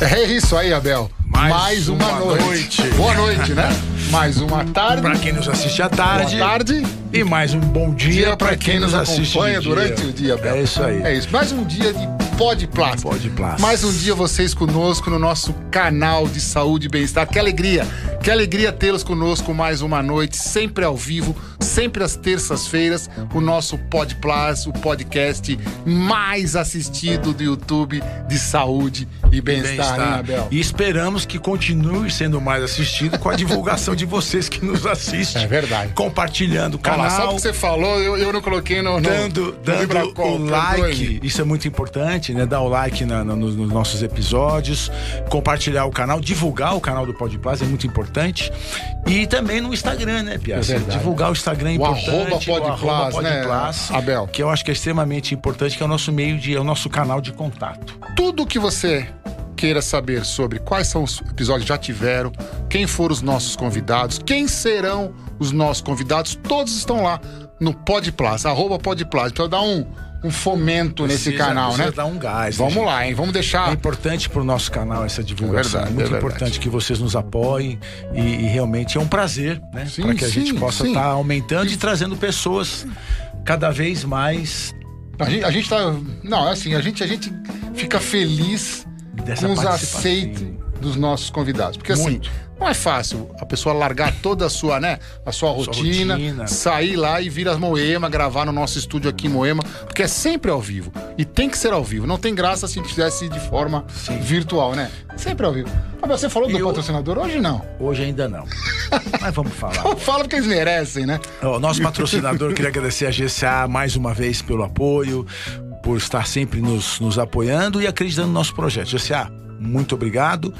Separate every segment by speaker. Speaker 1: É isso aí, Abel. Mais, Mais uma, uma noite. noite. Boa noite, né? Mais uma tarde.
Speaker 2: Para quem nos assiste à tarde.
Speaker 1: Boa tarde.
Speaker 2: E mais um bom dia, dia para quem, quem, nos assiste
Speaker 1: acompanha durante
Speaker 2: dia.
Speaker 1: o dia, Abel.
Speaker 2: É isso aí.
Speaker 1: É isso. Mais um dia de Pode Plástico.
Speaker 2: Pode Plástico.
Speaker 1: Mais um dia vocês conosco no nosso canal de saúde e bem-estar. Que alegria, que alegria tê-los conosco mais uma noite, sempre ao vivo, sempre às terças-feiras, o nosso Pod Plus, o podcast mais assistido do YouTube de saúde e bem-estar, bem Abel?
Speaker 2: E esperamos que continue sendo mais assistido com a divulgação de vocês que nos assistem.
Speaker 1: É verdade.
Speaker 2: Compartilhando o canal. Fala,
Speaker 1: sabe o que você falou? Eu, eu não coloquei no... no
Speaker 2: dando
Speaker 1: no
Speaker 2: dando Vibracol,
Speaker 1: tá
Speaker 2: o like, dois. isso é muito importante. Né, dar o like na, na, nos, nos, nossos episódios, compartilhar o canal, divulgar o canal do Pod Plaza é muito importante. E também no Instagram, né, Piazza? É divulgar o Instagram é importante. O
Speaker 1: arroba Podplas, né, Plus, Abel?
Speaker 2: Que eu acho que é extremamente importante, que é o nosso meio de, é o nosso canal de contato.
Speaker 1: Tudo que você queira saber sobre quais são os episódios que já tiveram, quem foram os nossos convidados, quem serão os nossos convidados, todos estão lá no Podplas, arroba Podplas. Então dá um um fomento precisa, nesse canal, né?
Speaker 2: dar um gás.
Speaker 1: Vamos gente. lá, hein? Vamos deixar.
Speaker 2: É importante para o nosso canal essa divulgação. É, verdade, é muito é importante que vocês nos apoiem e, e realmente é um prazer, né? Para que a sim, gente possa estar tá aumentando e... e trazendo pessoas cada vez mais.
Speaker 1: A gente, a gente tá. Não, é assim, a gente, a gente fica feliz Dessa com os aceitos dos nossos convidados. Porque muito. assim. Não é fácil a pessoa largar toda a sua, né? A sua rotina, rotina, sair lá e vir às Moema, gravar no nosso estúdio aqui em Moema, porque é sempre ao vivo. E tem que ser ao vivo. Não tem graça se fizesse de forma Sim. virtual, né? Sempre ao vivo. Ah, mas você falou do Eu... patrocinador hoje não?
Speaker 2: Hoje ainda não. mas vamos falar.
Speaker 1: Então fala porque eles merecem, né?
Speaker 2: O nosso patrocinador queria agradecer a GCA mais uma vez pelo apoio, por estar sempre nos, nos apoiando e acreditando no nosso projeto. GCA, muito obrigado.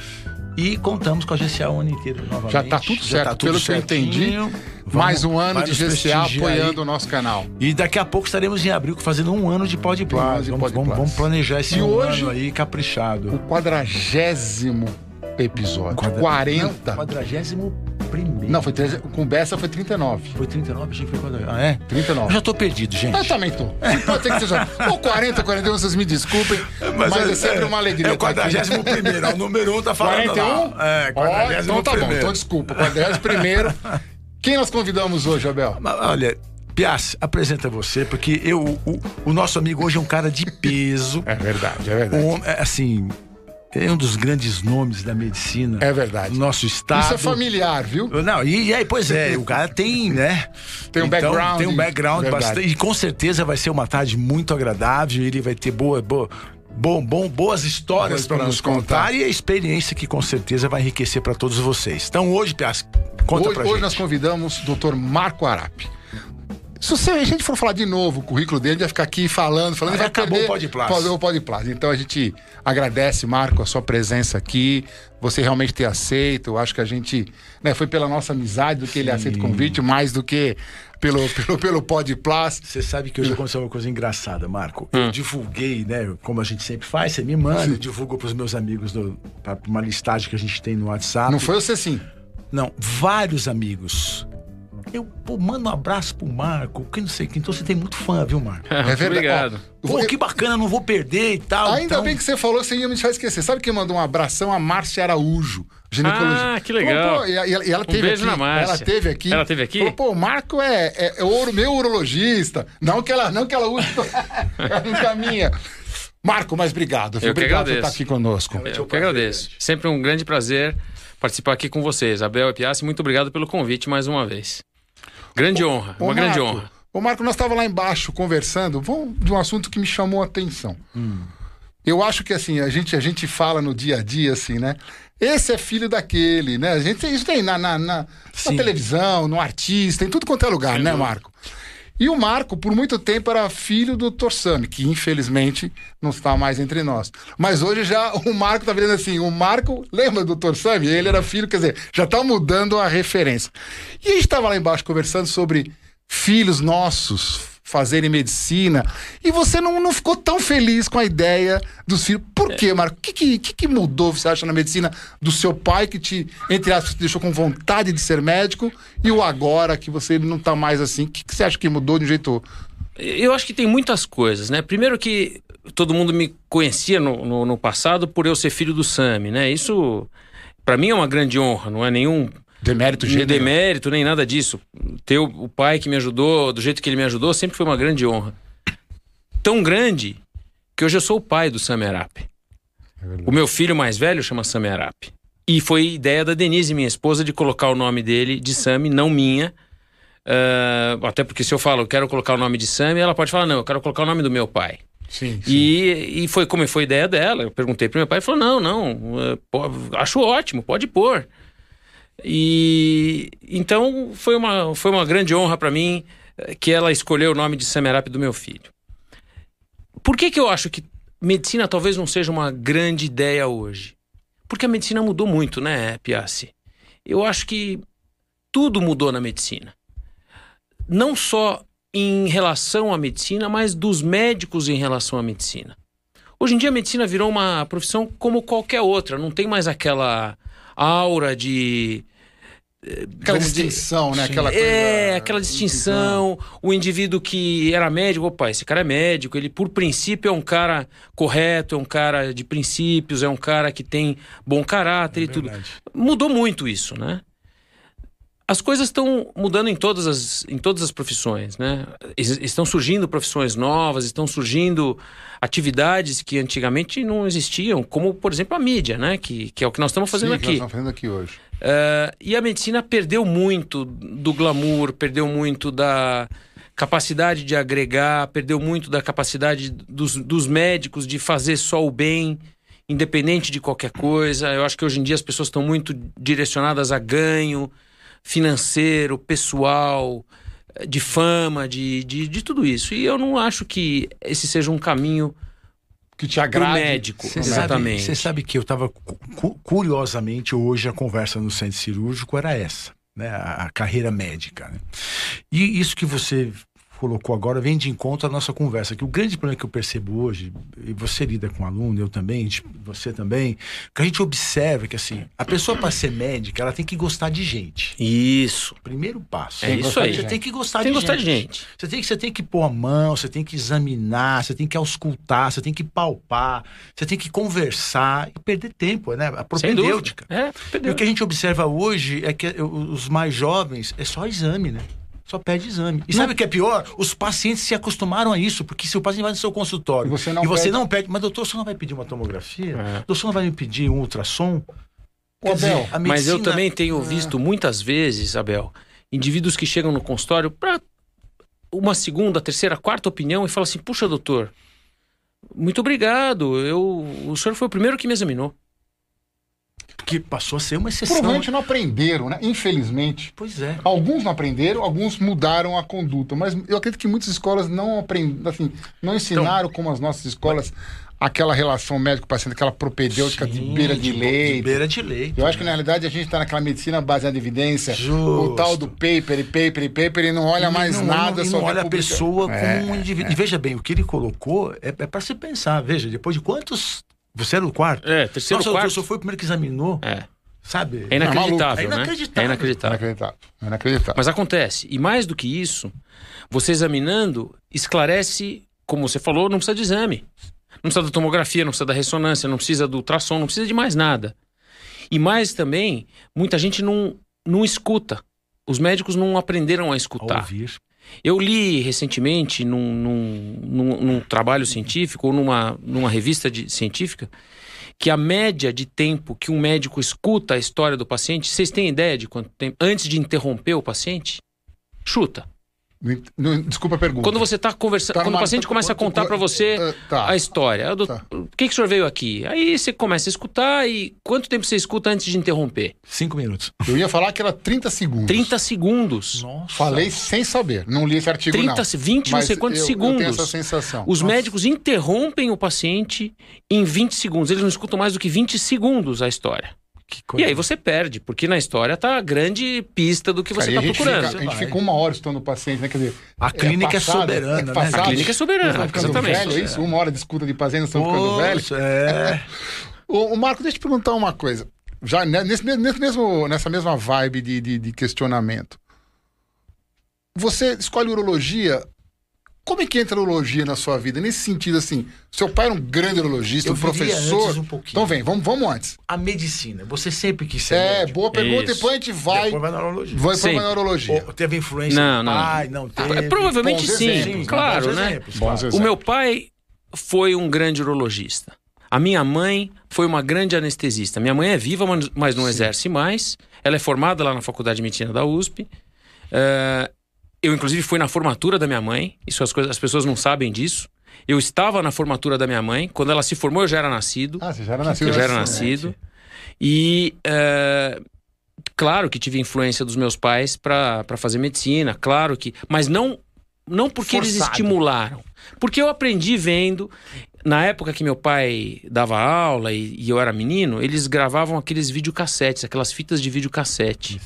Speaker 2: E contamos com a GCA o ano inteiro novamente.
Speaker 1: Já está tudo certo, tá tudo pelo certinho. que eu entendi. Vamos, mais um ano de GCA apoiando aí. o nosso canal.
Speaker 2: E daqui a pouco estaremos em abril fazendo um ano de Pod Plus. Vamos, vamos, vamos, planejar esse e um hoje, ano aí caprichado.
Speaker 1: O quadragésimo episódio. Quadra... 40.
Speaker 2: Não, quadragésimo primeiro.
Speaker 1: Não, foi 13, com Bessa foi 39.
Speaker 2: Foi 39, achei que foi quando. Ah, é?
Speaker 1: 39.
Speaker 2: Eu já tô perdido, gente.
Speaker 1: Eu também tô. É. Pode ter que seja. Ou 40, 41, vocês me desculpem. Mas, mas é, é, sempre uma alegria. É
Speaker 2: o 41 tá primeiro. O número 1 um tá falando.
Speaker 1: 41?
Speaker 2: Lá. É,
Speaker 1: Oh,
Speaker 2: 41.
Speaker 1: então tá primeiro. bom, então desculpa. 41 primeiro. Quem nós convidamos hoje, Abel?
Speaker 2: Olha. Pias, apresenta você, porque eu, o, o, nosso amigo hoje é um cara de peso.
Speaker 1: É verdade, é verdade.
Speaker 2: Um, assim, é um dos grandes nomes da medicina.
Speaker 1: É verdade.
Speaker 2: Nosso estado. Isso
Speaker 1: é familiar, viu?
Speaker 2: Não, e, e aí, pois é, o cara tem, né?
Speaker 1: Tem um então, background.
Speaker 2: Tem um background verdade. bastante. E com certeza vai ser uma tarde muito agradável. Ele vai ter boa, boa, bom, bom, boas histórias para nos contar. contar. e a experiência que com certeza vai enriquecer para todos vocês. Então hoje, Pias, conta
Speaker 1: hoje,
Speaker 2: pra hoje
Speaker 1: gente. nós convidamos o Dr. Marco Arape. Se você, a gente for falar de novo o currículo dele, vai ficar aqui falando, falando, ah, vai
Speaker 2: acabou perder, o Podplas. Acabou
Speaker 1: o Podplas. Então a gente agradece, Marco, a sua presença aqui, você realmente ter aceito. Eu acho que a gente, né, foi pela nossa amizade do que Sim. ele aceita o convite, mais do que pelo, pelo, pelo Podplas.
Speaker 2: Você sabe que hoje aconteceu uma coisa engraçada, Marco. Eu hum. divulguei, né? Como a gente sempre faz, você me manda, eu divulgo para os meus amigos, do, pra uma listagem que a gente tem no WhatsApp. né?
Speaker 1: Não foi você sim?
Speaker 2: Não, vários amigos eu pô, mando um abraço pro Marco, que não sei que. Então você tem muito fã, viu, Marco?
Speaker 1: É, é verdade. Obrigado.
Speaker 2: Ó, pô, que bacana, não vou perder e tal.
Speaker 1: Ainda
Speaker 2: então...
Speaker 1: bem que você falou, você ia me deixar esquecer. Sabe quem mandou um abração? A Márcia Araújo, ginecologista.
Speaker 3: Ah, que legal. Pô, pô,
Speaker 1: e, e, ela teve
Speaker 3: um beijo
Speaker 1: aqui,
Speaker 3: na Márcia.
Speaker 1: Ela teve aqui.
Speaker 3: Ela teve aqui?
Speaker 1: Falou, pô, o Marco é, é, é ouro, meu urologista. Não que ela, não que ela use, ela encaminha. Marco, mas obrigado.
Speaker 3: Filho. Eu
Speaker 1: obrigado
Speaker 3: que agradeço.
Speaker 1: por estar aqui conosco.
Speaker 3: É, Eu, eu que agradeço. Sempre um grande prazer participar aqui com vocês. Abel e Piassi, muito obrigado pelo convite mais uma vez. Grande ô, honra, ô uma Marco, grande honra.
Speaker 1: Ô Marco, nós estávamos lá embaixo conversando vamos de um assunto que me chamou a atenção. Hum. Eu acho que assim, a gente, a gente fala no dia a dia, assim, né? Esse é filho daquele, né? A gente, isso tem na, na, na, na televisão, no artista, em tudo quanto é lugar, é né, mesmo. Marco? E o Marco, por muito tempo, era filho do Dr. Sami, que infelizmente não está mais entre nós. Mas hoje já o Marco está virando assim. O Marco, lembra do Dr. Sami? Ele era filho, quer dizer, já está mudando a referência. E a gente estava lá embaixo conversando sobre filhos nossos fazerem medicina. E você não, não ficou tão feliz com a ideia dos filhos. Por é. quê, Marco? O que, que, que mudou, você acha, na medicina do seu pai que te, entre aspas, te deixou com vontade de ser médico e o agora que você não tá está mais assim? O que, que você acha que mudou de um jeito?
Speaker 3: Eu acho que tem muitas coisas, né? Primeiro que todo mundo me conhecia no, no, no passado por eu ser filho do Sami, né? Isso, para mim, é uma grande honra, não é nenhum
Speaker 1: Demérito,
Speaker 3: nem
Speaker 1: jeito.
Speaker 3: demérito, nem nada disso. Ter o- o pai que me ajudou, do jeito que ele me ajudou, sempre foi uma grande honra. Tão grande que hoje eu sou o pai do Samerap. o meu filho mais velho chama Samerap. E foi ideia da Denise, minha esposa, de colocar o nome dele de Sami, não minha. Ah, até porque se eu falo, eu quero colocar o nome de Sami, ela pode falar, não, eu quero colocar o nome do meu pai.
Speaker 1: Sim, sim.
Speaker 3: E, e foi como foi a ideia dela. Eu perguntei pro meu pai, ele falou: não, não, eh, pô, acho ótimo, pode pôr. E então foi uma, foi uma grande honra para mim eh, que ela escolheu o nome de Semerap do meu filho. Por que, que eu acho que medicina talvez não seja uma grande ideia hoje? Porque a medicina mudou muito, né, Piassi? Eu acho que tudo mudou na medicina não só em relação à medicina, mas dos médicos em relação à medicina. Hoje em dia a medicina virou uma profissão como qualquer outra, não tem mais aquela aura de eh,
Speaker 1: Aquela
Speaker 3: vamos dizer-
Speaker 1: distinção, né? Aquela coisa-
Speaker 3: é, aquela distinção, o indivíduo que era médico, opa, esse cara é médico, ele por princípio é um cara correto, é um cara de princípios, é um cara que tem bom caráter e tudo
Speaker 2: É Verdade.
Speaker 3: mudou muito isso, né? As coisas estão mudando em todas as, em todas as profissões, né? Es- Estão surgindo profissões novas, estão surgindo atividades que antigamente não existiam, como, por exemplo, a mídia, né? Que, que é o que nós estamos fazendo
Speaker 1: Sim, que nós
Speaker 3: aqui.
Speaker 1: estamos fazendo aqui hoje.
Speaker 3: Eh, e a medicina perdeu muito do glamour, perdeu muito da capacidade de agregar, perdeu muito da capacidade dos, dos médicos de fazer só o bem, independente de qualquer coisa. Eu acho que hoje em dia as pessoas estão muito direcionadas a ganho financeiro, pessoal, eh, de fama, de, de, de tudo isso. E eu não acho que esse seja um caminho
Speaker 1: Que te
Speaker 3: para o
Speaker 1: agrade.
Speaker 3: médico.
Speaker 2: Você sabe,
Speaker 3: exatamente.
Speaker 2: você sabe que eu estava curiosamente hoje a conversa no centro cirúrgico era essa, né? A, a carreira médica. né? E isso que você colocou agora vem de encontro à nossa conversa. Que o grande problema que eu percebo hoje, e você lida com aluno, eu também, tipo, você também, que a gente observa que assim, a pessoa para ser médica, ela tem que gostar de gente.
Speaker 3: Isso.
Speaker 2: Primeiro passo.
Speaker 3: É
Speaker 2: Tem que
Speaker 3: isso
Speaker 2: gostar de
Speaker 3: aí.
Speaker 2: gente. Você tem que gostar
Speaker 3: Tem que
Speaker 2: de
Speaker 3: gostar de
Speaker 2: gente.
Speaker 3: gente.
Speaker 2: Você tem, que, você tem que pôr a mão, você tem que examinar, você tem que auscultar, você tem que palpar, você tem que conversar e perder tempo, né? A
Speaker 3: Sem dúvida.
Speaker 2: propedêutica.
Speaker 3: É,
Speaker 2: E o
Speaker 3: propedêutica.
Speaker 2: que a gente observa hoje é que eh, os mais jovens é só exame, né? Só pede exame. E sabe o que é pior? Os pacientes se acostumaram a isso, porque se o paciente vai no seu consultório
Speaker 1: E você não pede-
Speaker 2: não pede, mas doutor, você não vai pedir uma tomografia?
Speaker 3: É.
Speaker 2: Doutor, você não vai me pedir um ultrassom?
Speaker 1: Ô,
Speaker 2: Quer dizer,
Speaker 1: Abel,
Speaker 2: a
Speaker 3: Mas eu
Speaker 2: medicina-
Speaker 3: também tenho visto muitas vezes, Abel, indivíduos que chegam no consultório para uma segunda, terceira, quarta opinião e falam assim: puxa, doutor, muito obrigado, eu, o senhor foi o primeiro que me examinou.
Speaker 2: Que passou a ser uma exceção.
Speaker 1: Provavelmente não aprenderam, né? Infelizmente.
Speaker 2: Pois é.
Speaker 1: Alguns não aprenderam, alguns mudaram a conduta, mas eu acredito que muitas escolas não aprenderam, assim, não ensinaram como as nossas escolas aquela relação médico-paciente, aquela propedêutica de beira de
Speaker 2: De
Speaker 1: leite.
Speaker 2: beira de leite.
Speaker 1: Eu acho que na realidade a gente está naquela medicina baseada em evidência,
Speaker 2: Justo.
Speaker 1: o tal do paper e paper e paper e não olha
Speaker 2: E
Speaker 1: mais
Speaker 2: não-
Speaker 1: nada,
Speaker 2: e
Speaker 1: só
Speaker 2: não
Speaker 1: vê
Speaker 2: olha a
Speaker 1: publica-
Speaker 2: pessoa
Speaker 1: É,
Speaker 2: como um indivíduo. E veja bem, o que ele colocou é, é para se pensar. Veja, depois de quantos. Você era o quarto?
Speaker 3: É, terceiro,
Speaker 2: Nossa,
Speaker 3: quarto.
Speaker 2: doutor, só foi o primeiro que examinou,
Speaker 3: É,
Speaker 2: sabe?
Speaker 3: é inacreditável,
Speaker 2: É
Speaker 3: né?
Speaker 2: inacreditável.
Speaker 3: É inacreditável.
Speaker 1: Inacreditável. Inacreditável.
Speaker 3: Mas acontece. E mais do que isso, você examinando esclarece, como você falou, não precisa de exame. Não precisa da tomografia, não precisa da ressonância, não precisa do ultrassom, não precisa de mais nada. E mais também, muita gente não, não escuta. Os médicos não aprenderam a
Speaker 2: Ao
Speaker 3: escutar.
Speaker 2: ouvir.
Speaker 3: Eu li recentemente num, num- num- num trabalho científico ou numa, numa revista de- científica que a média de tempo que um médico escuta a história do paciente, vocês têm ideia de quanto tempo? Antes de interromper o paciente? Chuta.
Speaker 1: Não, Desculpa a pergunta.
Speaker 3: Quando você está conversando,
Speaker 1: Tá
Speaker 3: quando o
Speaker 1: numa-
Speaker 3: paciente começa a contar para você
Speaker 1: Ah, tá.
Speaker 3: a história. Ah, doutor,
Speaker 1: Tá.
Speaker 3: Por que, que o senhor veio aqui? Aí você começa a escutar e quanto tempo você escuta antes de interromper?
Speaker 2: Cinco minutos.
Speaker 1: Eu ia falar que era 30 segundos.
Speaker 3: 30 segundos.
Speaker 2: Nossa.
Speaker 1: Falei sem saber. Não li esse artigo,
Speaker 3: 30,
Speaker 1: não.
Speaker 3: 20, não
Speaker 1: Mas
Speaker 3: sei quantos
Speaker 1: eu- eu
Speaker 3: segundos.
Speaker 1: tenho essa sensação.
Speaker 3: Os
Speaker 1: Nossa.
Speaker 3: médicos interrompem o paciente em 20 segundos. Eles não escutam mais do que 20 segundos a história.
Speaker 2: Que coisa.
Speaker 3: E
Speaker 1: é.
Speaker 3: aí você perde, porque na história tá a grande pista do que
Speaker 1: Cara, e
Speaker 3: você
Speaker 1: a
Speaker 3: está
Speaker 1: gente
Speaker 3: procurando.
Speaker 1: Fica, a gente
Speaker 2: Vai.
Speaker 1: ficou uma hora estudando o paciente, né? Quer dizer,
Speaker 2: A clínica é
Speaker 1: passado,
Speaker 2: soberana, né?
Speaker 1: passado.
Speaker 3: A clínica é soberana,
Speaker 1: Nós vamos ficando
Speaker 3: exatamente.
Speaker 1: velho, é isso? Uma hora de escuta de paciente, nós
Speaker 3: tá
Speaker 1: estamos ficando velhos.
Speaker 2: Poxa, é.
Speaker 1: Ô, ô, Marco, deixa eu te perguntar uma coisa. Já ne- nesse, me- nesse mesmo, nessa mesma vibe de, de- de questionamento. Você escolhe urologia Como é que entra a urologia na sua vida? Nesse sentido, assim, seu pai era um grande urologista,
Speaker 2: Eu
Speaker 1: um
Speaker 2: viria
Speaker 1: professor.
Speaker 2: antes um pouquinho.
Speaker 1: então vem, vamos, vamos antes.
Speaker 2: A medicina, você sempre quis ser
Speaker 1: É,
Speaker 2: médico.
Speaker 1: boa pergunta,
Speaker 3: Isso.
Speaker 1: depois a gente vai.
Speaker 2: Depois vai na urologia.
Speaker 1: Vai
Speaker 3: Sim.
Speaker 1: para a urologia.
Speaker 2: Ou teve influência
Speaker 3: Não,
Speaker 2: do
Speaker 3: não.
Speaker 2: pai? Não, teve.
Speaker 3: É, provavelmente
Speaker 1: bons
Speaker 3: sim,
Speaker 1: exemplos,
Speaker 3: claro,
Speaker 2: bons
Speaker 3: né?
Speaker 2: exemplos,
Speaker 1: Bons
Speaker 2: claro.
Speaker 1: exemplos.
Speaker 3: O
Speaker 1: Exato.
Speaker 3: meu pai foi um grande urologista. A minha mãe foi uma grande anestesista. Minha mãe é viva, mas- mas não exerce mais. Ela é formada lá na Faculdade de Medicina da USP. Eh, eu, inclusive, fui na formatura da minha mãe. Isso as, coisas, as pessoas não sabem disso. Eu estava na formatura da minha mãe. Quando ela se formou, eu já era nascido.
Speaker 1: Ah, você já era nascido.
Speaker 3: Eu já era
Speaker 1: assim, né?
Speaker 3: nascido. E é, claro que tive influência dos meus pais para fazer medicina, claro que. Mas não, não porque eles
Speaker 2: Forçado.
Speaker 3: estimularam. Porque eu aprendi vendo. Na época que meu pai dava aula e, e eu era menino, eles gravavam aqueles videocassetes, aquelas fitas de videocassete.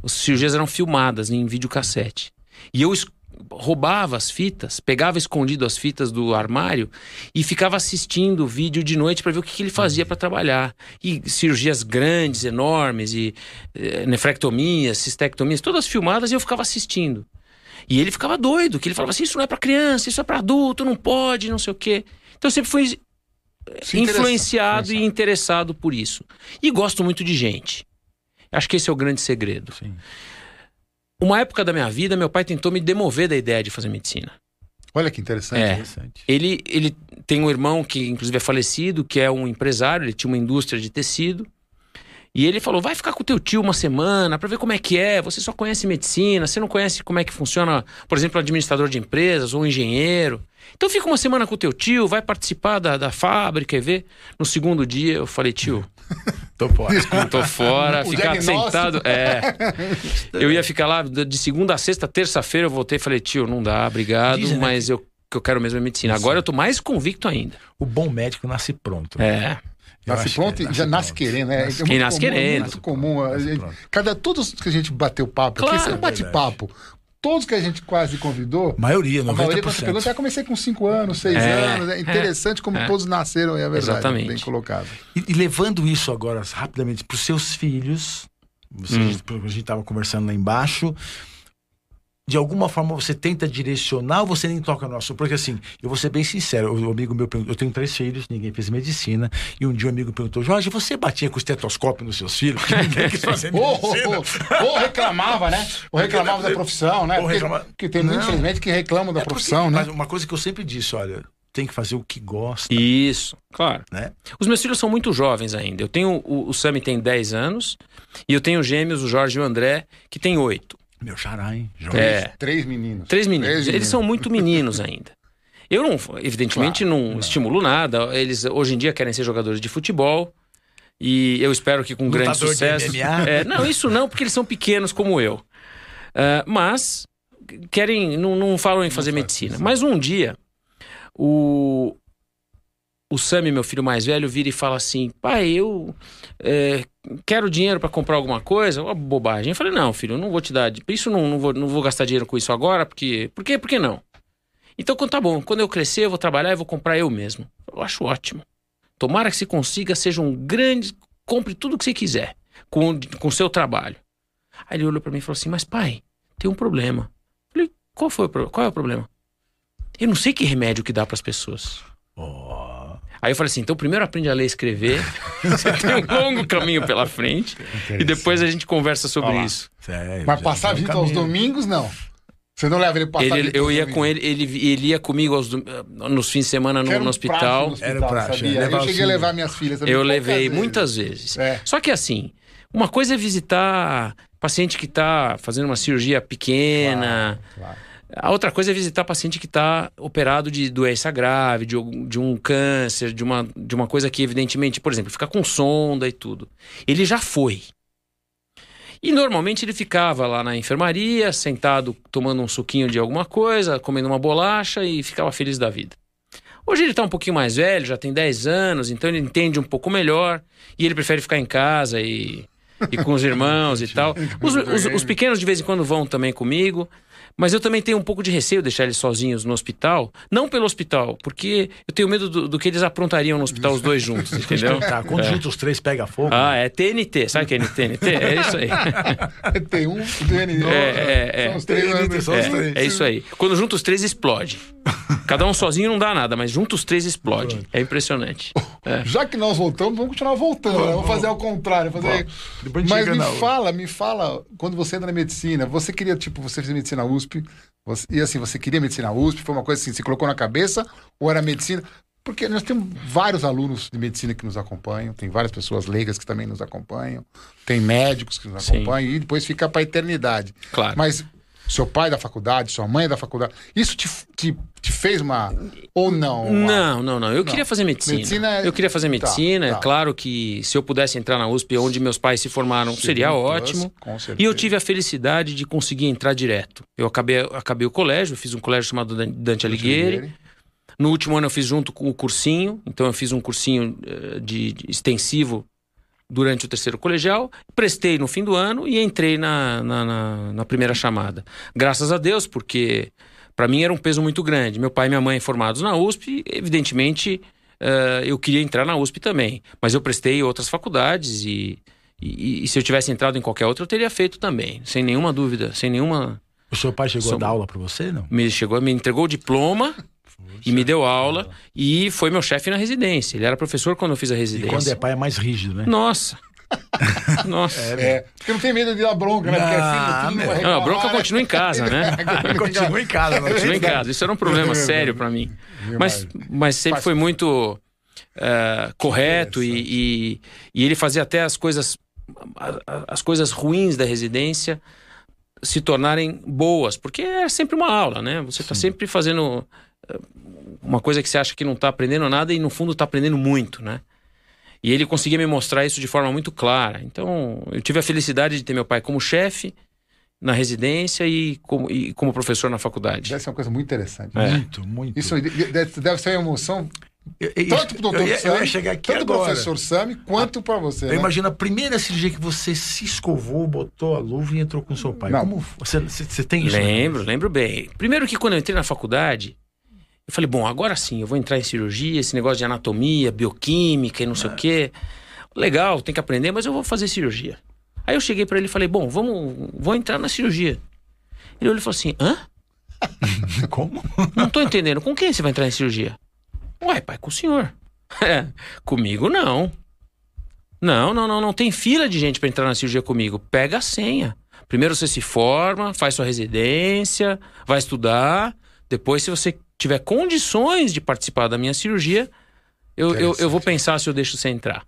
Speaker 3: As cirurgias eram filmadas em videocassete. E eu es- roubava as fitas, pegava escondido as fitas do armário e ficava assistindo o vídeo de noite para ver o que, que ele fazia para trabalhar. E cirurgias grandes, enormes, e eh, nefrectomias, cistectomias, todas filmadas e eu ficava assistindo. E ele ficava doido, que ele falava assim: isso não é para criança, isso é para adulto, não pode, não sei o quê. Então eu sempre fui
Speaker 1: Se interessa-
Speaker 3: influenciado e interessado por isso. E gosto muito de gente. Acho que esse é o grande segredo.
Speaker 2: Sim.
Speaker 3: Uma época da minha vida, meu pai tentou me demover da ideia de fazer medicina.
Speaker 1: Olha que interessante.
Speaker 3: É.
Speaker 2: Interessante.
Speaker 3: Ele, ele tem um irmão que, inclusive, é falecido, que é um empresário, ele tinha uma indústria de tecido. E ele falou: vai ficar com teu tio uma semana pra ver como é que é. Você só conhece medicina, você não conhece como é que funciona, por exemplo, administrador de empresas ou um engenheiro. Então fica uma semana com teu tio, vai participar da, da fábrica e vê. No segundo dia eu falei, tio,
Speaker 2: Tô fora.
Speaker 3: tô fora,
Speaker 1: O
Speaker 3: ficar
Speaker 1: diagnóstico.
Speaker 3: sentado. É. Eu ia ficar lá de de segunda a sexta, terça-feira eu voltei e falei, tio, não dá, obrigado,
Speaker 2: Dizem, né,
Speaker 3: mas eu, que eu quero mesmo é medicina. Agora eu tô mais convicto ainda.
Speaker 2: O bom médico nasce pronto.
Speaker 3: É.
Speaker 2: Eu
Speaker 1: Nasce
Speaker 2: acho
Speaker 1: pronto
Speaker 2: que
Speaker 1: e já nasce
Speaker 2: pronto.
Speaker 1: querendo, né?
Speaker 2: Nasce-
Speaker 1: É muito
Speaker 3: E nasce
Speaker 1: comum, é
Speaker 3: querendo.
Speaker 1: muito comum. a
Speaker 2: Nasce
Speaker 1: gente-
Speaker 2: pronto.
Speaker 1: cada, todos que a gente bateu papo
Speaker 3: Claro.
Speaker 1: aqui, isso é um bate-papo. Todos que a gente quase convidou,
Speaker 2: Maioria,
Speaker 1: a maioria quando você
Speaker 2: 90%.
Speaker 1: pergunta, já comecei com 5 anos, 6
Speaker 3: É,
Speaker 1: anos. É interessante como
Speaker 3: é.
Speaker 1: todos nasceram, é a verdade.
Speaker 3: Exatamente.
Speaker 1: Bem colocado.
Speaker 2: E, e levando isso agora rapidamente para os seus filhos, você, a gente estava conversando lá embaixo, de alguma forma você tenta direcionar ou você nem toca no assunto? Porque assim, eu vou ser bem sincero, o amigo meu perguntou, eu tenho três filhos, ninguém fez medicina, e um dia um amigo perguntou, Jorge, você batia com o estetoscópio nos seus filhos? Porque ninguém quis fazer
Speaker 1: Ou,
Speaker 2: medicina.
Speaker 1: ou- ou reclamava, né? Ou reclamava da profissão, né?
Speaker 2: Ou
Speaker 1: Porque,
Speaker 2: reclama-
Speaker 1: porque tem muito,
Speaker 2: Não.
Speaker 1: infelizmente, que reclamam da
Speaker 2: É porque-
Speaker 1: profissão,
Speaker 2: Mas
Speaker 1: né?
Speaker 2: uma coisa que eu sempre disse, olha, tem que fazer o que gosta,
Speaker 3: Isso, claro.
Speaker 2: né?
Speaker 3: Os meus filhos são muito jovens ainda. Eu tenho. O, o Sami tem 10 anos e eu tenho gêmeos, o Jorge e o André, que tem 8.
Speaker 2: Meu xará, hein? Jorge?
Speaker 3: É.
Speaker 1: Três meninos.
Speaker 3: Três meninos.
Speaker 1: Três
Speaker 3: Eles
Speaker 1: meninos.
Speaker 3: são muito meninos ainda. Eu não, evidentemente, não, estimulo nada. Eles hoje em dia querem ser jogadores de futebol. E eu espero que com grande
Speaker 2: Lutador de
Speaker 3: sucesso.
Speaker 2: MMA.
Speaker 3: É, não, isso não, porque eles são pequenos como eu. Ah, mas querem. Não, não falam em fazer
Speaker 1: faz,
Speaker 3: medicina.
Speaker 1: sim.
Speaker 3: Mas um dia, o. O Sammy, meu filho mais velho, vira e fala assim: pai, eu eh, quero dinheiro para comprar alguma coisa, uma bobagem. Eu falei, não, filho, eu não vou te dar. Isso não, não, vou, não vou gastar dinheiro com isso agora, porque. Por quê? Por que não? Então, quando tá bom, quando eu crescer, eu vou trabalhar e vou comprar eu mesmo. Eu acho ótimo. Tomara que se consiga, seja um grande. Compre tudo que você quiser com o com o seu trabalho. Aí ele olhou para mim e falou assim: Mas pai, tem um problema. Eu falei: Qual, foi o, pro- qual é o problema? Eu não sei que remédio que dá para as pessoas.
Speaker 2: Ó,
Speaker 3: Aí eu falei assim: então primeiro aprende a ler e escrever. Você tem um longo caminho pela frente. E depois a gente conversa sobre
Speaker 1: É Olha lá.
Speaker 3: isso.
Speaker 2: sério,
Speaker 1: Mas
Speaker 2: já
Speaker 1: passar
Speaker 2: tá no
Speaker 1: visita aos
Speaker 2: caminho.
Speaker 1: domingos, não. Você não leva ele pra passar
Speaker 3: Ele-
Speaker 1: visita
Speaker 3: eu
Speaker 1: aos
Speaker 3: ia
Speaker 1: domingos.
Speaker 3: com ele, ele, ele ia comigo aos dom- ah, nos fins de semana no,
Speaker 1: Era um praxe
Speaker 3: no hospital.
Speaker 1: no
Speaker 2: Era um praxe,
Speaker 1: sabia?
Speaker 2: é,
Speaker 1: Eu
Speaker 2: levar o
Speaker 1: cheguei a
Speaker 2: filho.
Speaker 1: levar minhas filhas também.
Speaker 3: Eu
Speaker 1: poucas
Speaker 3: levei
Speaker 1: vezes.
Speaker 3: muitas vezes.
Speaker 1: É.
Speaker 3: Só que assim, uma coisa é visitar paciente que está fazendo uma cirurgia pequena.
Speaker 1: Claro.
Speaker 3: A outra coisa é visitar paciente que está operado de doença grave, de, algum- de um câncer, de uma, de uma coisa que, evidentemente, por exemplo, ficar com sonda e tudo. Ele já foi. E normalmente ele ficava lá na enfermaria, sentado, tomando um suquinho de alguma coisa, comendo uma bolacha e ficava feliz da vida. Hoje ele está um pouquinho mais velho, já tem 10 anos, então ele entende um pouco melhor e ele prefere ficar em casa e, e com os irmãos e tal. Os, os- os pequenos de vez em quando vão também comigo, Mas eu também tenho um pouco de receio de deixar eles sozinhos no hospital. Não pelo hospital, porque eu tenho medo do, do que eles aprontariam no hospital os dois juntos, entendeu? É.
Speaker 2: Tá, quando junta os três, pega fogo.
Speaker 3: Ah, é TNT. Sabe o que é TNT? É isso aí.
Speaker 1: Tem um, tem um.
Speaker 3: É, é,
Speaker 1: São os três
Speaker 2: é.
Speaker 1: anos.
Speaker 2: São os três.
Speaker 3: É, é isso aí. Quando junta os três, explode. Cada um sozinho não dá nada, mas junta os três, explode. É impressionante.
Speaker 1: Já que nós voltamos, vamos continuar voltando. né? Vamos fazer ao contrário. Fazer...
Speaker 2: Depois a gente
Speaker 1: Mas
Speaker 2: chega
Speaker 1: me
Speaker 2: na-
Speaker 1: fala, me fala, quando você entra na medicina, você queria, tipo, você fez medicina USP, você- e assim, você queria medicina USP, foi uma coisa assim, se colocou na cabeça, ou era medicina? Porque nós temos vários alunos de medicina que nos acompanham, tem várias pessoas leigas que também nos acompanham, tem médicos que nos
Speaker 3: Sim. Ah.
Speaker 1: acompanham, e depois fica para a eternidade.
Speaker 3: Claro.
Speaker 1: Mas seu pai é da faculdade, sua mãe é da faculdade, isso te, te, te fez uma. Ou não? uma-
Speaker 3: Não, não, não. Eu queria fazer medicina.
Speaker 1: Medicina é-
Speaker 3: Eu queria fazer
Speaker 1: Tá,
Speaker 3: medicina.
Speaker 1: tá.
Speaker 3: É claro que se eu pudesse entrar na USP, onde meus pais se formaram, seria
Speaker 1: Ah, um Plus,
Speaker 3: ótimo.
Speaker 1: com certeza.
Speaker 3: E eu tive a felicidade de conseguir entrar direto. Eu acabei, acabei o colégio, eu fiz um colégio chamado Dan- Dante Alighieri. No último ano eu fiz junto com o cursinho, então eu fiz um cursinho eh, de, de extensivo durante o terceiro colegial, prestei no fim do ano e entrei na, na, na- na primeira chamada. Graças a Deus, porque para mim era um peso muito grande. Meu pai e minha mãe formados na USP, evidentemente eh, eu queria entrar na USP também, mas eu prestei outras faculdades e, e- e se eu tivesse entrado em qualquer outra eu teria feito também, sem nenhuma dúvida, sem nenhuma
Speaker 2: O seu pai chegou
Speaker 3: São-
Speaker 2: a dar aula pra você, não?
Speaker 3: me chegou, me entregou o diploma e me deu aula e foi meu chefe na residência. Ele era professor quando eu fiz a
Speaker 2: E
Speaker 3: residência.
Speaker 2: quando é pai é mais rígido, né?
Speaker 3: Nossa. Nossa.
Speaker 1: É, porque não tem medo de dar bronca, né? Porque
Speaker 2: Ah,
Speaker 1: assim, filho vai
Speaker 2: meu.
Speaker 3: Não, a
Speaker 1: reclamar,
Speaker 3: bronca
Speaker 1: né?
Speaker 3: continua em casa,
Speaker 2: É
Speaker 3: né?
Speaker 2: Continua em casa, né?
Speaker 3: Continua em casa. Isso era um
Speaker 2: É
Speaker 3: problema sério pra mim. Mas, mas sempre foi muito eh, correto e, e, e ele fazia até as coisas a- a- as coisas ruins da residência se tornarem boas, porque é sempre uma aula, né? Você está sempre fazendo eh, uma coisa que você acha que não está aprendendo nada e no fundo está aprendendo muito, né? E ele conseguia me mostrar isso de forma muito clara. Então, eu tive a felicidade de ter meu pai como chefe na residência e como, e como professor na faculdade.
Speaker 1: Deve ser uma coisa muito interessante.
Speaker 3: É.
Speaker 2: Muito, muito.
Speaker 1: Isso de- de- deve ser uma emoção
Speaker 2: Eu- eu-
Speaker 1: tanto pro doutor
Speaker 2: eu, ia- eu ia
Speaker 1: Sami,
Speaker 2: chegar aqui
Speaker 1: tanto pro
Speaker 2: agora.
Speaker 1: professor Sami, quanto pra você.
Speaker 2: Eu
Speaker 1: né?
Speaker 2: imagino a primeira cirurgia que você se escovou, botou a luva e entrou com seu pai.
Speaker 1: Não.
Speaker 2: Como f- você, você- você tem isso? né?
Speaker 3: Lembro, lembro bem. Primeiro que quando eu entrei na faculdade, eu falei, bom, agora sim, eu vou entrar em cirurgia, esse negócio de anatomia, bioquímica e não
Speaker 2: Ah.
Speaker 3: sei o quê. Legal, tem que aprender, mas eu vou fazer cirurgia. Aí eu cheguei pra ele e falei, bom, vamos, vou entrar na cirurgia. Ele olhou e falou assim, hã?
Speaker 2: Como?
Speaker 3: Não tô entendendo. Com quem você vai entrar em cirurgia? Ué, pai, com o senhor. É, comigo não. Não, não, não, não tem fila de gente pra entrar na cirurgia comigo. Pega a senha. Primeiro você se forma, faz sua residência, vai estudar. Depois, se você tiver condições de participar da minha cirurgia, eu, eu, eu vou pensar se eu deixo você entrar.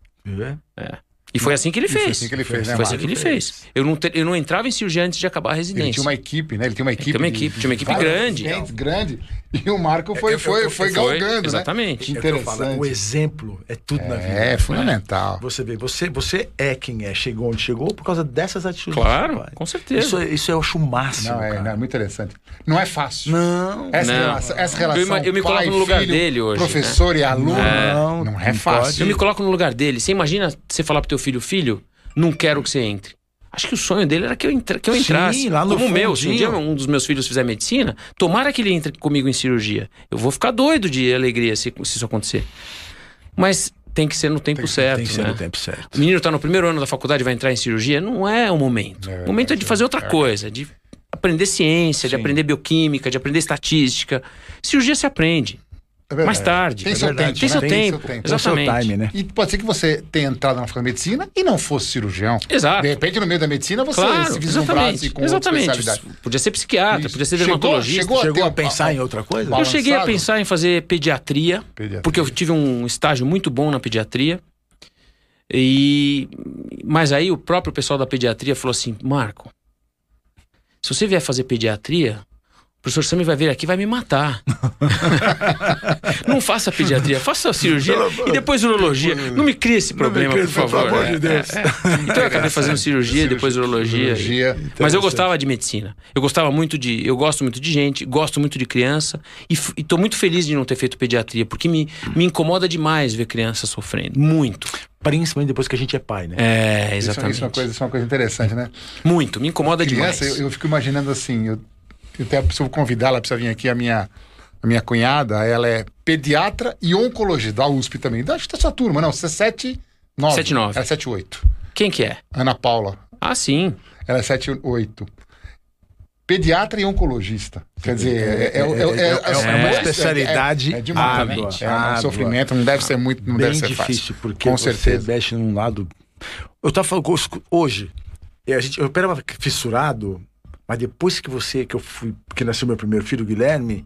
Speaker 2: É.
Speaker 3: E foi assim que ele
Speaker 1: E foi
Speaker 3: fez.
Speaker 1: assim que ele fez, né,
Speaker 3: Foi assim
Speaker 1: Marcos?
Speaker 3: que ele fez. Eu não, te- eu não entrava em cirurgia antes de acabar a residência.
Speaker 1: Ele tinha uma equipe, né? Ele tinha uma equipe.
Speaker 3: tinha uma
Speaker 1: de-
Speaker 3: equipe,
Speaker 1: de
Speaker 3: tinha uma equipe
Speaker 1: vários
Speaker 3: grande.
Speaker 1: assistentes, grande. E o Marco foi,
Speaker 2: eu-
Speaker 1: foi,
Speaker 2: eu-
Speaker 1: foi
Speaker 2: eu-
Speaker 3: Foi,
Speaker 1: galgando, né?
Speaker 3: Exatamente.
Speaker 2: É o que eu falo,
Speaker 1: Interessante.
Speaker 2: o exemplo é tudo na vida.
Speaker 1: É, fundamental.
Speaker 2: Você vê, você, você é quem é, chegou onde chegou por causa dessas atitudes. do seu
Speaker 3: Claro,
Speaker 2: pai.
Speaker 3: com certeza.
Speaker 2: Isso, é- isso eu acho o máximo.
Speaker 1: Não, é,
Speaker 2: cara.
Speaker 1: não, é muito interessante. Não é fácil.
Speaker 2: Não.
Speaker 1: Essa,
Speaker 3: Não.
Speaker 1: Relação, essa relação.
Speaker 3: Eu ima- eu me
Speaker 1: pai,
Speaker 3: coloco no lugar
Speaker 1: filho,
Speaker 3: dele hoje, né?
Speaker 1: Professor e aluno.
Speaker 2: É.
Speaker 1: Não, não é
Speaker 2: Não
Speaker 1: fácil.
Speaker 2: pode.
Speaker 3: Eu me coloco no lugar dele. Você imagina você falar pro teu filho, filho, não quero que você entre. Acho que o sonho dele era que eu, entra, que eu
Speaker 2: Sim,
Speaker 3: entrasse.
Speaker 2: lá no
Speaker 3: Como o meu, se um dia
Speaker 2: fundinho.
Speaker 3: um dos meus filhos fizer medicina, tomara que ele entre comigo em cirurgia. Eu vou ficar doido de alegria se, se isso acontecer. Mas tem que ser no tempo certo.
Speaker 2: Tem que ser
Speaker 3: né?
Speaker 2: no tempo certo.
Speaker 3: O menino tá no primeiro ano da faculdade, vai entrar em cirurgia, não é o momento.
Speaker 1: É
Speaker 3: o momento é de fazer outra coisa, de aprender ciência, de aprender bioquímica, de aprender estatística. Cirurgia se aprende.
Speaker 1: É verdade.
Speaker 3: Mais tarde.
Speaker 1: Tem
Speaker 3: É
Speaker 1: seu
Speaker 2: verdade,
Speaker 1: tempo.
Speaker 3: tem
Speaker 1: né?
Speaker 3: seu tempo.
Speaker 2: É o seu
Speaker 3: Exatamente.
Speaker 2: time, né?
Speaker 1: E pode ser que você tenha entrado na faculdade de medicina e não fosse cirurgião.
Speaker 3: Exato.
Speaker 1: De repente, no meio da medicina,
Speaker 3: É
Speaker 1: você se
Speaker 3: Claro,
Speaker 1: vislumbrasse
Speaker 3: exatamente.
Speaker 1: com outra
Speaker 3: exatamente.
Speaker 1: especialidade.
Speaker 3: Podia ser psiquiatra,
Speaker 1: Isso.
Speaker 3: podia ser
Speaker 1: Chegou-
Speaker 3: dermatologista.
Speaker 1: chegou
Speaker 2: Chegou
Speaker 1: Tem
Speaker 2: a
Speaker 1: um-
Speaker 2: pensar em outra coisa?
Speaker 1: Bala-
Speaker 3: Eu cheguei a
Speaker 1: avançado?
Speaker 3: pensar em fazer pediatria,
Speaker 1: Pediatria.
Speaker 3: porque eu tive um estágio muito bom na pediatria. E mas aí o próprio pessoal da pediatria falou assim: "Marco, se você vier fazer pediatria, o professor Sami vai vir aqui e vai me matar. não faça pediatria, faça cirurgia e depois urologia. Não me crie esse problema,
Speaker 2: crie,
Speaker 3: por favor.
Speaker 2: pelo amor
Speaker 3: É,
Speaker 2: de Deus.
Speaker 3: é, é. Então eu acabei fazendo cirurgia, depois urologia.
Speaker 1: Cirurgia.
Speaker 3: Mas eu gostava de medicina. Eu gostava muito de. Eu gosto muito de gente, gosto muito de criança. E estou muito feliz de não ter feito pediatria, porque me, me incomoda demais ver criança sofrendo. Muito.
Speaker 2: Principalmente depois que a gente é pai, né?
Speaker 3: É,
Speaker 1: Isso,
Speaker 3: exatamente.
Speaker 1: isso, é uma coisa, isso é uma coisa interessante, né?
Speaker 3: Muito, me incomoda
Speaker 1: Criança,
Speaker 3: demais.
Speaker 1: eu, eu fico imaginando assim, eu, até preciso convidar, ela precisa vir aqui, a minha, a minha cunhada, ela é pediatra e oncologista, da USP também. Da, acho que da sua turma, não, você é 7, 9.
Speaker 3: 7, 9.
Speaker 1: Ela é 7, 8.
Speaker 3: Quem que é?
Speaker 1: Ana Paula,
Speaker 3: Ah, sim.
Speaker 1: ela é 7, 8. Pediatra e oncologista. Quer dizer, é, é, é,
Speaker 2: é uma especialidade
Speaker 1: É, é demais.
Speaker 2: árdua,
Speaker 1: né? É um
Speaker 2: árdua.
Speaker 1: sofrimento, não deve ser muito, não
Speaker 2: bem
Speaker 1: deve ser
Speaker 2: difícil,
Speaker 1: fácil.
Speaker 2: porque
Speaker 1: Com
Speaker 2: você
Speaker 1: certeza.
Speaker 2: mexe num lado. Eu tava falando com os- hoje, é, a gente, eu era fissurado, mas depois que você, que eu fui, que nasceu meu primeiro filho, o Guilherme,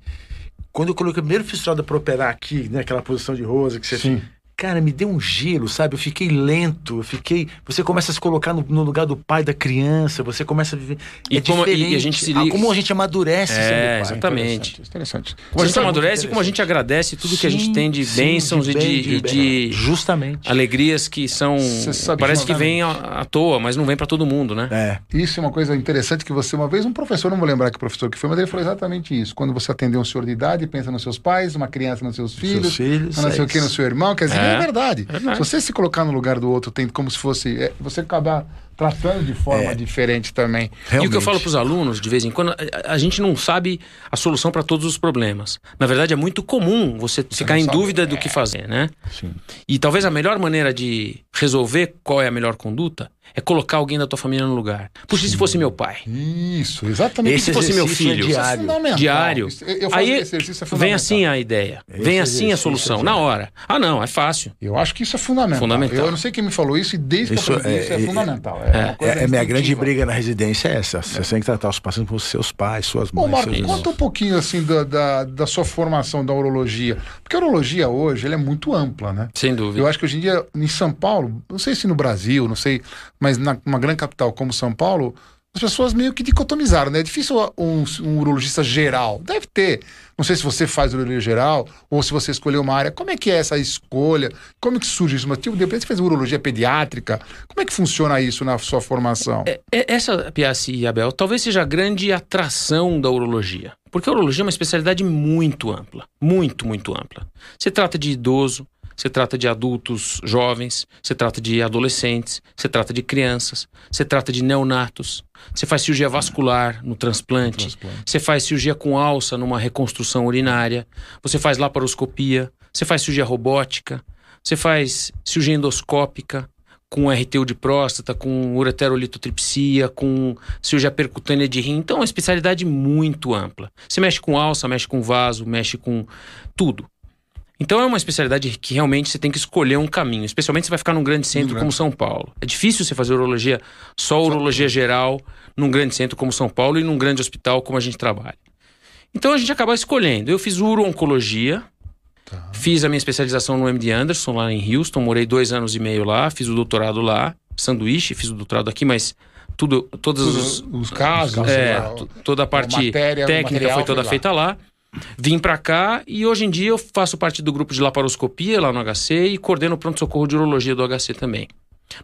Speaker 2: quando eu coloquei o primeiro fissurado pra operar aqui, né, aquela posição de rosa que você
Speaker 1: Sim.
Speaker 2: Cara, me deu um gelo, sabe? Eu fiquei lento, eu fiquei. Você começa a se colocar no, no lugar do pai da criança, você começa a viver.
Speaker 3: E
Speaker 2: é
Speaker 3: como- e a
Speaker 2: diferente.
Speaker 3: gente se
Speaker 2: Ah,
Speaker 3: liga-
Speaker 2: como a gente amadurece, sendo
Speaker 3: É,
Speaker 2: pai.
Speaker 3: exatamente.
Speaker 1: Interessante. interessante.
Speaker 3: Como a
Speaker 2: Você
Speaker 3: gente
Speaker 2: sabe
Speaker 3: amadurece
Speaker 2: muito
Speaker 3: e como a gente agradece tudo que a gente tem de
Speaker 2: Sim, sim,
Speaker 3: bênçãos e
Speaker 2: bem,
Speaker 3: de, e
Speaker 2: bem.
Speaker 3: de
Speaker 2: Justamente.
Speaker 3: alegrias que são.
Speaker 1: Você sabe
Speaker 3: Parece
Speaker 1: que
Speaker 3: que
Speaker 1: uma-
Speaker 3: vem à, à toa, mas não vem pra todo mundo, né?
Speaker 2: É.
Speaker 1: Isso é uma coisa interessante que você, uma vez, um professor, não vou lembrar que professor que foi, mas ele falou exatamente isso. Quando você atendeu um senhor de idade, pensa nos seus pais, uma criança nos seus filhos,
Speaker 2: filhos,
Speaker 1: não sei
Speaker 2: é
Speaker 1: o que, no
Speaker 2: isso.
Speaker 1: seu irmão. Quer dizer,
Speaker 3: É,
Speaker 1: é, verdade.
Speaker 3: verdade.
Speaker 1: Se você se colocar no lugar do outro, tem como se fosse. é, você acabar tratando de
Speaker 2: É.
Speaker 1: forma diferente também.
Speaker 3: E o que eu falo pros alunos, de vez em quando, a, a gente não sabe a solução pra todos os problemas. Na verdade, é muito comum você ficar
Speaker 1: não
Speaker 3: em
Speaker 1: sabe.
Speaker 3: dúvida do que fazer, né?
Speaker 2: Sim.
Speaker 3: E talvez a melhor maneira de resolver qual é a melhor conduta é colocar alguém da tua família no lugar. Puxa, e se fosse meu pai?
Speaker 1: Isso, exatamente.
Speaker 2: Esse
Speaker 3: se fosse meu
Speaker 2: exercício é
Speaker 3: filho?
Speaker 1: Isso é
Speaker 2: diário.
Speaker 1: fundamental.
Speaker 3: diário.
Speaker 1: Isso- eu, eu falo que
Speaker 3: Aí
Speaker 1: esse exercício é
Speaker 3: vem
Speaker 1: fundamental.
Speaker 3: assim a ideia, vem assim a
Speaker 2: exercício
Speaker 3: solução,
Speaker 2: é
Speaker 3: na hora. Ah, não, é fácil.
Speaker 1: Eu acho que isso é fundamental.
Speaker 3: Fundamental.
Speaker 1: Eu, não sei quem me falou isso, e desde que
Speaker 2: Isso
Speaker 1: eu aprendi
Speaker 2: é-
Speaker 1: isso é,
Speaker 2: é-
Speaker 1: fundamental. É, uma
Speaker 2: É,
Speaker 1: coisa
Speaker 2: é minha grande
Speaker 1: instintiva.
Speaker 2: briga na residência é essa. Você tem que tratar os pacientes como seus pais, suas
Speaker 1: Ô,
Speaker 2: mães,
Speaker 1: Marco,
Speaker 2: seus irmãos.
Speaker 1: conta um pouquinho assim da, da, da sua formação da urologia. Porque a urologia hoje ela é muito ampla, né?
Speaker 3: Sem dúvida.
Speaker 1: Eu acho que hoje em dia, em São Paulo, não sei se no Brasil, não sei, mas na, numa grande capital como São Paulo, as pessoas meio que dicotomizaram, né? É difícil um, um urologista geral. Deve ter. Não sei se você faz urologia geral ou se você escolheu uma área. Como é que é essa escolha? Como que surge isso? Mas, tipo, depois você fez urologia pediátrica. Como é que funciona isso na sua formação?
Speaker 3: É, é, Essa, Piace e Abel, talvez seja a grande atração da urologia. Porque a urologia é uma especialidade muito ampla. Muito, muito ampla. Você trata de idoso, você trata de adultos jovens, você trata de adolescentes, você trata de crianças, você trata de neonatos, você faz cirurgia vascular no transplante, você faz cirurgia com alça numa reconstrução urinária, você faz laparoscopia, você faz cirurgia robótica, você faz cirurgia endoscópica com RTU de próstata, com ureterolitotripsia, com cirurgia percutânea de rim. Então é uma especialidade muito ampla. Você mexe com alça, mexe com vaso, mexe com tudo. Então é uma especialidade que realmente você tem que escolher um caminho, especialmente se você vai ficar num grande centro como São Paulo. É difícil você fazer urologia, só urologia geral, num grande centro como São Paulo e num grande hospital como a gente trabalha. Então a gente acaba escolhendo. Eu fiz uro-oncologia, fiz a minha especialização no MD Anderson lá em Houston, morei dois anos e meio lá, fiz o doutorado lá, sanduíche, fiz o doutorado aqui, mas tudo, todos os,
Speaker 1: os casos,
Speaker 3: é,
Speaker 1: a-
Speaker 3: to- toda a parte
Speaker 1: matéria, o
Speaker 3: técnica
Speaker 1: material
Speaker 3: foi
Speaker 1: foi
Speaker 3: toda
Speaker 1: lá.
Speaker 3: feita lá. Vim pra cá e hoje em dia eu faço parte do grupo de laparoscopia lá no HC e coordeno o pronto-socorro de urologia do HC também.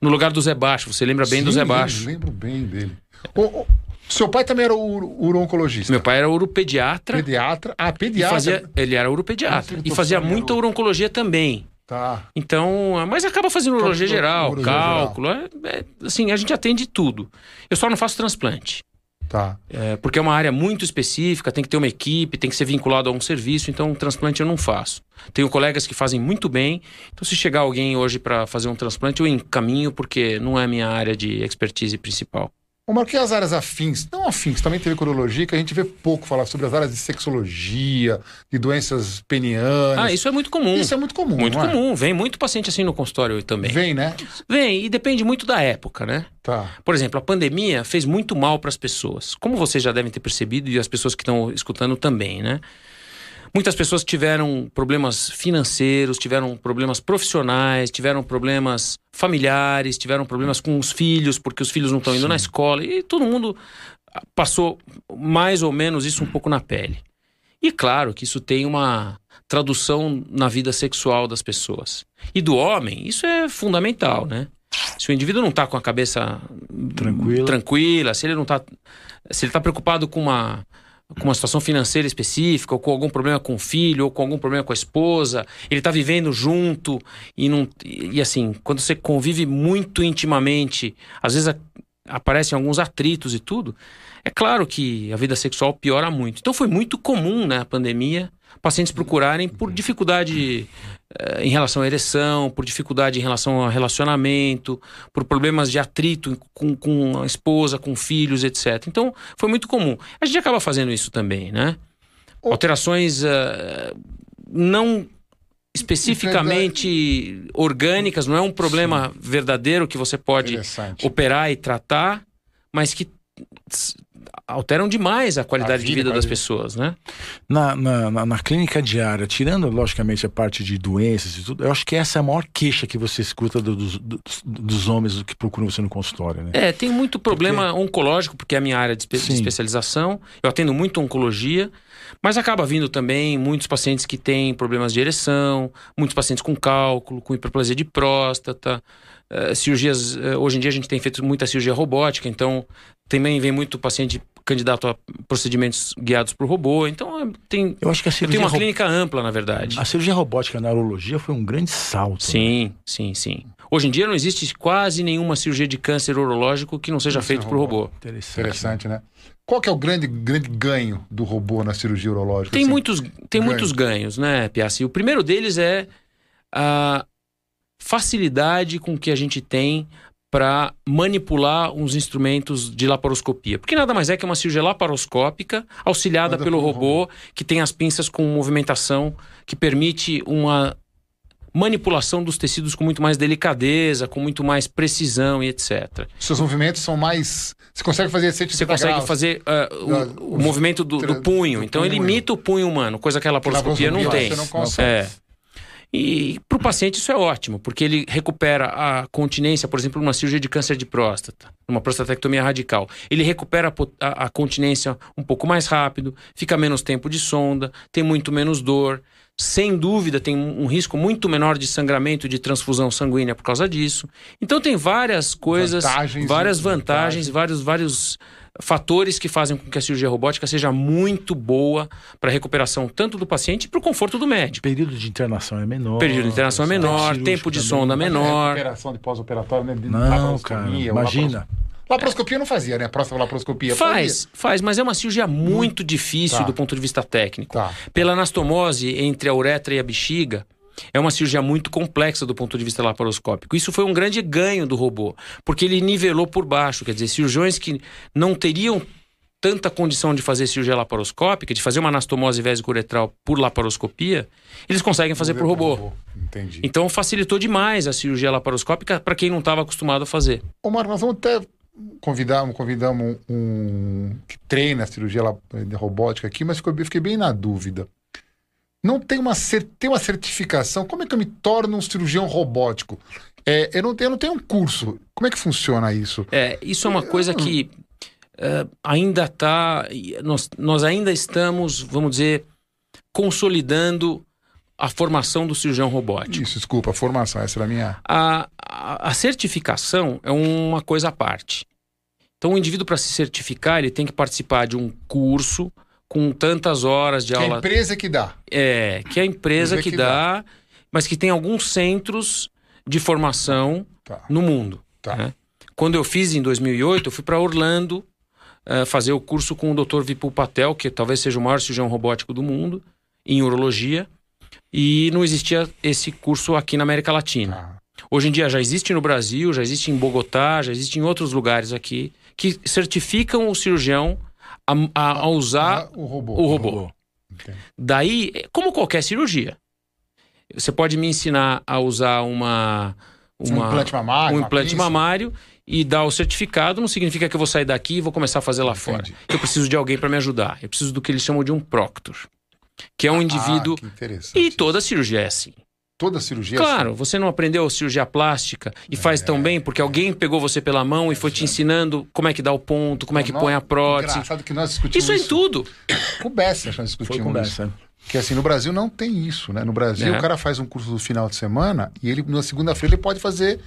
Speaker 3: No lugar do Zé Baixo, você lembra bem do
Speaker 1: Sim,
Speaker 3: Zé
Speaker 1: lembro-
Speaker 3: Baixo.
Speaker 1: Lembro, bem dele. O- o- seu pai também era uro- uro-oncologista.
Speaker 3: Meu pai era uropediatra,
Speaker 1: Pediatra. Ah,
Speaker 3: e
Speaker 1: pediatra. então,
Speaker 3: fazia, ele era
Speaker 1: Eu
Speaker 3: uropediatra
Speaker 1: não sei
Speaker 3: e
Speaker 1: se
Speaker 3: fazia
Speaker 1: eu tô falando,
Speaker 3: muita
Speaker 1: eu-
Speaker 3: urologia também.
Speaker 1: Tá.
Speaker 3: Então, ah, mas acaba fazendo urologia
Speaker 1: Então,
Speaker 3: geral,
Speaker 1: urologia
Speaker 3: cálculo, é- é- assim, a gente atende tudo. Eu só não faço transplante.
Speaker 1: Tá.
Speaker 3: É, porque é uma área muito específica, tem que ter uma equipe, tem que ser vinculado a um serviço, então um transplante eu não faço. Tenho colegas que fazem muito bem, então se chegar alguém hoje para fazer um transplante, eu encaminho, porque não é a minha área de expertise principal.
Speaker 1: Ô, Marco, e as áreas afins? Não afins, também teve urologia, que a gente vê pouco falar sobre as áreas de sexologia, de doenças penianas.
Speaker 3: Ah, isso é muito comum.
Speaker 1: Isso é muito comum,
Speaker 3: muito
Speaker 1: não é?
Speaker 3: comum. Vem muito paciente assim no consultório também. Vem.
Speaker 1: Vem, né?
Speaker 3: e depende muito da época, né?
Speaker 1: Tá.
Speaker 3: Por exemplo, a pandemia fez muito mal para as pessoas. Como vocês já devem ter percebido e as pessoas que estão escutando também, né? Muitas pessoas tiveram problemas financeiros, tiveram problemas profissionais, tiveram problemas familiares, tiveram problemas com os filhos, porque os filhos não estão indo na escola. E todo mundo ah, passou mais ou menos isso um pouco na pele. E claro que isso tem uma tradução na vida sexual das pessoas. E do homem, isso é fundamental, né? Se o indivíduo não está com a cabeça
Speaker 2: Tranquila.
Speaker 3: tranquila, se ele não tá. Se ele tá preocupado com uma, com uma situação financeira específica, ou com algum problema com o filho, ou com algum problema com a esposa, ele tá vivendo junto e não. E, e assim, quando você convive muito intimamente, às vezes a- aparecem alguns atritos e tudo, é claro que a vida sexual piora muito. Então foi muito comum na pandemia pacientes procurarem por dificuldade eh, em relação à ereção, por dificuldade em relação ao relacionamento, por problemas de atrito com, com a esposa, com filhos, etc. Então foi muito comum. A gente acaba fazendo isso também, né? Alterações eh, não especificamente orgânicas, não é um problema verdadeiro que você pode
Speaker 1: Interessante.
Speaker 3: operar e tratar, mas que s- alteram demais a qualidade
Speaker 1: A
Speaker 3: de
Speaker 1: vida,
Speaker 3: vida das
Speaker 1: quase.
Speaker 3: pessoas, né?
Speaker 2: Na, na, na- na clínica diária, tirando logicamente a parte de doenças e tudo, eu acho que essa é a maior queixa que você escuta do- dos, dos, dos homens que procuram você no consultório, né?
Speaker 3: É, tem muito problema oncológico, porque é a minha área de, espe- de
Speaker 2: Sim.
Speaker 3: especialização. Eu atendo muito oncologia, mas acaba vindo também muitos pacientes que têm problemas de ereção, muitos pacientes com cálculo, com hiperplasia de próstata, eh, cirurgias. eh, hoje em dia a gente tem feito muita cirurgia robótica, então também vem muito paciente candidato a procedimentos guiados por robô. Então eh, tem,
Speaker 2: Eu acho que a
Speaker 3: eu tenho
Speaker 2: cirurgia,
Speaker 3: uma
Speaker 2: ro-
Speaker 3: clínica ampla, na verdade.
Speaker 2: a cirurgia robótica na urologia foi um grande salto. né?
Speaker 3: Sim, sim, sim. Hoje em dia não existe quase nenhuma cirurgia de câncer urológico que não Tipo seja
Speaker 1: Câncer
Speaker 3: feita por
Speaker 1: robô.
Speaker 3: robô.
Speaker 2: Interessante.
Speaker 1: Interessante, né? Qual que é o grande, grande ganho do robô na cirurgia urológica?
Speaker 3: Tem,
Speaker 1: assim?
Speaker 3: muitos, tem
Speaker 1: ganhos.
Speaker 3: muitos ganhos, né, Piazzi? O primeiro deles é a facilidade com que a gente tem para manipular uns instrumentos de laparoscopia. Porque nada mais é que uma cirurgia laparoscópica auxiliada
Speaker 1: Manda
Speaker 3: pelo
Speaker 1: pelo
Speaker 3: um robô, que tem as pinças com movimentação que permite uma manipulação dos tecidos com muito mais delicadeza, com muito mais precisão e etc.
Speaker 1: Seus movimentos são mais. Você consegue fazer 180
Speaker 3: Você consegue
Speaker 1: graus.
Speaker 3: fazer ah,
Speaker 1: Não,
Speaker 3: o, o movimento do, do
Speaker 1: tra-
Speaker 3: punho.
Speaker 1: do
Speaker 3: Então ele
Speaker 1: punho.
Speaker 3: imita o punho humano, coisa que a laparoscopia não
Speaker 1: Laparoscopia
Speaker 3: tem.
Speaker 1: você não consegue.
Speaker 3: É. E para o paciente isso é ótimo, porque ele recupera a continência, por exemplo, numa cirurgia de câncer de próstata, numa prostatectomia radical. Ele recupera a po- a, a continência um pouco mais rápido, fica menos tempo de sonda, tem muito menos dor. Sem dúvida, tem um um risco muito menor de sangramento e de transfusão sanguínea por causa disso. Então, tem várias coisas,
Speaker 1: Vantagens,
Speaker 3: várias
Speaker 1: né?
Speaker 3: vantagens, vários, vários fatores que fazem com que a cirurgia robótica seja muito boa para a recuperação tanto do paciente e para o conforto do médico.
Speaker 2: O período de internação é menor.
Speaker 3: Período de internação é menor,
Speaker 2: cirúrgico
Speaker 3: tempo de
Speaker 2: também.
Speaker 3: sonda
Speaker 1: A
Speaker 3: menor.
Speaker 1: recuperação de pós-operatório, né? De
Speaker 3: Tá
Speaker 2: Não,
Speaker 1: laparoscopia,
Speaker 2: cara,
Speaker 1: ou
Speaker 2: imagina.
Speaker 1: laparo- Laparoscopia não fazia, né? A próxima laparoscopia.
Speaker 3: Faz, faz, mas é uma cirurgia muito difícil
Speaker 1: Tá.
Speaker 3: do ponto de vista técnico.
Speaker 1: Fazia. Tá.
Speaker 3: Pela anastomose entre a uretra e a bexiga, é uma cirurgia muito complexa do ponto de vista laparoscópico. Isso foi um grande ganho do robô, porque ele nivelou por baixo, quer dizer, cirurgiões que não teriam tanta condição de fazer cirurgia laparoscópica, de fazer uma anastomose vésico-uretral por laparoscopia, eles conseguem fazer por robô.
Speaker 1: Entendi.
Speaker 3: Então facilitou demais a cirurgia laparoscópica para quem não estava acostumado a fazer.
Speaker 1: Ô, Marco, nós vamos até convidar convidamos um que treina a cirurgia lá- eh, de robótica aqui, mas ficou- fiquei bem na dúvida. Não tem uma, cer- tem uma certificação. Como é que eu me torno um cirurgião robótico? É, eu, não, tenho- eu não tenho um curso. Como é que funciona isso?
Speaker 3: É, isso é uma coisa que eh, ainda está. Nós, nós ainda estamos, vamos dizer, consolidando a formação do cirurgião robótico.
Speaker 1: Isso, desculpa, a formação. Essa era a minha.
Speaker 3: A, a, a certificação é uma coisa à parte. Então, o indivíduo, para se certificar, ele tem que participar de um curso com tantas horas de
Speaker 1: Que é
Speaker 3: aula
Speaker 1: a empresa que dá.
Speaker 3: é, que é a empresa
Speaker 1: Mas é
Speaker 3: que,
Speaker 1: que
Speaker 3: dá, mas que tem alguns centros de formação
Speaker 1: Tá.
Speaker 3: no mundo.
Speaker 1: Tá.
Speaker 3: né? Quando eu fiz em 2008, eu fui para Orlando eh, fazer o curso com o Dr. Vipul Patel, que talvez seja o maior cirurgião robótico do mundo, em urologia. E não existia esse curso aqui na América Latina.
Speaker 1: Tá.
Speaker 3: Hoje em dia já existe no Brasil, já existe em Bogotá, já existe em outros lugares aqui, que certificam o cirurgião a, a- a usar
Speaker 1: Ah, o robô.
Speaker 3: Tá. o robô.
Speaker 1: Entendi.
Speaker 3: Daí, é como qualquer cirurgia, você pode me ensinar a usar uma,
Speaker 1: um
Speaker 3: uma-
Speaker 1: implante mamário.
Speaker 3: um
Speaker 1: uma
Speaker 3: implante
Speaker 1: pinça.
Speaker 3: mamário e dar o certificado. Não significa que eu vou sair daqui e vou começar a fazer lá fora.
Speaker 1: Entendi.
Speaker 3: Eu preciso de alguém para me ajudar. Eu preciso do que eles chamam de um proctor, que é um indivíduo.
Speaker 1: Ah, que interessante.
Speaker 3: E toda cirurgia é assim.
Speaker 1: Toda cirurgia.
Speaker 3: Claro, você não aprendeu cirurgia plástica e faz
Speaker 1: É.
Speaker 3: tão bem porque alguém pegou você pela mão e foi te ensinando como é que dá o ponto, como é que
Speaker 1: Nó-
Speaker 3: põe a prótese.
Speaker 1: Engraçado que nós discutimos
Speaker 3: Isso é em tudo.
Speaker 1: Com o Bessas nós
Speaker 2: Foi
Speaker 1: discutimos isso.
Speaker 2: conversa.
Speaker 1: um Que assim, no Brasil não tem isso, né? No Brasil,
Speaker 3: É.
Speaker 1: o cara faz um curso no final de semana e ele, na segunda-feira, ele pode fazer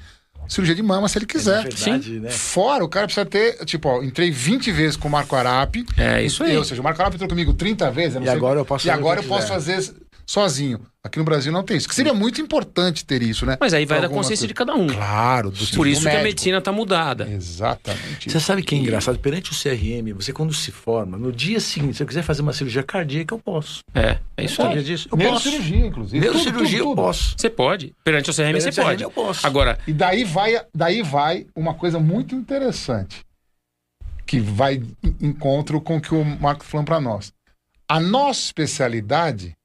Speaker 1: cirurgia de mama se ele quiser.
Speaker 2: Verdade, né?
Speaker 1: Fora, o cara precisa ter, tipo, ó, entrei 20 vezes com o Marco Arape.
Speaker 3: É, isso aí.
Speaker 1: Ou seja, o Marco Arape entrou comigo 30 vezes. eu não
Speaker 2: E
Speaker 1: sei-
Speaker 2: agora eu
Speaker 1: E
Speaker 2: posso fazer o
Speaker 1: agora
Speaker 2: que
Speaker 1: eu
Speaker 2: eu
Speaker 1: posso fazer sozinho. Aqui no Brasil não tem isso. Que seria muito importante ter isso, né?
Speaker 3: Mas aí vai
Speaker 1: Pra
Speaker 3: da
Speaker 1: alguma
Speaker 3: consciência de
Speaker 1: coisa.
Speaker 3: cada um.
Speaker 1: Claro, do
Speaker 3: Por
Speaker 1: cirurgião
Speaker 3: isso que a
Speaker 1: médico.
Speaker 3: medicina está mudada.
Speaker 1: Exatamente.
Speaker 2: Você sabe que é engraçado? Perante o CRM, você quando se forma, no dia seguinte, se eu quiser fazer uma cirurgia cardíaca, eu posso.
Speaker 3: É, é isso aí.
Speaker 2: Sabia disso? Eu posso.
Speaker 1: Neurocirurgia, inclusive. Tudo,
Speaker 2: Neurocirurgia,
Speaker 1: tudo,
Speaker 2: eu
Speaker 1: tudo.
Speaker 2: posso.
Speaker 3: Você pode. Perante o CRM,
Speaker 2: Perante
Speaker 3: você
Speaker 2: o CRM,
Speaker 3: pode.
Speaker 2: eu posso.
Speaker 3: Agora,
Speaker 1: E daí vai, daí vai uma coisa muito interessante que vai em encontro com o que o Marco falou para nós. A nossa especialidade,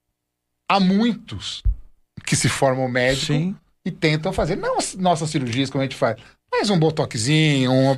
Speaker 1: há muitos que se formam médico
Speaker 2: Sim.
Speaker 1: e tentam fazer. Não as nossas cirurgias como a gente faz, mas um botoxinho, um...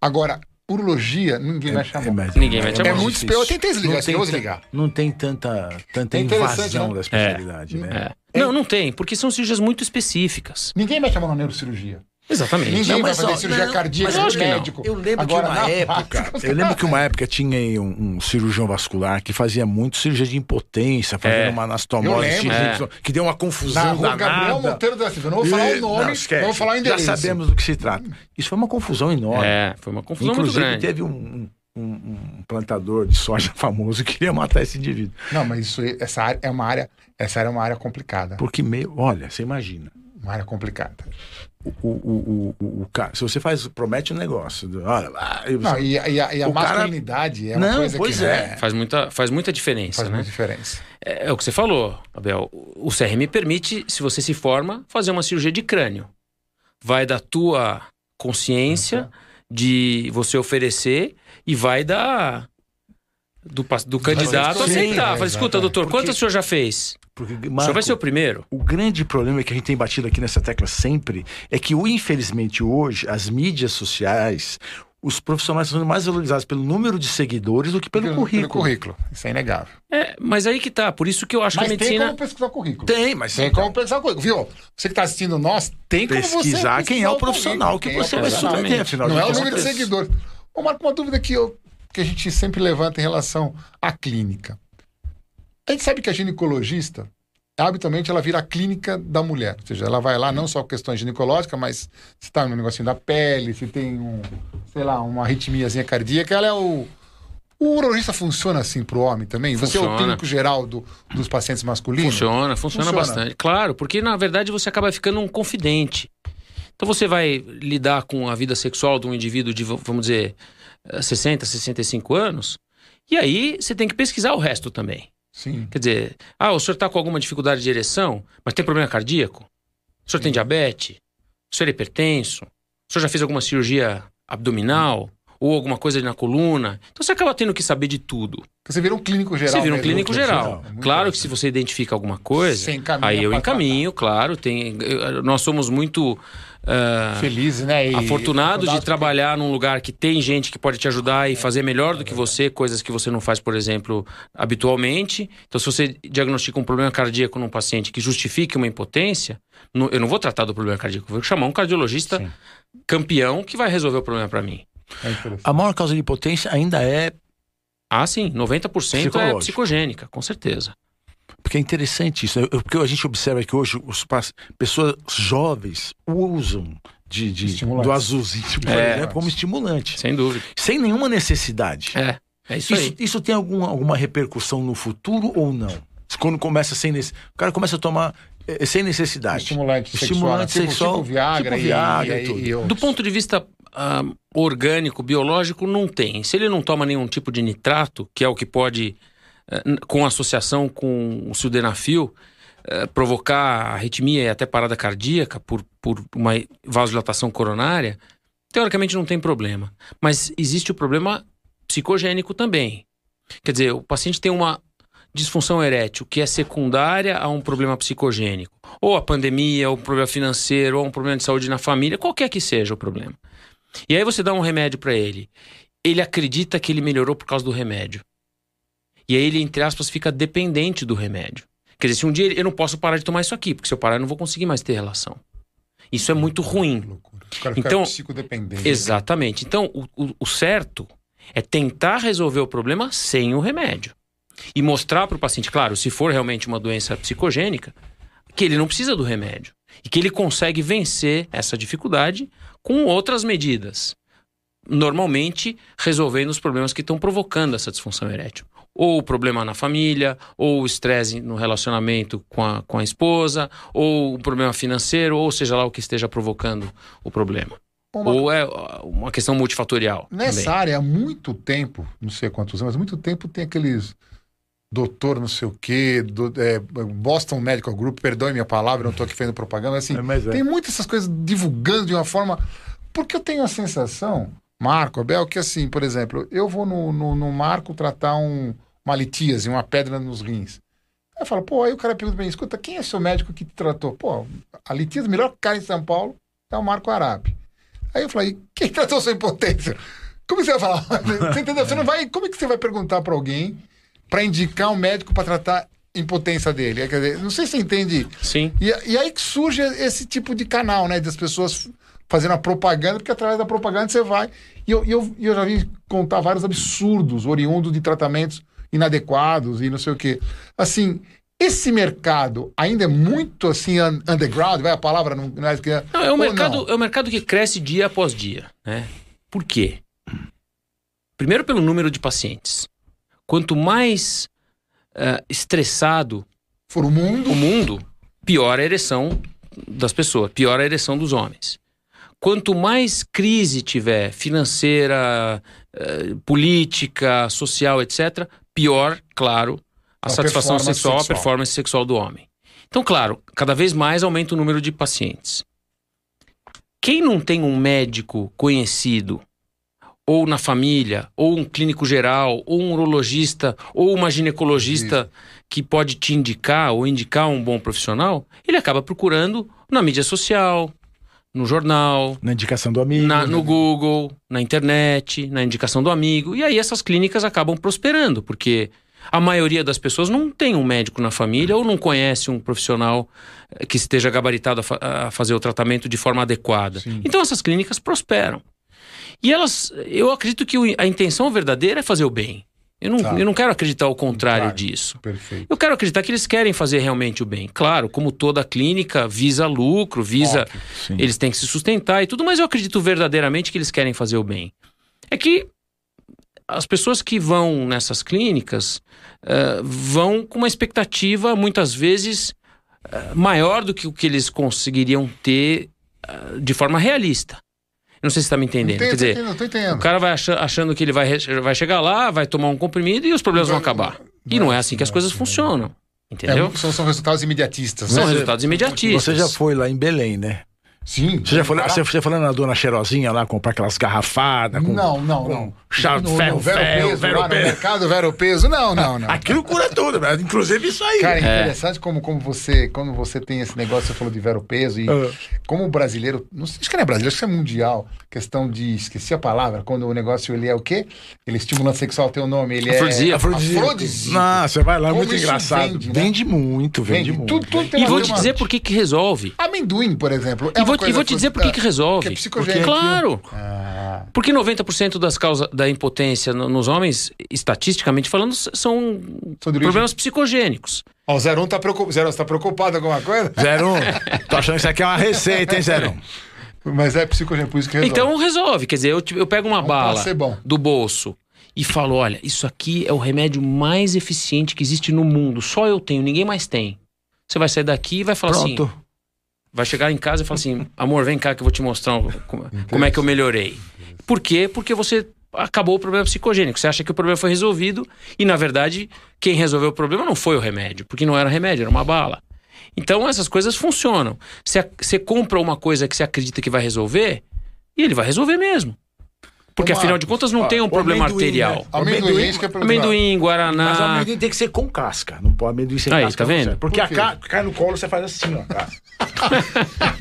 Speaker 1: Agora, urologia, é ninguém vai chamar.
Speaker 2: mais-
Speaker 3: Ninguém mete a
Speaker 1: É
Speaker 3: mão.
Speaker 1: muito
Speaker 2: É,
Speaker 1: espião.
Speaker 2: difícil.
Speaker 1: Eu tentei desligar,
Speaker 2: Não
Speaker 1: assim,
Speaker 2: tem
Speaker 1: eu vou
Speaker 2: tan-
Speaker 1: desligar.
Speaker 2: Não tem tanta, tanta
Speaker 1: É interessante,
Speaker 2: invasão
Speaker 1: né?
Speaker 2: da especialidade, né?
Speaker 3: É. Não, não tem, porque são cirurgias muito específicas.
Speaker 1: Ninguém vai chamar na neurocirurgia.
Speaker 3: Exatamente.
Speaker 1: Ninguém
Speaker 2: Não,
Speaker 1: vai
Speaker 2: mas,
Speaker 1: fazer
Speaker 2: ó,
Speaker 1: cirurgia
Speaker 2: não,
Speaker 1: cardíaca
Speaker 2: mas eu
Speaker 1: no
Speaker 2: acho que não.
Speaker 1: médico.
Speaker 2: Eu lembro
Speaker 1: Agora,
Speaker 2: que uma
Speaker 1: na
Speaker 2: época,
Speaker 1: prática, os
Speaker 2: eu lembro
Speaker 1: caras-
Speaker 2: que uma época tinha aí um, um cirurgião vascular que fazia muito cirurgia de impotência, fazendo
Speaker 3: É.
Speaker 2: uma
Speaker 1: Eu
Speaker 2: anastomose,
Speaker 1: lembro.
Speaker 2: cirurgia
Speaker 3: É.
Speaker 2: de- que deu uma
Speaker 1: Na
Speaker 2: confusão
Speaker 1: rua Gabriel
Speaker 2: danada.
Speaker 1: Monteiro da Silva. Não vou falar
Speaker 2: E-
Speaker 1: o nome,
Speaker 2: não,
Speaker 1: não,
Speaker 2: esquece.
Speaker 1: vou falar o endereço.
Speaker 2: Já sabemos do que se trata. Isso foi uma confusão enorme.
Speaker 3: É, foi uma confusão
Speaker 2: Inclusive,
Speaker 3: muito grande.
Speaker 2: teve um, um- um plantador de soja famoso que queria matar esse indivíduo.
Speaker 1: Não, mas isso, aí- essa área é uma área, essa área é uma área complicada.
Speaker 2: Porque meio. Olha, você imagina.
Speaker 1: Uma área complicada.
Speaker 2: O, o, o, o, o, cara- se você faz, promete um negócio. do- Olha, lá, e você-
Speaker 1: Não, e, a- e a, e a
Speaker 2: O cara-
Speaker 1: masculinidade é uma
Speaker 2: Não,
Speaker 1: coisa
Speaker 2: pois
Speaker 1: que
Speaker 2: é.
Speaker 1: né,
Speaker 3: Faz muita, faz muita diferença,
Speaker 1: faz
Speaker 3: né?
Speaker 1: uma diferença.
Speaker 3: É, é o que você falou, Abel. O CRM permite, se você se forma, fazer uma cirurgia de crânio. Vai da tua
Speaker 1: Uhum.
Speaker 3: consciência de você oferecer e vai da do, pa- do candidato
Speaker 2: escolher.
Speaker 3: aceitar.
Speaker 1: Sim,
Speaker 3: Fala, escuta,
Speaker 1: exatamente.
Speaker 3: doutor,
Speaker 2: Porque-
Speaker 3: quantas o senhor já fez?
Speaker 2: Porque,
Speaker 3: o senhor
Speaker 2: Marco,
Speaker 3: vai ser o primeiro?
Speaker 2: O grande problema que a gente tem batido aqui nessa tecla sempre é que, o- infelizmente, hoje, as mídias sociais, os profissionais estão sendo mais valorizados pelo número de seguidores do que pelo, currículo.
Speaker 1: currículo. Isso é inegável.
Speaker 3: É, mas aí que tá. Por isso que eu acho
Speaker 1: mas
Speaker 3: que a
Speaker 1: tem
Speaker 3: medicina.
Speaker 1: como pesquisar o currículo.
Speaker 2: Tem, mas
Speaker 1: Tem como pesquisar o currículo. Viu? Você que está assistindo nós, tem como você
Speaker 2: pesquisar quem é o
Speaker 1: currículo,
Speaker 2: profissional que
Speaker 1: quem é o
Speaker 2: você vai
Speaker 1: profissional.
Speaker 2: submeter,
Speaker 3: Exatamente.
Speaker 2: afinal
Speaker 1: Não é o
Speaker 2: contas.
Speaker 1: número de seguidores. Ô, Marco, uma dúvida que, eu, que a gente sempre levanta em relação à clínica. A gente sabe que a ginecologista, habitualmente, ela vira a clínica da mulher. Ou seja, ela vai lá não só com questões ginecológicas, mas se tá no negocinho da pele, se tem um, sei lá, uma arritmiazinha cardíaca, ela é o. O urologista funciona assim pro homem também? Você é o
Speaker 3: Funciona.
Speaker 1: clínico geral do- dos pacientes masculinos?
Speaker 3: Funciona, funciona,
Speaker 1: Funciona.
Speaker 3: bastante. Claro, porque na verdade você acaba ficando um confidente. Então você vai lidar com a vida sexual de um indivíduo de, v- vamos dizer, eh, 60, 65 anos, e aí você tem que pesquisar o resto também.
Speaker 1: Sim.
Speaker 3: Quer dizer, ah, o senhor está com alguma dificuldade de ereção, mas tem problema cardíaco? O senhor tem diabetes? O senhor é hipertenso? O senhor já fez alguma cirurgia abdominal? Ou alguma coisa na coluna? Então você acaba tendo que saber de tudo.
Speaker 1: Você vira um clínico geral.
Speaker 3: Você vira um
Speaker 1: mesmo.
Speaker 3: clínico geral.
Speaker 1: É muito
Speaker 3: Claro
Speaker 1: legal.
Speaker 3: que se você identifica alguma coisa,
Speaker 1: Você encaminha
Speaker 3: aí eu
Speaker 1: pra tratar.
Speaker 3: encaminho, claro. Tem, eu- nós somos muito ah,
Speaker 1: Felizes, né? E-
Speaker 3: afortunados de
Speaker 1: porque-
Speaker 3: trabalhar num lugar que tem gente que pode te ajudar e fazer melhor do que você, coisas que você não faz, por exemplo, habitualmente. Então, se você diagnostica um problema cardíaco num paciente que justifique uma impotência, não- eu não vou tratar do problema cardíaco, eu vou chamar um cardiologista campeão que vai resolver o problema para mim.
Speaker 1: É interessante.
Speaker 2: A maior causa de impotência ainda é.
Speaker 3: Ah, sim, 90% é
Speaker 2: Psicológico.
Speaker 3: psicogênica, com certeza.
Speaker 2: Porque é interessante isso. né? Eu- Porque a gente observa que hoje os pas- pessoas jovens usam de, de-
Speaker 1: Estimulantes.
Speaker 2: do azulzinho, por
Speaker 1: É.
Speaker 2: exemplo, como estimulante.
Speaker 3: Sem dúvida.
Speaker 2: Sem nenhuma necessidade.
Speaker 3: É, é isso,
Speaker 2: Isso,
Speaker 3: aí.
Speaker 2: isso tem alguma, alguma repercussão no futuro ou não? Quando começa sem necessidade. O cara começa a tomar eh, sem necessidade.
Speaker 1: Estimulante sexual.
Speaker 2: Estimulante
Speaker 1: né? Tipo-
Speaker 2: sexual,
Speaker 1: Tipo Viagra,
Speaker 2: tipo
Speaker 1: e-
Speaker 2: Viagra e
Speaker 1: e,
Speaker 2: tudo.
Speaker 1: e- e
Speaker 3: Do
Speaker 1: outros.
Speaker 3: ponto de vista ah, orgânico, biológico, não tem. Se ele não toma nenhum tipo de nitrato, que é o que pode, eh, n- com associação com o sildenafil, eh, provocar arritmia e até parada cardíaca por, por uma vasodilatação coronária, teoricamente não tem problema. Mas existe o problema psicogênico também. Quer dizer, o paciente tem uma disfunção erétil que é secundária a um problema psicogênico, ou a pandemia, ou um problema financeiro, ou um problema de saúde na família, qualquer que seja o problema. E aí você dá um remédio para ele. Ele acredita que ele melhorou por causa do remédio. E aí ele, entre aspas, fica dependente do remédio. Quer dizer, se um dia ele- eu não posso parar de tomar isso aqui, porque se eu parar eu não vou conseguir mais ter relação. Isso é muito ruim.
Speaker 1: Que loucura. O cara fica
Speaker 3: Então-
Speaker 1: psicodependente.
Speaker 3: Exatamente. Então, o, o- o certo é tentar resolver o problema sem o remédio. E mostrar para o paciente, claro, se for realmente uma doença psicogênica, que ele não precisa do remédio. E que ele consegue vencer essa dificuldade com outras medidas. Normalmente resolvendo os problemas que estão provocando essa disfunção erétil. ou o problema na família, ou o estresse no relacionamento com a, com a esposa, ou o problema financeiro, ou seja lá o que esteja provocando o problema.
Speaker 1: Uma- é
Speaker 3: Ou é ó, uma questão multifatorial.
Speaker 1: Nessa
Speaker 3: também.
Speaker 1: área, há muito tempo, não sei quantos anos, mas muito tempo tem aqueles doutor não sei o quê, do, é, Boston Medical Group, perdoe minha palavra, não estou aqui fazendo propaganda, mas assim,
Speaker 2: É, mas é.
Speaker 1: tem muitas essas coisas divulgando de uma forma... Porque eu tenho a sensação, Marco, Abel, que assim, por exemplo, eu vou no, no, no Marco tratar um, uma litíase, uma pedra nos rins. Aí eu falo, pô, aí o cara pergunta pra mim, escuta, quem é seu médico que te tratou? Pô, a litíase, o melhor cara em São Paulo é o Marco Arabe. Aí eu falei, quem tratou sua impotência? Como você vai falar? Você entendeu? Você não vai. Como é que você vai perguntar pra alguém pra indicar um médico pra tratar impotência dele? É, Quer dizer, não sei se você entende.
Speaker 3: Sim.
Speaker 1: E, e aí que surge esse tipo de canal, né? Das pessoas fazendo a propaganda, porque através da propaganda você vai. E eu, e eu, e eu já vi contar vários absurdos oriundos de tratamentos inadequados e não sei o quê. Assim, esse mercado ainda é muito assim un- underground, vai a palavra não, não é que é.
Speaker 3: Não, é, um
Speaker 1: Ou
Speaker 3: mercado, é um mercado que cresce dia após dia. Né? Por quê? Primeiro, pelo número de pacientes. Quanto mais eh, estressado
Speaker 1: for o mundo.
Speaker 3: o mundo, pior a ereção das pessoas, pior a ereção dos homens. Quanto mais crise tiver financeira, eh, política, social, etc., pior, claro, a,
Speaker 1: A
Speaker 3: satisfação
Speaker 1: performance
Speaker 3: sexual, a
Speaker 1: sexual.
Speaker 3: performance sexual do homem. Então, claro, cada vez mais aumenta o número de pacientes. Quem não tem um médico conhecido, ou na família, ou um clínico geral, ou um urologista, ou uma ginecologista que pode te indicar ou indicar um bom profissional, ele acaba procurando na mídia social, no jornal,
Speaker 2: Na indicação do amigo.
Speaker 3: na- no Google, na internet, na indicação do amigo. E aí essas clínicas acabam prosperando, porque a maioria das pessoas não tem um médico na família ou não conhece um profissional eh, que esteja gabaritado a, fa- a fazer o tratamento de forma adequada.
Speaker 1: Sim.
Speaker 3: Então essas clínicas prosperam. E elas, eu acredito que o- a intenção verdadeira é fazer o bem. Eu não,
Speaker 1: Tá.
Speaker 3: eu não quero acreditar o contrário
Speaker 1: Claro.
Speaker 3: disso.
Speaker 1: Perfeito.
Speaker 3: Eu quero acreditar que eles querem fazer realmente o bem. Claro, como toda clínica visa lucro, visa
Speaker 1: Óbvio.
Speaker 2: Sim.
Speaker 3: eles têm que se sustentar e tudo, mas eu acredito verdadeiramente que eles querem fazer o bem. É que as pessoas que vão nessas clínicas eh, vão com uma expectativa, muitas vezes, eh, maior do que o que eles conseguiriam ter ah, de forma realista. Eu Não sei se está me entendendo.
Speaker 1: Entendo,
Speaker 3: Quer dizer,
Speaker 1: entendo, tô
Speaker 3: o
Speaker 1: entendendo.
Speaker 3: cara vai acha- achando que ele vai, re- vai chegar lá, vai tomar um comprimido e os problemas vão
Speaker 1: Não, não,
Speaker 3: acabar. E não é assim que as coisas funcionam. Entendeu?
Speaker 1: É, são, são resultados imediatistas.
Speaker 3: São
Speaker 1: né?
Speaker 3: resultados imediatistas.
Speaker 2: Você já foi lá em Belém, né?
Speaker 1: Sim.
Speaker 2: Você já foi lá, você você foi lá na dona Cheirosinha lá comprar aquelas garrafadas? Com...
Speaker 1: Não, não,
Speaker 2: com
Speaker 1: não.
Speaker 2: Chá,
Speaker 1: No- no
Speaker 2: ferro,
Speaker 1: Vero
Speaker 2: ferro,
Speaker 1: Peso,
Speaker 2: ferro,
Speaker 1: lá no
Speaker 2: ferro.
Speaker 1: mercado Vero Peso. Não, não, não.
Speaker 2: Aquilo cura tudo, mas inclusive isso aí.
Speaker 1: Cara, é interessante como, como você, quando você tem esse negócio, você falou de Vero Peso, e
Speaker 2: Ah.
Speaker 1: como o brasileiro, não sei, acho que não é brasileiro, acho que é mundial, questão de, esqueci a palavra, quando o negócio, ele é o quê? Ele é estimulante sexual, tem o nome, ele é...
Speaker 3: Afrodisíaco.
Speaker 2: Afrodisíaco.
Speaker 1: Afrodisíaco.
Speaker 2: Nossa, você vai lá, é
Speaker 1: Como
Speaker 2: muito
Speaker 1: isso
Speaker 2: engraçado.
Speaker 1: vende,
Speaker 2: Vende,
Speaker 1: né?
Speaker 2: muito, vende,
Speaker 1: Vende,
Speaker 2: muito.
Speaker 1: tudo, tudo tem
Speaker 3: E
Speaker 1: uma-
Speaker 3: vou te
Speaker 1: uma-
Speaker 3: dizer por que que resolve.
Speaker 1: Amendoim, por exemplo. é
Speaker 3: e, vou,
Speaker 1: uma
Speaker 3: e
Speaker 1: coisa
Speaker 3: vou te dizer por que, que resolve.
Speaker 1: que é psicogênico.
Speaker 3: claro.
Speaker 1: Ah,
Speaker 3: Porque 90% das causas da impotência no- nos homens, estatisticamente falando, s- são
Speaker 1: São de origem-
Speaker 3: problemas psicogênicos.
Speaker 1: Ó, o Zerão tá preocupado, Zerão, você tá preocupado com alguma coisa?
Speaker 2: Zero um. Tô achando que isso aqui é uma receita, hein, Zero um?
Speaker 1: Mas é psicogênico, por isso que resolve.
Speaker 3: Então resolve. Quer dizer, eu, te- eu pego uma bala
Speaker 1: placebão.
Speaker 3: do bolso e falo: olha, isso aqui é o remédio mais eficiente que existe no mundo. Só eu tenho, ninguém mais tem. Você vai sair daqui e vai falar assim.
Speaker 2: Pronto.
Speaker 3: Vai chegar em casa e falar assim: amor, vem cá que eu vou te mostrar um- como, como é que eu melhorei. Por quê? Porque você acabou o problema psicogênico. Você acha que o problema foi resolvido e, na verdade, quem resolveu o problema não foi o remédio, porque não era remédio, era uma bala. Então, essas coisas funcionam. Você, ac- você compra uma coisa que você acredita que vai resolver e ele vai resolver mesmo. Porque,
Speaker 1: Ô,
Speaker 3: afinal de
Speaker 1: Marcos,
Speaker 3: contas, não tem um
Speaker 2: o
Speaker 3: problema
Speaker 2: amendoim,
Speaker 3: arterial.
Speaker 2: né?
Speaker 1: Amendoim,
Speaker 2: Amendoim,
Speaker 1: isso que é pra-
Speaker 3: Amendoim,
Speaker 2: Mas o
Speaker 3: guaraná.
Speaker 2: amendoim tem que ser com casca. Não pode amendoim sem
Speaker 3: Ah. Aí,
Speaker 2: casca.
Speaker 3: tá
Speaker 2: não
Speaker 3: vendo?
Speaker 2: serve. Porque
Speaker 1: Por
Speaker 2: a
Speaker 1: quê?
Speaker 2: ca- cai no colo, você faz assim, ó. Tá?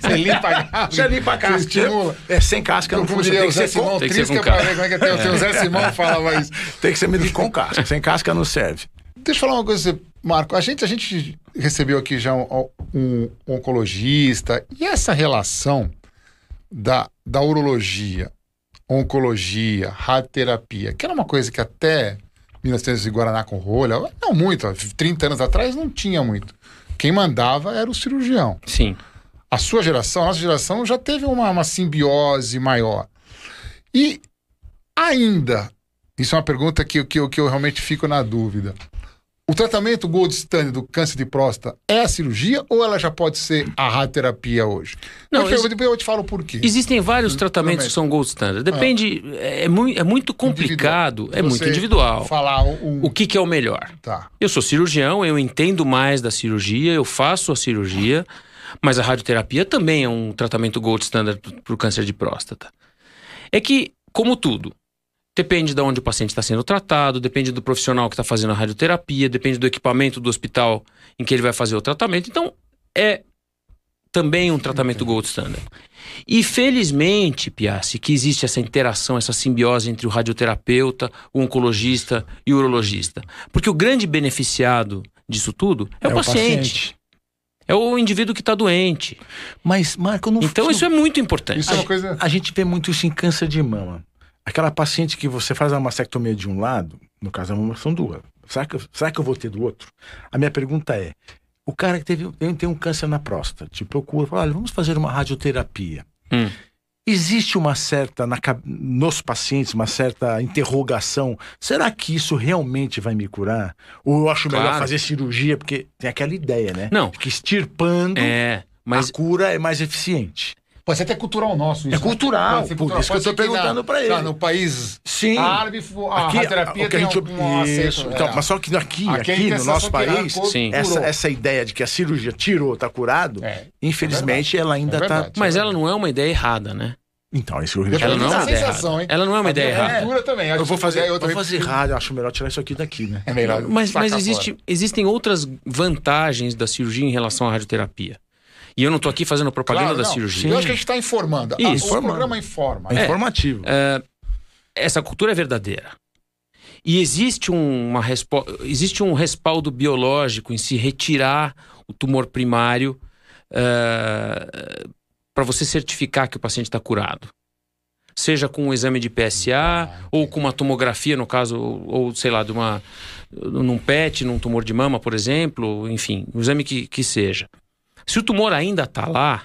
Speaker 1: Você limpa a casa.
Speaker 2: Você limpa a casca.
Speaker 1: Estimula.
Speaker 2: É sem casca, não
Speaker 1: Eu como diria
Speaker 2: funciona. Tem
Speaker 1: o
Speaker 2: que
Speaker 1: Zé
Speaker 2: ser com
Speaker 1: Simão,
Speaker 3: tem que ser
Speaker 1: trisca
Speaker 3: com
Speaker 1: pra
Speaker 3: cara.
Speaker 1: ver como é que até o teu Zé Simão falava isso.
Speaker 2: Tem que ser medido com casca. Sem casca não serve.
Speaker 1: Deixa eu falar uma coisa, Marco. A gente, a gente recebeu aqui já um, um oncologista. E essa relação da, da urologia, oncologia, radioterapia, que era uma coisa que até Minas Gerais e Guaraná com rolha, não muito, ó, 30 anos atrás não tinha muito. Quem mandava era o cirurgião.
Speaker 3: Sim.
Speaker 1: a sua geração, a nossa geração, já teve uma, uma simbiose maior. E ainda Isso é uma pergunta que, que, que eu realmente fico na dúvida. O tratamento gold standard do câncer de próstata é a cirurgia ou ela já pode ser a radioterapia hoje?
Speaker 3: Não,
Speaker 1: eu, te-
Speaker 3: exi-
Speaker 1: depois eu te falo por quê.
Speaker 3: Existem vários tratamentos
Speaker 1: também.
Speaker 3: que são gold standard. Depende, é, é mui- é muito complicado, é
Speaker 1: Você
Speaker 3: muito individual.
Speaker 1: Falar um.
Speaker 3: O que, que é o melhor?
Speaker 1: Tá.
Speaker 3: Eu sou cirurgião, eu entendo mais da cirurgia, eu faço a cirurgia, mas a radioterapia também é um tratamento gold standard para o câncer de próstata. É que, como tudo, depende de onde o paciente está sendo tratado, depende do profissional que está fazendo a radioterapia, depende do equipamento do hospital em que ele vai fazer o tratamento. Então, é também um tratamento gold standard. E felizmente, Piassi, que existe essa interação, essa simbiose entre o radioterapeuta, o oncologista e o urologista. Porque o grande beneficiado disso tudo é, o, paciente, é o indivíduo que está doente.
Speaker 2: Mas, Marco, não
Speaker 3: Então isso é muito importante.
Speaker 1: Isso é uma coisa.
Speaker 2: A gente vê muito isso em câncer de mama. Aquela paciente que você faz a mastectomia de um lado, no caso a mama são duas. Será que, eu- será que eu vou ter do outro? A minha pergunta é: o cara que teve, tem, tem um câncer na próstata, te procura, fala, olha, vamos fazer uma radioterapia.
Speaker 3: Hum.
Speaker 2: Existe uma certa, na ca- nos pacientes, uma certa interrogação: será que isso realmente vai me curar? Ou eu acho melhor
Speaker 3: Claro.
Speaker 2: fazer cirurgia? Porque tem aquela ideia, né?
Speaker 3: Não.
Speaker 2: Que extirpando
Speaker 3: É, mas
Speaker 2: a cura é mais eficiente.
Speaker 1: Pode ser até cultural nosso.
Speaker 2: É
Speaker 1: Isso, né?
Speaker 2: cultural,
Speaker 1: Pode ser
Speaker 2: por isso que eu
Speaker 1: Pode ser
Speaker 2: tô
Speaker 1: na-
Speaker 2: perguntando pra ele.
Speaker 1: lá no país
Speaker 2: Sim.
Speaker 1: árabe, a
Speaker 2: Aqui, é
Speaker 1: radioterapia
Speaker 2: o que a
Speaker 1: tem
Speaker 2: gente-
Speaker 1: um, um
Speaker 2: isso,
Speaker 1: acesso,
Speaker 2: então,
Speaker 1: é.
Speaker 2: mas só que aqui,
Speaker 1: Aqui
Speaker 2: aqui,
Speaker 1: a gente tem
Speaker 2: no
Speaker 1: a
Speaker 2: nosso
Speaker 1: sensação que, ah,
Speaker 2: país,
Speaker 1: curou.
Speaker 3: Sim.
Speaker 2: essa,
Speaker 1: Curou.
Speaker 2: essa ideia de que a cirurgia tirou, tá curado,
Speaker 1: É.
Speaker 2: infelizmente ela ainda
Speaker 1: É
Speaker 2: tá.
Speaker 1: verdade.
Speaker 3: mas ela não é uma ideia errada, né?
Speaker 2: Então, isso que
Speaker 1: Ela
Speaker 3: Ela não é
Speaker 1: dá
Speaker 3: uma ideia
Speaker 1: sensação,
Speaker 3: errada.
Speaker 1: hein?
Speaker 3: Ela não é uma
Speaker 1: A
Speaker 3: ideia
Speaker 1: minha
Speaker 3: errada.
Speaker 1: cultura também.
Speaker 2: eu
Speaker 1: acho
Speaker 2: vou
Speaker 1: que
Speaker 2: fazer,
Speaker 1: daí
Speaker 2: eu vou
Speaker 1: também-
Speaker 2: fazer rádio, acho melhor tirar isso aqui daqui, né?
Speaker 1: É melhor.
Speaker 3: Mas, mas
Speaker 1: sacar
Speaker 3: existe-
Speaker 1: fora.
Speaker 3: existem outras vantagens da cirurgia em relação à radioterapia. E eu não estou aqui fazendo propaganda
Speaker 1: Claro,
Speaker 3: da
Speaker 1: não.
Speaker 3: cirurgia.
Speaker 1: Eu acho que a gente está informando. Ah,
Speaker 3: Isso.
Speaker 1: O programa informa.
Speaker 2: É, informativo.
Speaker 3: essa cultura é verdadeira. E existe, um- uma respo- existe um respaldo biológico em se retirar o tumor primário para você certificar que o paciente está curado. Seja com um exame de PSA ou com uma tomografia, no caso, ou, ou, sei lá, de uma, num PET, num tumor de mama, por exemplo, enfim, um exame que, que seja. Se o tumor ainda está lá,